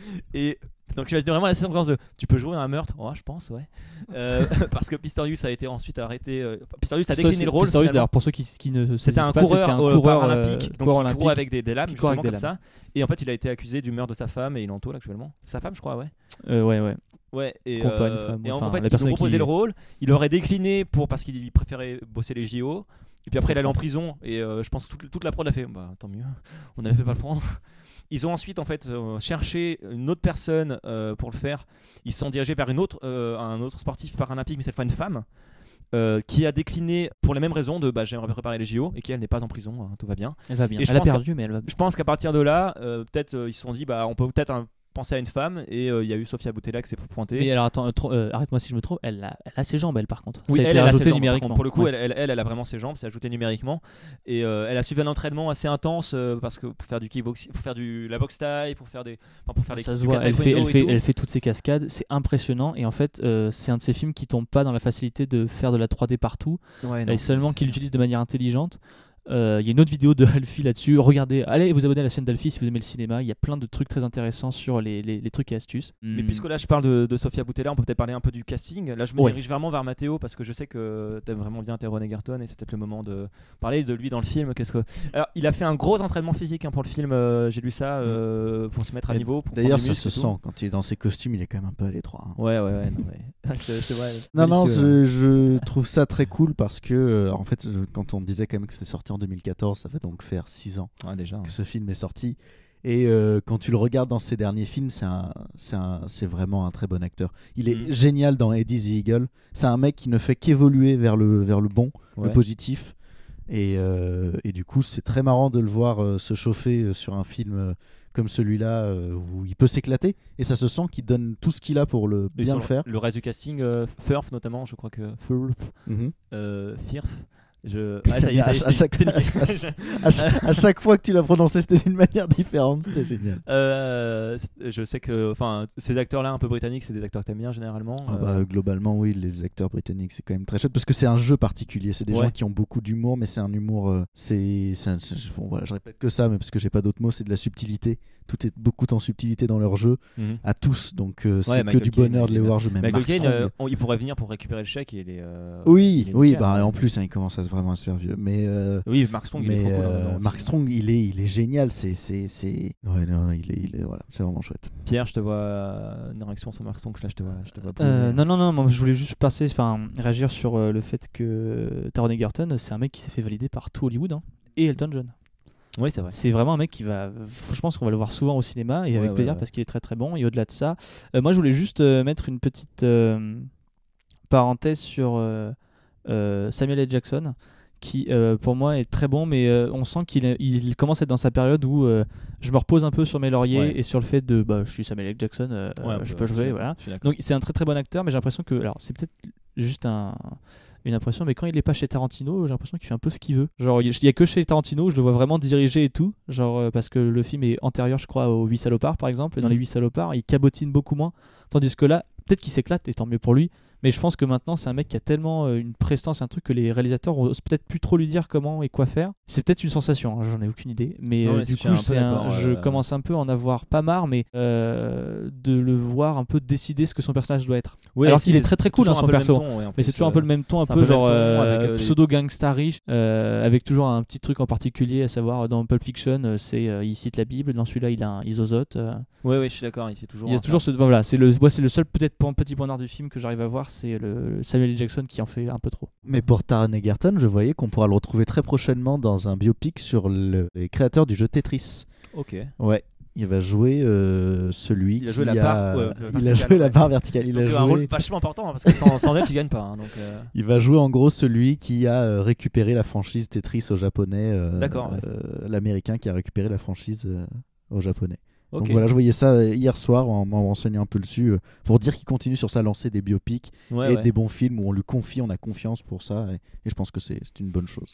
Speaker 2: et- donc, j'imagine vraiment la séquence de tu peux jouer un meurtre, Oh, je pense, ouais. Euh, (laughs) parce que Pistorius a été ensuite arrêté. euh, Pistorius a
Speaker 4: Ça,
Speaker 2: décliné
Speaker 4: c'est-
Speaker 2: le rôle.
Speaker 4: Pistorius,
Speaker 2: finalement.
Speaker 4: d'ailleurs, pour ceux qui, qui ne saisissent
Speaker 2: C'était un
Speaker 4: pas,
Speaker 2: coureur,
Speaker 4: c'était un
Speaker 2: euh,
Speaker 4: coureur euh,
Speaker 2: paralympique, donc
Speaker 4: coureur
Speaker 2: il courait
Speaker 4: olympique.
Speaker 2: avec des, des lames,
Speaker 4: qui courait
Speaker 2: justement
Speaker 4: avec
Speaker 2: comme ça.
Speaker 4: des
Speaker 2: Et en fait, il a été accusé du meurtre de sa femme et il est en taule actuellement. Sa femme, je crois, ouais.
Speaker 4: Euh, ouais, ouais.
Speaker 2: Ouais, et,
Speaker 4: Compagne,
Speaker 2: euh,
Speaker 4: femme,
Speaker 2: et en
Speaker 4: enfin,
Speaker 2: fait,
Speaker 4: la
Speaker 2: ils lui
Speaker 4: personne
Speaker 2: ont proposé
Speaker 4: qui-
Speaker 2: le rôle, il aurait décliné pour, parce qu'il préférait bosser les JO, et puis après il allait en prison, et euh, je pense que toute, toute la prod a fait, bah tant mieux, (laughs) on n'avait fait pas le prendre. (laughs) Ils ont ensuite en fait euh, cherché une autre personne euh, pour le faire, ils se sont dirigés vers une autre, euh, un autre sportif paralympique, mais cette fois une femme, euh, qui a décliné pour les mêmes raisons de bah, j'aimerais préparer les JO, et qui elle n'est pas en prison, hein, tout va bien.
Speaker 4: Elle va bien.
Speaker 2: Et je
Speaker 4: elle a
Speaker 2: pense qu'à-
Speaker 4: perdu, mais elle va bien.
Speaker 2: Je pense qu'à partir de là, euh, peut-être euh, ils se sont dit, bah on peut peut-être un- penser à une femme, et euh, il y a eu Sofia Boutella qui s'est pointée.
Speaker 4: Mais alors attends, euh, trop- euh, arrête-moi si je me trompe, elle a, elle a ses jambes elle par contre.
Speaker 2: Oui,
Speaker 4: Ça a
Speaker 2: elle,
Speaker 4: été
Speaker 2: elle a ses
Speaker 4: rajouté
Speaker 2: jambes, par
Speaker 4: numériquement.
Speaker 2: contre. Pour le coup,
Speaker 4: Ouais.
Speaker 2: elle, elle, elle, elle a vraiment ses jambes, c'est ajouté numériquement. Et euh, elle a suivi un entraînement assez intense euh, parce que pour faire du kickboxing, pour faire du la boxe taille, pour faire des, enfin, pour faire des
Speaker 4: ça se
Speaker 2: du
Speaker 4: voit, elle fait,
Speaker 2: kataekwondo
Speaker 4: elle,
Speaker 2: et
Speaker 4: fait,
Speaker 2: tout.
Speaker 4: elle fait toutes ces cascades, c'est impressionnant et en fait euh, c'est un de ces films qui tombe pas dans la facilité de faire de la 3D partout,
Speaker 2: Ouais, non,
Speaker 4: et seulement
Speaker 2: c'est-
Speaker 4: qu'il l'utilise de manière intelligente. Euh, Il y a une autre vidéo de (laughs) Alfie là-dessus, regardez, allez vous abonner à la chaîne d'Alfie si vous aimez le cinéma, il y a plein de trucs très intéressants sur les, les- les trucs et astuces.
Speaker 2: Mais
Speaker 4: Hmm.
Speaker 2: puisque là je parle de, de Sofia Boutella, on peut peut-être parler un peu du casting. Là je me
Speaker 4: Ouais.
Speaker 2: dirige vraiment vers Mathéo parce que je sais que t'aimes vraiment bien Taron Egerton et c'est peut-être le moment de parler de lui dans le film. Qu'est-ce que Alors il a fait un gros entraînement physique hein, pour le film. euh, J'ai lu ça
Speaker 4: Mm.
Speaker 2: euh, pour se mettre à
Speaker 3: Et
Speaker 2: niveau. pour prendre
Speaker 3: D'ailleurs,
Speaker 2: des
Speaker 3: ça
Speaker 2: muscles
Speaker 3: se
Speaker 2: et tout.
Speaker 3: sent quand il est dans ses costumes, il est quand même un peu à l'étroit. hein.
Speaker 2: Ouais ouais ouais. Non, mais... (laughs) Je- je vois,
Speaker 3: Non, non,
Speaker 2: délicieux.
Speaker 3: je,
Speaker 2: euh,
Speaker 3: je trouve ça très cool parce que, euh, en fait, euh, quand on disait quand même que c'était sorti en 2014, ça va donc faire 6 ans
Speaker 2: Ouais, déjà. hein.
Speaker 3: que ce film est sorti. Et euh, quand tu le regardes dans ses derniers films, c'est un- c'est un- c'est vraiment un très bon acteur. Il est
Speaker 2: Mhm.
Speaker 3: génial dans Eddie the Eagle. C'est un mec qui ne fait qu'évoluer vers le, vers le bon,
Speaker 2: Ouais.
Speaker 3: le positif. Et, euh, et du coup, c'est très marrant de le voir euh, se chauffer euh, sur un film euh, comme celui-là euh, où il peut s'éclater. Et ça se sent qu'il donne tout ce qu'il a pour le
Speaker 2: Mais
Speaker 3: bien
Speaker 2: sur
Speaker 3: le faire.
Speaker 2: Le reste du casting, euh, Firth notamment, je crois que Firth,
Speaker 3: Mhm.
Speaker 2: euh, Firth. Je... Ouais, ça y est, ça y est,
Speaker 3: À chaque-
Speaker 2: je t'ai- je t'ai niqué. (laughs)
Speaker 3: À, ch- à chaque fois que tu l'as prononcé, c'était d'une manière différente. C'était génial.
Speaker 2: Euh, c'est- je sais que enfin, ces acteurs-là, un peu britanniques, c'est des acteurs que t'aimes bien généralement.
Speaker 3: Ah
Speaker 2: euh,
Speaker 3: bah, globalement, oui, les acteurs britanniques, c'est quand même très chouette parce que c'est un jeu particulier. C'est des
Speaker 2: Ouais.
Speaker 3: gens qui ont beaucoup d'humour, mais c'est un humour. euh, c'est, c'est un- c'est- bon, voilà, je répète que ça, mais parce que j'ai pas d'autres mots, c'est de la subtilité. Tout est beaucoup en subtilité dans leur jeu,
Speaker 2: mhm.
Speaker 3: à tous. Donc, euh, c'est
Speaker 2: Ouais,
Speaker 3: que
Speaker 2: Michael
Speaker 3: du
Speaker 2: Caine,
Speaker 3: bonheur de
Speaker 2: il
Speaker 3: les
Speaker 2: est
Speaker 3: voir jouer. Même
Speaker 2: Michael
Speaker 3: Mark
Speaker 2: Caine,
Speaker 3: Strong.
Speaker 2: euh, on- il pourrait venir pour récupérer le chèque. et Il est, euh,
Speaker 3: oui,
Speaker 2: il est
Speaker 3: oui,
Speaker 2: nickel.
Speaker 3: bah, en plus, hein, il commence à se- vraiment à se faire vieux. Mais. euh,
Speaker 2: Oui, Mark Strong, il est
Speaker 3: mais,
Speaker 2: trop cool. hein,
Speaker 3: euh,
Speaker 2: dans- dans-
Speaker 3: Mark Strong, il est, il est génial. C'est, c'est, c'est. Ouais, non, il est, il est, voilà, c'est vraiment chouette.
Speaker 2: Pierre, je te vois euh, une réaction sur Mark Strong. Là, je te vois. Je te vois
Speaker 4: Euh,
Speaker 2: brûler.
Speaker 4: non, non, non, moi, je voulais juste passer, enfin, réagir sur euh, le fait que Taron Egerton, c'est un mec qui s'est fait valider par tout Hollywood hein, et Elton John.
Speaker 2: Oui, c'est vrai.
Speaker 4: C'est vraiment un mec qui va. Je pense qu'on va le voir souvent au cinéma et
Speaker 2: Ouais,
Speaker 4: avec
Speaker 2: ouais,
Speaker 4: plaisir
Speaker 2: ouais.
Speaker 4: parce qu'il est très très bon. Et au-delà de ça, euh, moi je voulais juste euh, mettre une petite euh, parenthèse sur euh, euh, Samuel L. Jackson qui euh, pour moi est très bon, mais euh, on sent qu'il est- il commence à être dans sa période où euh, je me repose un peu sur mes lauriers
Speaker 2: Ouais.
Speaker 4: et sur le fait de bah, je suis Samuel L. Jackson, euh,
Speaker 2: Ouais, bah, un
Speaker 4: je
Speaker 2: peu,
Speaker 4: peux
Speaker 2: je
Speaker 4: jouer,
Speaker 2: suis-
Speaker 4: voilà.
Speaker 2: je suis d'accord.
Speaker 4: Donc c'est un très très bon acteur, mais j'ai l'impression que. Alors c'est peut-être juste un- une impression, mais quand il est pas chez Tarantino, j'ai l'impression qu'il fait un peu ce qu'il veut. Genre il n'y a que chez Tarantino où je le vois vraiment diriger et tout. Genre euh, parce que le film est antérieur, je crois, aux 8 salopards par exemple. Et dans les 8 salopards, il cabotine beaucoup moins. Tandis que là, peut-être qu'il s'éclate, et tant mieux pour lui. Mais je pense que maintenant, c'est un mec qui a tellement euh, une prestance, un truc que les réalisateurs osent peut-être plus trop lui dire comment et quoi faire. C'est peut-être une sensation, hein, j'en ai aucune idée. Mais
Speaker 2: Non,
Speaker 4: euh,
Speaker 2: mais
Speaker 4: du
Speaker 2: je suis
Speaker 4: coup,
Speaker 2: un peu
Speaker 4: c'est un-
Speaker 2: d'accord,
Speaker 4: je
Speaker 2: euh,
Speaker 4: commence un peu à en avoir pas marre, mais euh, de le voir un peu décider ce que son personnage doit être.
Speaker 2: Ouais,
Speaker 4: Alors
Speaker 2: si,
Speaker 4: qu'il est
Speaker 2: c'est-
Speaker 4: très, très
Speaker 2: c'est
Speaker 4: cool,
Speaker 2: toujours
Speaker 4: hein,
Speaker 2: un
Speaker 4: son
Speaker 2: peu le même
Speaker 4: perso.
Speaker 2: ton, ouais, en
Speaker 4: Mais
Speaker 2: plus, euh,
Speaker 4: c'est toujours un peu le même ton, un
Speaker 2: c'est
Speaker 4: peu genre euh,
Speaker 2: avec, euh, des-
Speaker 4: pseudo gangsta riche, euh, avec toujours un petit truc en particulier, à savoir euh, dans Pulp Fiction, euh, c'est euh, il cite la Bible, dans celui-là il a un isozote. euh.
Speaker 2: Ouais, ouais, je suis d'accord. hein, Il fait toujours.
Speaker 4: il y a
Speaker 2: un-
Speaker 4: toujours ce ben voilà, c'est le moi c'est le seul peut-être point- petit point noir du film que j'arrive à voir, c'est le Samuel L. Jackson qui en fait un peu trop.
Speaker 3: Mais pour Taron Egerton, je voyais qu'on pourra le retrouver très prochainement dans un biopic sur le- les créateurs du jeu Tetris.
Speaker 2: Ok.
Speaker 3: Ouais. Il va jouer euh, celui
Speaker 2: Il a
Speaker 3: qui
Speaker 2: joué la
Speaker 3: a...
Speaker 2: barre, ouais,
Speaker 3: il a
Speaker 2: verticale,
Speaker 3: joué la
Speaker 2: ouais.
Speaker 3: barre verticale. Il,
Speaker 2: Donc, euh,
Speaker 3: a
Speaker 2: un rôle
Speaker 3: joué...
Speaker 2: vachement important hein, parce que (laughs) sans, sans elle, tu gagnes pas. hein, donc, euh,
Speaker 3: il va jouer en gros celui qui a euh, récupéré la franchise Tetris au japonais. euh,
Speaker 2: D'accord, ouais.
Speaker 3: euh, L'américain qui a récupéré la franchise euh, au japonais.
Speaker 2: ok.
Speaker 3: Donc voilà, je voyais ça euh, hier soir en m'en renseignant un peu dessus euh, pour dire qu'il continue sur sa lancée des biopics
Speaker 2: Ouais,
Speaker 3: et
Speaker 2: ouais.
Speaker 3: des bons films où on lui confie, on a confiance pour ça et, et je pense que c'est c'est une bonne chose.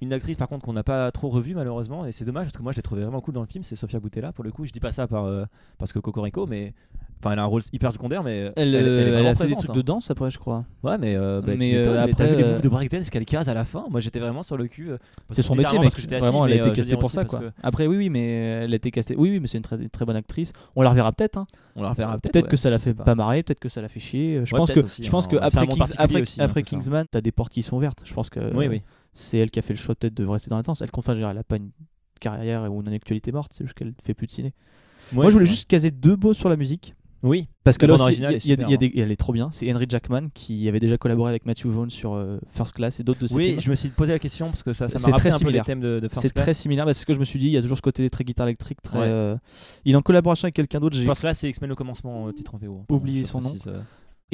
Speaker 2: Une actrice par contre qu'on n'a pas trop revue malheureusement et c'est dommage parce que moi je l'ai trouvée vraiment cool dans le film, c'est Sofia Boutella pour le coup. Je dis pas ça par, euh, parce que Cocorico, mais enfin elle a un rôle hyper secondaire mais elle,
Speaker 4: Elle,
Speaker 2: est vraiment
Speaker 4: a fait des
Speaker 2: présente,
Speaker 4: trucs
Speaker 2: hein.
Speaker 4: de danse après je crois.
Speaker 2: Ouais mais, euh, bah, tu
Speaker 4: Mais,
Speaker 2: m'étonnes,
Speaker 4: euh,
Speaker 2: mais t'as
Speaker 4: après,
Speaker 2: vu les
Speaker 4: euh,
Speaker 2: moves de breakdance qu'elle case à la fin. Moi j'étais vraiment sur le cul. euh, parce
Speaker 4: C'est
Speaker 2: que
Speaker 4: son métier,
Speaker 2: littéralement,
Speaker 4: mec.
Speaker 2: parce que j'étais assis,
Speaker 4: Vraiment, elle
Speaker 2: mais,
Speaker 4: a
Speaker 2: euh, je
Speaker 4: été
Speaker 2: veux
Speaker 4: castée
Speaker 2: dire
Speaker 4: pour
Speaker 2: aussi
Speaker 4: ça,
Speaker 2: parce
Speaker 4: quoi.
Speaker 2: que
Speaker 4: Après, oui, oui, mais euh, elle a été castée. Oui, oui, mais c'est une très, une très bonne actrice. On la reverra peut-être. hein.
Speaker 2: On la reverra peut-être.
Speaker 4: Peut-être
Speaker 2: ouais,
Speaker 4: que ça la
Speaker 2: je sais
Speaker 4: fait pas. marrer, peut-être que ça la fait chier. Je
Speaker 2: Ouais,
Speaker 4: pense que
Speaker 2: peut-être aussi,
Speaker 4: je pense
Speaker 2: hein.
Speaker 4: que
Speaker 2: C'est un
Speaker 4: après,
Speaker 2: monde
Speaker 4: Kings-
Speaker 2: particulier
Speaker 4: après,
Speaker 2: aussi, hein,
Speaker 4: après
Speaker 2: tout ça.
Speaker 4: Kingsman, t'as des portes qui sont ouvertes. Je pense que
Speaker 2: Oui
Speaker 4: euh,
Speaker 2: oui.
Speaker 4: c'est elle qui a fait le choix peut-être de rester dans la danse. Elle confesse, je veux dire, elle a pas une carrière ou une actualité morte, c'est juste qu'elle fait plus de ciné. Moi, je voulais juste caser deux mots sur la musique.
Speaker 2: Oui.
Speaker 4: Parce que
Speaker 2: La
Speaker 4: là,
Speaker 2: bande
Speaker 4: aussi, il y a-
Speaker 2: originale
Speaker 4: il y a-
Speaker 2: est hein.
Speaker 4: il y a des- elle est trop bien. C'est Henry Jackman qui avait déjà collaboré avec Matthew Vaughn sur euh, First Class et d'autres de ses
Speaker 2: Oui,
Speaker 4: films.
Speaker 2: je me suis posé la question parce que ça ça
Speaker 4: C'est
Speaker 2: m'a rappelé
Speaker 4: très
Speaker 2: un peu les
Speaker 4: similaire.
Speaker 2: thèmes de de First
Speaker 4: C'est
Speaker 2: Class.
Speaker 4: très similaire, bah, c'est ce que je me suis dit. Il y a toujours ce côté très guitare électrique, très.
Speaker 2: Ouais.
Speaker 4: euh, Il est en collaboration avec quelqu'un d'autre. j'ai-
Speaker 2: First Class c'est X-Men au commencement euh, titre en VO.
Speaker 4: Oubliez
Speaker 2: Je
Speaker 4: son nom.
Speaker 2: précise, euh,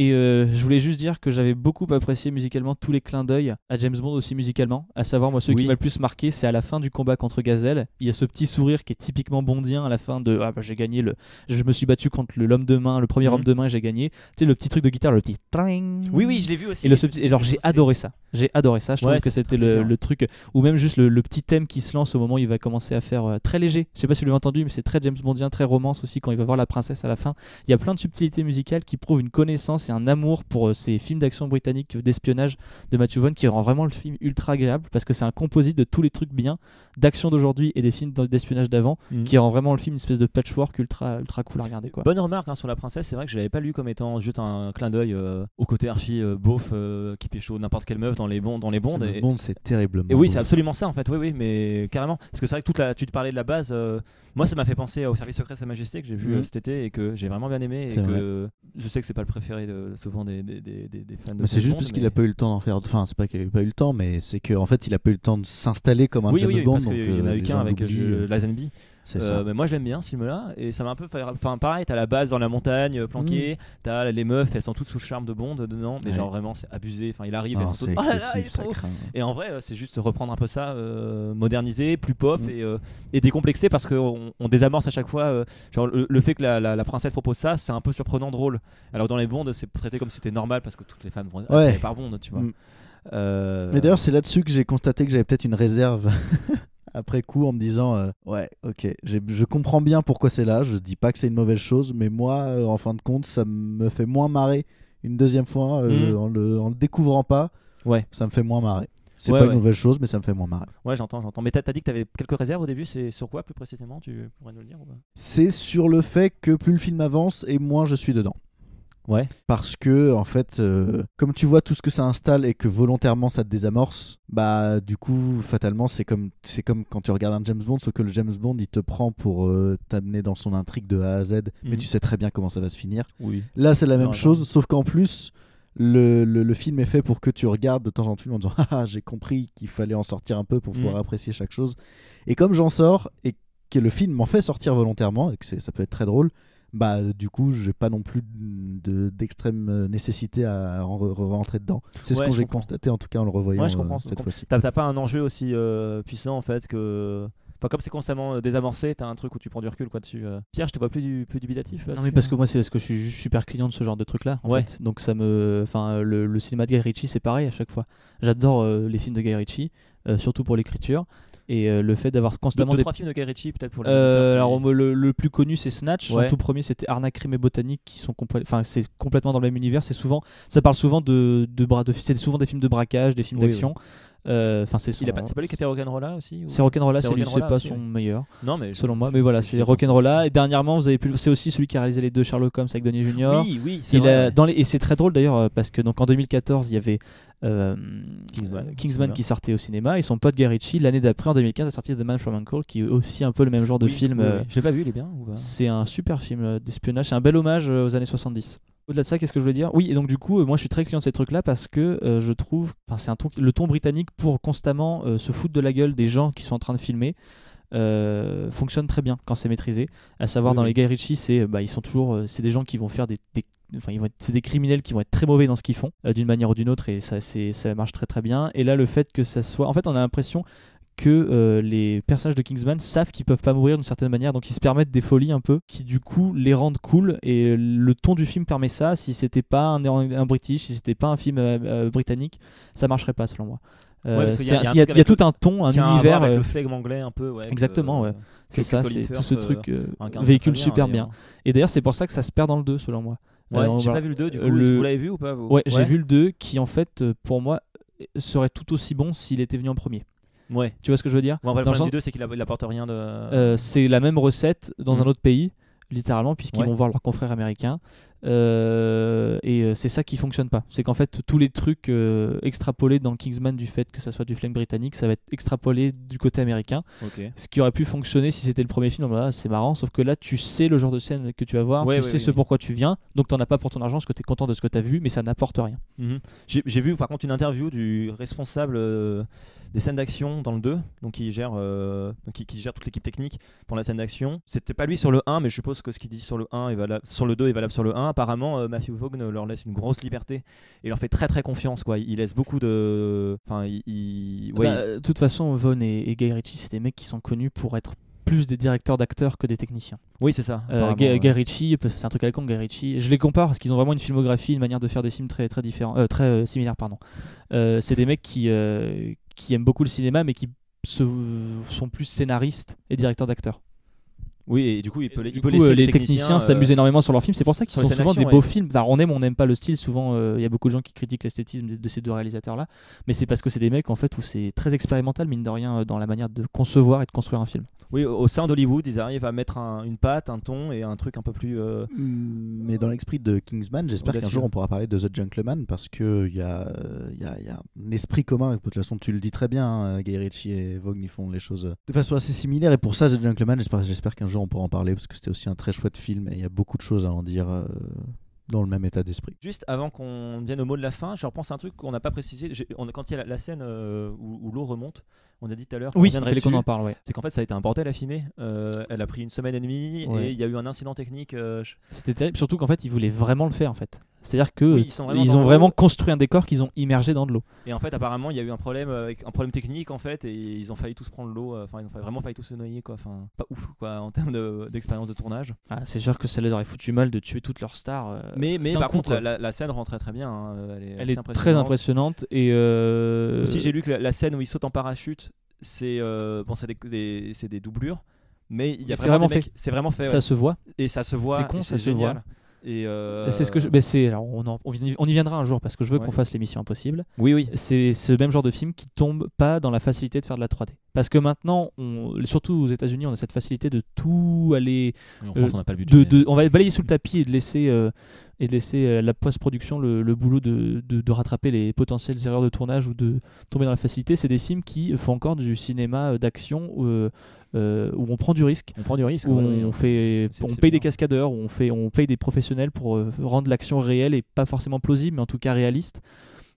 Speaker 4: Et euh, je voulais juste dire que j'avais beaucoup apprécié musicalement tous les clins d'œil à James Bond aussi musicalement. À savoir, moi, celui
Speaker 2: Oui.
Speaker 4: qui m'a le plus marqué, c'est à la fin du combat contre Gazelle. Il y a ce petit sourire qui est typiquement bondien à la fin de Ah bah j'ai gagné le. Je me suis battu contre le- l'homme de main, le premier
Speaker 2: Mhm.
Speaker 4: homme de main et j'ai gagné. Tu sais, le petit truc de guitare, le petit. tring.
Speaker 2: Oui oui, je l'ai vu aussi.
Speaker 4: Et, le, ce petit- et genre j'ai
Speaker 2: C'est-
Speaker 4: adoré ça. J'ai adoré ça. Je
Speaker 2: Ouais,
Speaker 4: trouve que
Speaker 2: ça fait
Speaker 4: c'était
Speaker 2: très
Speaker 4: le,
Speaker 2: plaisir.
Speaker 4: le truc ou même juste le, le petit thème qui se lance au moment où il va commencer à faire euh, très léger. Je sais pas si vous l'avez entendu, mais c'est très James Bondien, très romance aussi quand il va voir la princesse à la fin. Il y a plein de subtilités musicales qui prouvent une connaissance et un amour pour euh, ces films d'action britanniques d'espionnage de Matthew Vaughn qui rend vraiment le film ultra agréable parce que c'est un composite de tous les trucs bien d'action d'aujourd'hui et des films d'espionnage d'avant
Speaker 2: Mhm.
Speaker 4: qui rend vraiment le film une espèce de patchwork ultra ultra cool à regarder quoi.
Speaker 2: Bonne remarque hein, sur la princesse, c'est vrai que je l'avais pas lu comme étant juste un clin d'œil euh, au côté archi euh, beauf euh, qui pécho n'importe quelle meuf dans les bons dans les bondes.
Speaker 3: Le
Speaker 2: Et,
Speaker 3: monde, c'est terriblement.
Speaker 2: et oui,
Speaker 3: beau.
Speaker 2: c'est absolument ça en fait. Oui, oui, mais carrément. Parce que c'est vrai que toute la, tu te parlais de la base. euh, moi, ça m'a fait penser au service secret de Sa Majesté que j'ai vu
Speaker 3: Mhm.
Speaker 2: euh, cet été et que j'ai vraiment bien aimé. Et
Speaker 3: C'est
Speaker 2: que je sais que c'est pas le préféré de, souvent des, des, des, des- des fans de
Speaker 3: Mais c'est
Speaker 2: James
Speaker 3: juste
Speaker 2: Bond,
Speaker 3: parce
Speaker 2: mais-
Speaker 3: qu'il a pas eu le temps d'en faire. Enfin, c'est pas qu'il a pas eu le temps, mais c'est qu'en en fait, il a pas eu le temps de s'installer comme un
Speaker 2: Oui,
Speaker 3: James
Speaker 2: oui, oui,
Speaker 3: Bond.
Speaker 2: parce
Speaker 3: donc,
Speaker 2: qu'il y en
Speaker 3: euh,
Speaker 2: a eu
Speaker 3: les
Speaker 2: qu'un
Speaker 3: gens
Speaker 2: avec
Speaker 3: l'oublient,
Speaker 2: euh,
Speaker 3: euh,
Speaker 2: Lazenby.
Speaker 3: C'est
Speaker 2: Euh,
Speaker 3: ça.
Speaker 2: mais moi je l'aime bien ce film là et ça m'a un peu fait- enfin pareil t'as la base dans la montagne euh, planquée t'as les meufs elles sont toutes sous le charme de Bond euh, dedans mais
Speaker 3: Mm. Ouais.
Speaker 2: genre vraiment c'est abusé enfin il arrive
Speaker 3: Non,
Speaker 2: elles sont
Speaker 3: c'est
Speaker 2: toutes Ah là là, il
Speaker 3: excessif,
Speaker 2: est
Speaker 3: ça
Speaker 2: trop-
Speaker 3: craint. hein.
Speaker 2: et en vrai euh, c'est juste reprendre un peu ça euh, modernisé plus pop
Speaker 3: Mm.
Speaker 2: et, euh, et décomplexé parce qu'on on désamorce à chaque fois euh, genre le, le fait que la, la- la princesse propose ça c'est un peu surprenant drôle alors dans les Bonds c'est traité comme si c'était normal parce que toutes les femmes vont être
Speaker 3: Ouais.
Speaker 2: attirées par Bond tu vois
Speaker 3: Mm.
Speaker 2: Euh,
Speaker 3: Mais d'ailleurs, c'est là-dessus que j'ai constaté que j'avais peut-être une réserve (laughs) après coup en me disant euh, Ouais, ok, j'ai- je comprends bien pourquoi c'est là, je dis pas que c'est une mauvaise chose, mais moi, euh, en fin de compte, ça me fait moins marrer une deuxième fois euh,
Speaker 2: Mhm.
Speaker 3: en, le, en le découvrant pas.
Speaker 2: Ouais.
Speaker 3: Ça me fait moins marrer. C'est
Speaker 2: Ouais,
Speaker 3: pas
Speaker 2: ouais.
Speaker 3: une mauvaise chose, mais ça me fait moins marrer.
Speaker 2: ouais j'entends j'entends mais t'as t'as dit que t'avais quelques réserves au début c'est sur quoi plus précisément tu pourrais nous le dire ou pas
Speaker 3: C'est sur le fait que plus le film avance et moins je suis dedans.
Speaker 2: ouais
Speaker 3: parce que en fait euh, comme tu vois tout ce que ça installe et que volontairement ça te désamorce bah du coup fatalement c'est comme c'est comme quand tu regardes un James Bond sauf que le James Bond il te prend pour euh, t'amener dans son intrigue de A à Z mais
Speaker 2: Mhm.
Speaker 3: tu sais très bien comment ça va se finir
Speaker 2: oui
Speaker 3: là c'est la
Speaker 2: Non,
Speaker 3: même
Speaker 2: non.
Speaker 3: chose sauf qu'en plus le, le- le film est fait pour que tu regardes de temps en temps le film en disant (laughs) ah j'ai compris qu'il fallait en sortir un peu pour pouvoir
Speaker 2: Mhm.
Speaker 3: apprécier chaque chose et comme j'en sors et que le film m'en fait sortir volontairement et que c'est- ça peut être très drôle, bah du coup j'ai pas non plus de- d'extrême euh, nécessité à en re- re- rentrer dedans. C'est
Speaker 2: Ouais,
Speaker 3: ce que
Speaker 2: je
Speaker 3: j'ai
Speaker 2: comprends.
Speaker 3: constaté en tout cas en le revoyant
Speaker 2: Ouais, je comprends,
Speaker 3: euh,
Speaker 2: je
Speaker 3: cette
Speaker 2: comprends.
Speaker 3: fois-ci.
Speaker 2: T'as t'as pas un enjeu aussi euh, puissant en fait que Enfin, comme c'est constamment euh, désamorcé, t'as un truc où tu prends du recul quoi dessus. euh. Pierre, je te vois plus du plus dubitatif.
Speaker 4: Non mais parce que moi c'est parce que je suis juste super client de ce genre de truc là en
Speaker 2: Ouais.
Speaker 4: fait. Donc ça me enfin euh, le, le cinéma de Guy Ritchie c'est pareil à chaque fois. J'adore euh, les films de Guy Ritchie euh, surtout pour l'écriture et euh, le fait d'avoir
Speaker 2: deux,
Speaker 4: constamment
Speaker 2: deux,
Speaker 4: des
Speaker 2: trois films de Guy Ritchie peut-être pour les auditeurs
Speaker 4: Euh,
Speaker 2: qui-
Speaker 4: alors moi, le, le plus connu c'est Snatch,
Speaker 2: Ouais.
Speaker 4: son tout premier c'était Arnaque crime et botanique qui sont compl- enfin c'est complètement dans le même univers, c'est souvent ça parle souvent de de, bra- de c'est souvent des films de braquage, des films
Speaker 2: Oui, oui.
Speaker 4: d'action. Euh, Enfin c'est
Speaker 2: Il a
Speaker 4: son-
Speaker 2: pas, c'est pas lui qui a fait Rock'n'Rolla aussi ou-
Speaker 4: c'est Rock'n'Rolla,
Speaker 2: C'est
Speaker 4: c'est lui, c'est
Speaker 2: Rock'n'Rolla
Speaker 4: pas
Speaker 2: aussi,
Speaker 4: son
Speaker 2: ouais.
Speaker 4: meilleur
Speaker 2: Non mais je-
Speaker 4: selon moi, mais voilà,
Speaker 2: je-
Speaker 4: c'est
Speaker 2: je-
Speaker 4: Rock'n'Rolla et dernièrement vous avez pu c'est aussi celui qui a réalisé les deux Sherlock Holmes avec Denis Junior.
Speaker 2: Oui, oui, c'est
Speaker 4: Il
Speaker 2: vrai,
Speaker 4: a-
Speaker 2: ouais.
Speaker 4: dans les, et c'est très drôle d'ailleurs euh, parce que donc en 2014 il y avait euh,
Speaker 2: Kingsman.
Speaker 4: euh,
Speaker 2: Kingsman.
Speaker 4: qui sortait au cinéma et son pote Guy Ritchie l'année d'après en 2015 a sorti The Man from Uncle qui est aussi un peu le même genre de
Speaker 2: Oui,
Speaker 4: film.
Speaker 2: oui, oui. bah.
Speaker 4: euh,
Speaker 2: Je l'ai pas vu, il est bien ou pas
Speaker 4: C'est un super film euh, d'espionnage, c'est un bel hommage euh, aux années 70. Au-delà de ça, qu'est-ce que je voulais dire Oui, et donc du coup, euh, moi je suis très client de ces trucs-là parce que euh, je trouve, enfin c'est un ton, le ton britannique pour constamment euh, se foutre de la gueule des gens qui sont en train de filmer euh, fonctionne très bien quand c'est maîtrisé. À savoir
Speaker 2: Oui,
Speaker 4: dans
Speaker 2: oui.
Speaker 4: les Guy Ritchie, c'est euh, bah, ils sont toujours, euh, c'est des gens qui vont faire des, des- enfin ils vont être- c'est des criminels qui vont être très mauvais dans ce qu'ils font euh, d'une manière ou d'une autre et ça c'est ça marche très très bien. Et là le fait que ça soit, en fait on a l'impression que euh, les personnages de Kingsman savent qu'ils peuvent pas mourir d'une certaine manière, donc ils se permettent des folies un peu, qui du coup les rendent cool. Et le ton du film permet ça. Si c'était pas un, un British, si c'était pas un film euh, euh, britannique, ça marcherait pas selon moi. Euh,
Speaker 2: Ouais, parce
Speaker 4: c'est-
Speaker 2: qu'il y
Speaker 4: il
Speaker 2: a- il y a un
Speaker 4: y a,
Speaker 2: truc
Speaker 4: il y a
Speaker 2: avec
Speaker 4: tout un ton, un
Speaker 2: Qui a à
Speaker 4: univers.
Speaker 2: voir avec
Speaker 4: euh,
Speaker 2: le flegme anglais un peu. ouais, avec,
Speaker 4: Exactement,
Speaker 2: euh,
Speaker 4: ouais. C'est
Speaker 2: quelques
Speaker 4: ça,
Speaker 2: Colin
Speaker 4: c'est tout ce
Speaker 2: Firth, euh,
Speaker 4: truc euh,
Speaker 2: incarné
Speaker 4: véhicule
Speaker 2: très bien,
Speaker 4: super
Speaker 2: d'ailleurs.
Speaker 4: bien. Et d'ailleurs, c'est pour ça que ça se perd dans le 2, selon moi.
Speaker 2: Ouais,
Speaker 4: Euh, on
Speaker 2: j'ai
Speaker 4: va-
Speaker 2: pas vu le 2 du
Speaker 4: euh,
Speaker 2: coup.
Speaker 4: le-
Speaker 2: Est-ce que Vous l'avez vu ou pas vous
Speaker 4: Ouais, j'ai vu le 2 qui, en fait, euh, pour moi, euh, serait tout aussi bon s'il était venu en premier.
Speaker 2: Ouais.
Speaker 4: Tu vois ce que je veux dire
Speaker 2: Bon, après, le
Speaker 4: Dans le
Speaker 2: problème
Speaker 4: sens-
Speaker 2: du 2, c'est qu'il a- il apporte rien de.
Speaker 4: Euh, C'est la même recette dans
Speaker 2: Mhm.
Speaker 4: un autre pays, littéralement, puisqu'ils
Speaker 2: Ouais.
Speaker 4: vont voir leurs confrères américains. Euh, et euh, c'est ça qui fonctionne pas. C'est qu'en fait, tous les trucs euh, extrapolés dans Kingsman du fait que ça soit du flingue britannique, ça va être extrapolé du côté américain.
Speaker 2: Ok.
Speaker 4: ce qui aurait pu fonctionner si c'était le premier film, on va, ah, c'est marrant, sauf que là tu sais le genre de scène que tu vas voir,
Speaker 2: Ouais,
Speaker 4: tu
Speaker 2: ouais,
Speaker 4: sais
Speaker 2: ouais,
Speaker 4: ce
Speaker 2: ouais.
Speaker 4: pourquoi tu viens, donc t'en as pas pour ton argent, parce que t'es content de ce que t'as vu, mais ça n'apporte rien.
Speaker 2: Mhm. J'ai j'ai vu par contre une interview du responsable euh, des scènes d'action dans le 2, donc qui gère, euh, donc qui, qui gère toute l'équipe technique pour la scène d'action. C'était pas lui sur le 1, mais je suppose que ce qu'il dit sur le 1 est valable, sur le 2 est valable sur le 1. Apparemment, euh, Matthew Vaughn leur laisse une grosse liberté et leur fait très très confiance quoi. Il laisse beaucoup de, enfin, il, il- ouais,
Speaker 4: Bah, euh, De toute façon, Vaughn et, et Guy Ritchie, c'est des mecs qui sont connus pour être plus des directeurs d'acteurs que des techniciens.
Speaker 2: il- oui c'est ça.
Speaker 4: Euh,
Speaker 2: apparemment,
Speaker 4: Guy,
Speaker 2: ouais.
Speaker 4: Guy Ritchie, parce que c'est un truc à la con, Guy Ritchie. Je les compare parce qu'ils ont vraiment une filmographie, une manière de faire des films très très différents, euh, très euh, similaires, pardon. Euh, c'est des mecs qui euh, qui aiment beaucoup le cinéma, mais qui se- sont plus scénaristes et directeurs d'acteurs.
Speaker 2: Oui et du coup il peut,
Speaker 4: Du
Speaker 2: il peut
Speaker 4: coup,
Speaker 2: laisser
Speaker 4: euh, les techniciens
Speaker 2: euh,
Speaker 4: s'amusent énormément sur leurs films. C'est pour ça qu'ils
Speaker 2: sur
Speaker 4: sont
Speaker 2: les scènes
Speaker 4: souvent des
Speaker 2: d'action,
Speaker 4: beaux
Speaker 2: ouais.
Speaker 4: films. Enfin, on aime, on n'aime pas le style. Souvent, euh, il y a beaucoup de gens qui critiquent l'esthétisme de, de ces deux réalisateurs-là. Mais c'est parce que c'est des mecs en fait où c'est très expérimental, mine de rien, euh, dans la manière de concevoir et de construire un film.
Speaker 2: Oui au sein d'Hollywood ils arrivent à mettre un- une patte, un ton et un truc un peu plus. euh,
Speaker 3: Mais dans l'esprit de Kingsman, j'espère qu'un
Speaker 2: Audacieux.
Speaker 3: jour on pourra parler de The Gentleman parce qu'il y, a, euh, il y, a, il y a un esprit commun. De toute façon, tu le dis très bien, hein, Guy Ritchie et Vogue ils font les choses de façon assez similaire. Et pour ça, The Gentleman, j'espère, j'espère qu'un jour on pourra en parler parce que c'était aussi un très chouette film et il y a beaucoup de choses à en dire euh, dans le même état d'esprit.
Speaker 2: Juste avant qu'on vienne au mot de la fin, je repense à un truc qu'on n'a pas précisé. J'ai- on- quand il y a la, la scène euh, où, où l'eau remonte, on a dit tout à l'heure qu'on
Speaker 4: Oui, il
Speaker 2: reviendrait
Speaker 4: fallait qu'on en
Speaker 2: dessus.
Speaker 4: parle. Ouais.
Speaker 2: C'est qu'en fait, ça a été un bordel à filmer. Euh, elle a pris une semaine et demie
Speaker 4: Ouais.
Speaker 2: et il y a eu un incident technique. euh, je-
Speaker 4: C'était terrible. Surtout qu'en fait, ils voulaient vraiment le faire. En fait, c'est-à-dire que
Speaker 2: Oui, ils sont vraiment
Speaker 4: ils
Speaker 2: dans
Speaker 4: ont
Speaker 2: l'eau.
Speaker 4: vraiment construit un décor qu'ils ont immergé dans de l'eau.
Speaker 2: Et en fait, apparemment, il y a eu un problème, euh, avec, un problème technique en fait, et ils ont failli tous prendre l'eau. euh, Enfin, ils ont failli- vraiment failli tous se noyer quoi. Enfin, pas ouf quoi en termes de- d'expérience de, tournage.
Speaker 4: Ah, c'est sûr que ça les aurait foutu mal de tuer toutes leurs stars. euh,
Speaker 2: Mais, mais
Speaker 4: d'un
Speaker 2: par
Speaker 4: coup,
Speaker 2: contre,
Speaker 4: quoi.
Speaker 2: la, la- la scène rentrait très bien. hein, Elle est,
Speaker 4: elle
Speaker 2: assez
Speaker 4: est très impressionnante et euh,
Speaker 2: Aussi, j'ai lu que la, la scène où il saute en parachute, c'est euh, bon, c'est des, des- c'est des doublures, mais il y
Speaker 4: Mais
Speaker 2: a
Speaker 4: c'est
Speaker 2: vraiment, des
Speaker 4: vraiment
Speaker 2: mecs- C'est vraiment fait.
Speaker 4: ça
Speaker 2: ouais.
Speaker 4: se voit.
Speaker 2: Et ça se voit.
Speaker 4: C'est con,
Speaker 2: et
Speaker 4: ça
Speaker 2: c'est
Speaker 4: se
Speaker 2: génial.
Speaker 4: voit.
Speaker 2: Et euh,
Speaker 4: C'est ce que je. ben, c'est- alors, on, en- on y- on y viendra un jour parce que je veux
Speaker 2: Ouais.
Speaker 4: qu'on fasse l'émission impossible.
Speaker 2: Oui, oui.
Speaker 4: C'est ce même genre de film qui tombe pas dans la facilité de faire de la 3D. Parce que maintenant, on- surtout aux États-Unis, on a cette facilité de tout aller.
Speaker 10: En
Speaker 4: Euh,
Speaker 10: France, on n'a pas le budget.
Speaker 4: De, de- on va balayer sous le tapis et de laisser, euh, et de laisser euh, la post-production le, le boulot de, de- de rattraper les potentielles erreurs de tournage ou de tomber dans la facilité. C'est des films qui font encore du cinéma euh, d'action euh, euh, où on prend du risque
Speaker 2: On prend du risque.
Speaker 4: où on, fait,
Speaker 2: c'est-
Speaker 4: on
Speaker 2: c'est
Speaker 4: paye des
Speaker 2: bien.
Speaker 4: cascadeurs, où on, fait, on paye des professionnels pour euh, rendre l'action réelle et pas forcément plausible, mais en tout cas réaliste,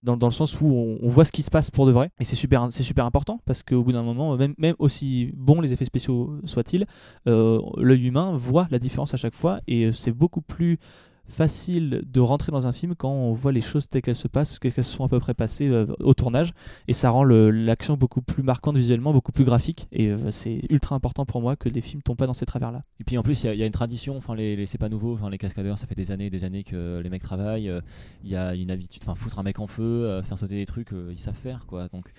Speaker 4: dans, dans le sens où on, on voit ce qui se passe pour de vrai. Et c'est super, c'est super important, parce qu'au bout d'un moment, même, même aussi bons les effets spéciaux soient-ils, euh, l'œil humain voit la différence à chaque fois, et c'est euh, beaucoup plus facile de rentrer dans un film quand on voit les choses telles qu'elles se passent, telles qu'elles se sont à peu près passées euh, au tournage. Et ça rend le- l'action beaucoup plus marquante visuellement, beaucoup plus graphique. Et euh, c'est ultra important pour moi que les films tombent pas dans ces travers-là.
Speaker 2: Et puis en plus, il y, a- il y a une tradition, enfin, les, les- c'est pas nouveau, enfin, les cascadeurs, ça fait des années et des années que euh, les mecs travaillent. euh, Il y a une habitude, enfin, foutre un mec en feu, euh, faire sauter des trucs, euh, ils savent faire, quoi. Donc,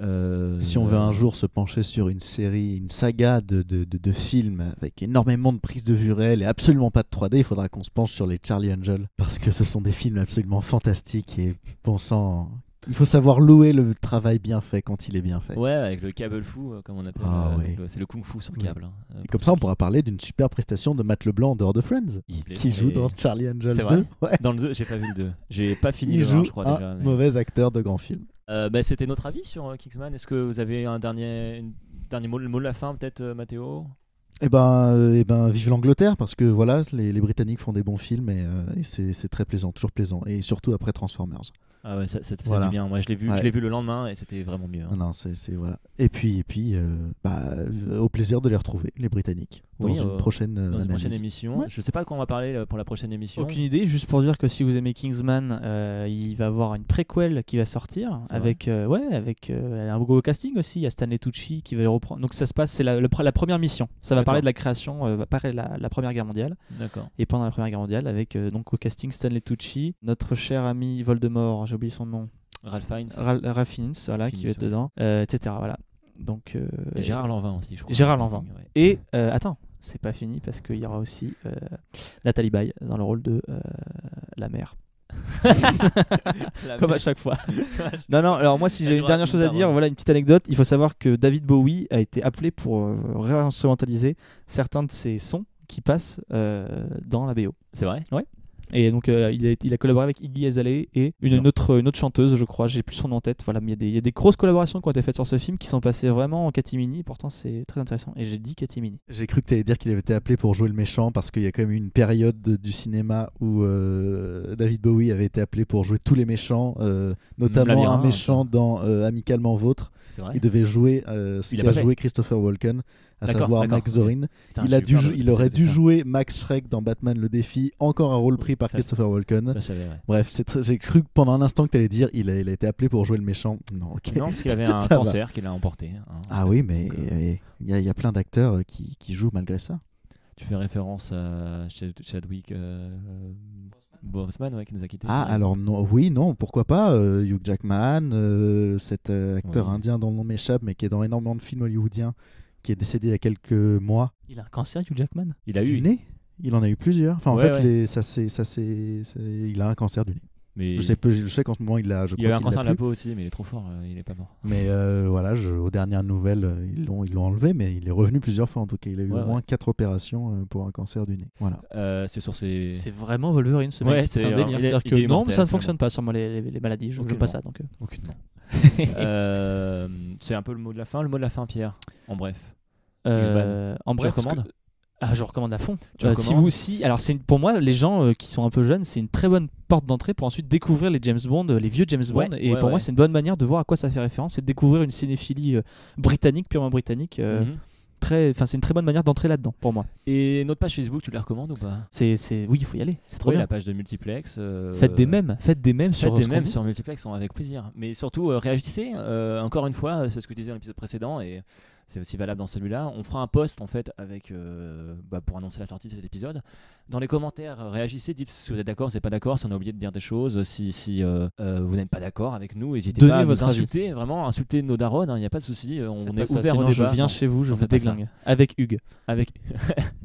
Speaker 2: euh,
Speaker 3: Si on veut un jour se pencher sur une série, une saga de, de, de- de films avec énormément de prises de vue réelles et absolument pas de 3D, il faudra qu'on se penche sur les Charlie Angel. Parce que ce sont des films absolument fantastiques et bon sang. Il faut savoir louer le travail bien fait quand il est bien fait.
Speaker 2: Ouais, avec le câble fou, euh, comme on appelle.
Speaker 3: Ah,
Speaker 2: euh,
Speaker 3: ouais.
Speaker 2: donc, euh, C'est le kung fu sur
Speaker 3: Oui.
Speaker 2: câble. hein, euh,
Speaker 3: Et
Speaker 2: pour
Speaker 3: comme
Speaker 2: ceux
Speaker 3: ça, on
Speaker 2: qui-
Speaker 3: pourra parler d'une super prestation de Matt Leblanc en dehors de Friends,
Speaker 2: Il est-
Speaker 3: qui joue
Speaker 2: et-
Speaker 3: dans Charlie Angel
Speaker 2: C'est
Speaker 3: 2.
Speaker 2: vrai
Speaker 3: Ouais.
Speaker 2: Dans le 2, j'ai pas vu le 2. J'ai pas fini
Speaker 3: Il
Speaker 2: le 1,
Speaker 3: joue
Speaker 2: je crois
Speaker 3: un
Speaker 2: déjà. mais-
Speaker 3: mauvais acteur de grand film.
Speaker 2: Euh, bah, C'était notre avis sur euh, Kingsman. Est-ce que vous avez un dernier, une- dernier mot, le mot de la fin, peut-être, euh, Mathéo
Speaker 3: Eh ben, euh, eh ben, vive l'Angleterre, parce que voilà, les, les Britanniques font des bons films et, euh, et c'est c'est très plaisant, toujours plaisant. Et surtout après Transformers.
Speaker 2: Ah ouais, ça, ça, ça fait
Speaker 3: Voilà.
Speaker 2: du bien. Moi, je l'ai vu, je
Speaker 3: Ouais.
Speaker 2: l'ai vu le lendemain et c'était vraiment mieux. hein.
Speaker 3: Ah Non, non, c'est c'est- voilà. Et puis, et puis euh, bah, euh, au plaisir de les retrouver, les Britanniques, dans
Speaker 2: Oui,
Speaker 3: une
Speaker 2: euh,
Speaker 3: prochaine euh,
Speaker 2: Dans une
Speaker 3: analyse.
Speaker 2: prochaine émission.
Speaker 3: Ouais.
Speaker 2: Je sais pas de quoi on va parler euh, pour la prochaine émission.
Speaker 4: Aucune idée, juste pour dire que si vous aimez Kingsman, euh, il va avoir une préquel qui va sortir
Speaker 2: C'est
Speaker 4: avec, euh, ouais, avec euh, un gros casting aussi. Il y a Stanley Tucci qui va le reprendre. Donc ça se passe, c'est la, le pre- la première mission. Ça va
Speaker 2: D'accord.
Speaker 4: parler de la création, euh, va parler de la, la Première Guerre mondiale.
Speaker 2: D'accord.
Speaker 4: Et pendant la Première Guerre mondiale, avec euh, donc au casting Stanley Tucci, notre cher ami Voldemort, j'ai oublié son nom,
Speaker 2: Ralph Fiennes
Speaker 3: Ah
Speaker 4: Ra- Ralph Fiennes, voilà, qui
Speaker 2: Fiennes,
Speaker 4: va être
Speaker 2: ouais.
Speaker 4: dedans, euh, etc. Voilà. Donc, euh,
Speaker 2: et Gérard Lanvin aussi, je crois.
Speaker 4: Gérard
Speaker 2: Ouais,
Speaker 4: Lanvin.
Speaker 2: c'est- ouais.
Speaker 4: et euh, attends, c'est pas fini parce qu'il y aura aussi euh, Nathalie Baye dans le rôle de euh, la mère.
Speaker 2: (laughs) La
Speaker 4: Comme à
Speaker 2: merde. (laughs)
Speaker 4: chaque fois. non, non, alors moi, si
Speaker 2: Elle
Speaker 4: j'ai une
Speaker 2: nous
Speaker 4: dernière
Speaker 2: raconte
Speaker 4: chose à
Speaker 2: ça,
Speaker 4: dire,
Speaker 2: ouais.
Speaker 4: voilà une petite anecdote. Il faut savoir que David Bowie a été appelé pour euh, réinstrumentaliser certains de ses sons qui passent euh, dans la BO.
Speaker 2: C'est vrai
Speaker 4: Et donc euh, il, a, il a collaboré avec Iggy Azalea et une, une autre, une autre chanteuse, je crois, j'ai plus son nom en tête. Voilà, mais il y, a des- il y a des grosses collaborations qui ont été faites sur ce film qui sont passées vraiment en catimini. et Pourtant, c'est très intéressant. Et j'ai dit catimini.
Speaker 3: J'ai cru que tu allais dire qu'il avait été appelé pour jouer le méchant, parce qu'il y a quand même eu une période de- du cinéma où euh, David Bowie avait été appelé pour jouer tous les méchants, euh, notamment un
Speaker 2: Labyrinthe.
Speaker 3: méchant dans euh, Amicalement Vôtre.
Speaker 2: C'est vrai.
Speaker 3: Il devait jouer euh, ce
Speaker 2: Il a
Speaker 3: qu'a
Speaker 2: pas fait.
Speaker 3: joué Christopher Walken, à
Speaker 2: D'accord,
Speaker 3: savoir
Speaker 2: d'accord,
Speaker 3: Max
Speaker 2: ok.
Speaker 3: Zorin.
Speaker 2: Putain,
Speaker 3: il, a
Speaker 2: j'ai eu
Speaker 3: dû,
Speaker 2: peur de-
Speaker 3: jou- il
Speaker 2: c'est-
Speaker 3: aurait
Speaker 2: c'est
Speaker 3: dû
Speaker 2: ça.
Speaker 3: jouer Max Shrek dans Batman le défi, encore un rôle pris par
Speaker 2: Ça,
Speaker 3: Christopher Walken.
Speaker 2: Ça, je
Speaker 3: (laughs)
Speaker 2: savais, ouais.
Speaker 3: Bref, c'est très- j'ai cru que pendant un instant que tu allais dire il a, il a été appelé pour jouer le méchant. Non, ok.
Speaker 2: Non, parce qu'il avait un
Speaker 3: Ça va.
Speaker 2: cancer qu'il a emporté. hein.
Speaker 3: Ah oui, mais
Speaker 2: Donc, euh,
Speaker 3: euh, il y, a- il y a plein d'acteurs euh, qui, qui jouent malgré ça.
Speaker 2: Tu fais référence à Chad- Chadwick euh, Boseman ouais, qui nous a quittés.
Speaker 3: Ah, alors non, oui, non, pourquoi pas euh, Hugh Jackman, euh, cet euh, acteur
Speaker 2: Oui.
Speaker 3: indien dont le nom m'échappe, mais qui est dans énormément de films hollywoodiens, qui est décédé il y a quelques mois.
Speaker 4: Il a un cancer, Hugh Jackman
Speaker 2: Il a
Speaker 3: Du
Speaker 2: eu.
Speaker 3: nez Il en a eu plusieurs. Enfin, en
Speaker 2: Ouais,
Speaker 3: fait,
Speaker 2: ouais.
Speaker 3: les- ça c'est, ça c'est, c'est- il a un cancer du nez.
Speaker 2: Mais
Speaker 3: Je sais, peu- je sais qu'en ce moment il a, je
Speaker 2: il a eu
Speaker 3: crois
Speaker 2: un
Speaker 3: qu'il
Speaker 2: cancer de
Speaker 3: l'a
Speaker 2: la
Speaker 3: plus.
Speaker 2: peau aussi, mais il est trop fort, euh, il est pas mort.
Speaker 3: Mais euh, voilà, je- aux dernières nouvelles, euh, ils l'ont, ils l'ont enlevé, mais il est revenu plusieurs fois en tout cas. Il a eu
Speaker 2: Ouais,
Speaker 3: au moins quatre opérations euh, pour un cancer du nez. Voilà.
Speaker 2: Euh, c'est sur ses.
Speaker 4: C'est vraiment Wolverine ce
Speaker 2: Ouais,
Speaker 4: mec.
Speaker 2: c'est-
Speaker 4: C'est un
Speaker 2: alors,
Speaker 4: délire.
Speaker 2: il est-
Speaker 4: C'est-à-dire
Speaker 2: il
Speaker 4: que
Speaker 2: est
Speaker 4: non,
Speaker 2: immortel,
Speaker 4: ça ne
Speaker 2: finalement.
Speaker 4: fonctionne pas sur moi les, les- les maladies. Je ne
Speaker 2: Aucunement.
Speaker 4: pas ça. Donc, euh.
Speaker 2: (laughs) Aucunement. Euh, c'est un peu le mot de la fin. Le mot de la fin, Pierre. En bref.
Speaker 4: Euh, en bref,
Speaker 2: recommandes
Speaker 4: ce que- ah, je recommande à fond.
Speaker 2: Tu
Speaker 4: Euh, si
Speaker 2: recommandes
Speaker 4: vous si, alors c'est une- pour moi les gens euh, qui sont un peu jeunes, c'est une très bonne porte d'entrée pour ensuite découvrir les James Bond, euh, les vieux James Bond.
Speaker 2: Ouais,
Speaker 4: et
Speaker 2: ouais,
Speaker 4: pour
Speaker 2: ouais.
Speaker 4: moi, c'est une bonne manière de voir à quoi ça fait référence et de découvrir une cinéphilie euh, britannique, purement britannique. euh,
Speaker 2: Mhm.
Speaker 4: Très, enfin, c'est une très bonne manière d'entrer là-dedans pour moi.
Speaker 2: Et notre page Facebook, tu la recommandes ou pas
Speaker 4: C'est, c'est, oui, il faut y aller. C'est trop
Speaker 2: Oui,
Speaker 4: bien.
Speaker 2: la page de Multiplex. euh,
Speaker 4: Faites des mèmes, faites des mèmes sur.
Speaker 2: Faites des
Speaker 4: ce qu'on
Speaker 2: mèmes
Speaker 4: dit.
Speaker 2: sur Multiplex, on- avec plaisir. Mais surtout, euh, réagissez. euh, encore une fois, c'est ce que je disais dans l'épisode précédent et c'est aussi valable dans celui-là. On fera un post en fait avec euh, bah, pour annoncer la sortie de cet épisode. Dans les commentaires, euh, réagissez, dites si vous êtes d'accord, si vous n'êtes pas d'accord, si on a oublié de dire des choses, si, si euh, euh, vous n'êtes pas d'accord avec nous, n'hésitez
Speaker 4: Donnez
Speaker 2: pas à nous
Speaker 4: votre avis.
Speaker 2: insulter, vraiment insulter nos darons, il n'y a pas de souci, euh, on
Speaker 4: Faites
Speaker 2: est
Speaker 4: pas ça,
Speaker 2: ouvert au
Speaker 4: Bah, sinon
Speaker 2: débat.
Speaker 4: Je viens
Speaker 2: Non,
Speaker 4: chez vous, je
Speaker 2: on
Speaker 4: vous
Speaker 2: fait pas ça.
Speaker 4: déglingue (laughs) avec Hugues.
Speaker 2: (laughs) avec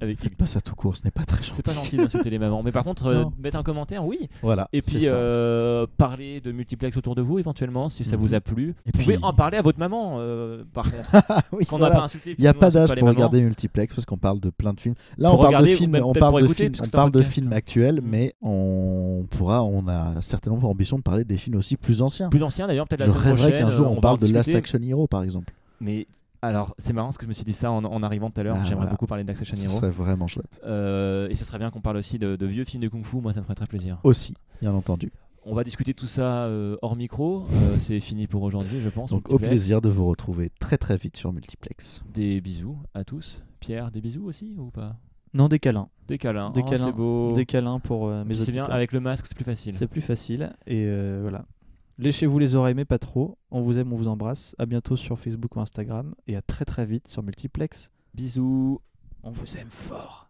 Speaker 2: avec
Speaker 3: Faites pas ça tout court, ce n'est pas très gentil.
Speaker 2: c'est pas gentil d'insulter les mamans, mais par contre, euh,
Speaker 3: Non.
Speaker 2: mettre un commentaire, oui.
Speaker 3: Voilà.
Speaker 2: Et
Speaker 3: c'est
Speaker 2: puis
Speaker 3: ça.
Speaker 2: euh, parler de multiplex autour de vous éventuellement si ça
Speaker 3: Mhm.
Speaker 2: vous a plu.
Speaker 3: Et
Speaker 2: Vous pouvez
Speaker 3: puis-
Speaker 2: en parler à votre maman euh, par contre. (laughs)
Speaker 3: Ah (laughs) oui,
Speaker 2: Qu'on
Speaker 3: voilà.
Speaker 2: n'a pas insulté.
Speaker 3: Il n'y a
Speaker 2: puis qu'on
Speaker 3: pas
Speaker 2: insulte
Speaker 3: d'âge
Speaker 2: les
Speaker 3: pour
Speaker 2: mamans.
Speaker 3: regarder Multiplex parce qu'on parle de plein de films. Là,
Speaker 2: Pour
Speaker 3: on parle de
Speaker 2: regarder ou
Speaker 3: films,
Speaker 2: même
Speaker 3: on
Speaker 2: peut-être pour
Speaker 3: parle de
Speaker 2: écouter,
Speaker 3: films,
Speaker 2: parce que
Speaker 3: on
Speaker 2: c'est un
Speaker 3: parle de
Speaker 2: podcast.
Speaker 3: films actuels,
Speaker 2: Mm.
Speaker 3: mais on pourra, on a certainement pour ambition de parler des films aussi plus anciens.
Speaker 2: Plus ancien d'ailleurs, peut-être la
Speaker 3: Je
Speaker 2: semaine
Speaker 3: rêverais
Speaker 2: prochaine.
Speaker 3: qu'un jour
Speaker 2: euh,
Speaker 3: on,
Speaker 2: va
Speaker 3: parle
Speaker 2: en
Speaker 3: de Last
Speaker 2: discuter.
Speaker 3: Action Hero, par exemple.
Speaker 2: Mais alors, c'est marrant parce que je me suis dit ça en, en arrivant tout à l'heure.
Speaker 3: Ah,
Speaker 2: J'aimerais
Speaker 3: voilà.
Speaker 2: beaucoup parler d'Action
Speaker 3: Ce
Speaker 2: Hero.
Speaker 3: serait vraiment chouette.
Speaker 2: Euh, et ça serait bien qu'on parle aussi de, de vieux films de Kung Fu. Moi, ça me ferait très plaisir.
Speaker 3: Aussi, bien entendu.
Speaker 2: On va discuter tout ça euh, hors micro. Euh, c'est fini pour aujourd'hui, je pense.
Speaker 3: Donc, au
Speaker 2: Multiplex.
Speaker 3: plaisir de vous retrouver très très vite sur Multiplex.
Speaker 2: Des bisous à tous. Pierre, des bisous aussi ou pas
Speaker 4: Non, des câlins.
Speaker 2: Des câlins.
Speaker 4: Des
Speaker 2: Oh,
Speaker 4: câlins.
Speaker 2: c'est beau.
Speaker 4: Des câlins pour euh, mes
Speaker 2: Puis c'est bien,
Speaker 4: auditeurs.
Speaker 2: avec le masque, c'est plus facile.
Speaker 4: C'est plus facile. Et euh, voilà. Léchez-vous les oreilles, mais pas trop. On vous aime, on vous embrasse. À bientôt sur Facebook ou Instagram. Et à très très vite sur Multiplex.
Speaker 2: Bisous.
Speaker 4: On vous aime fort.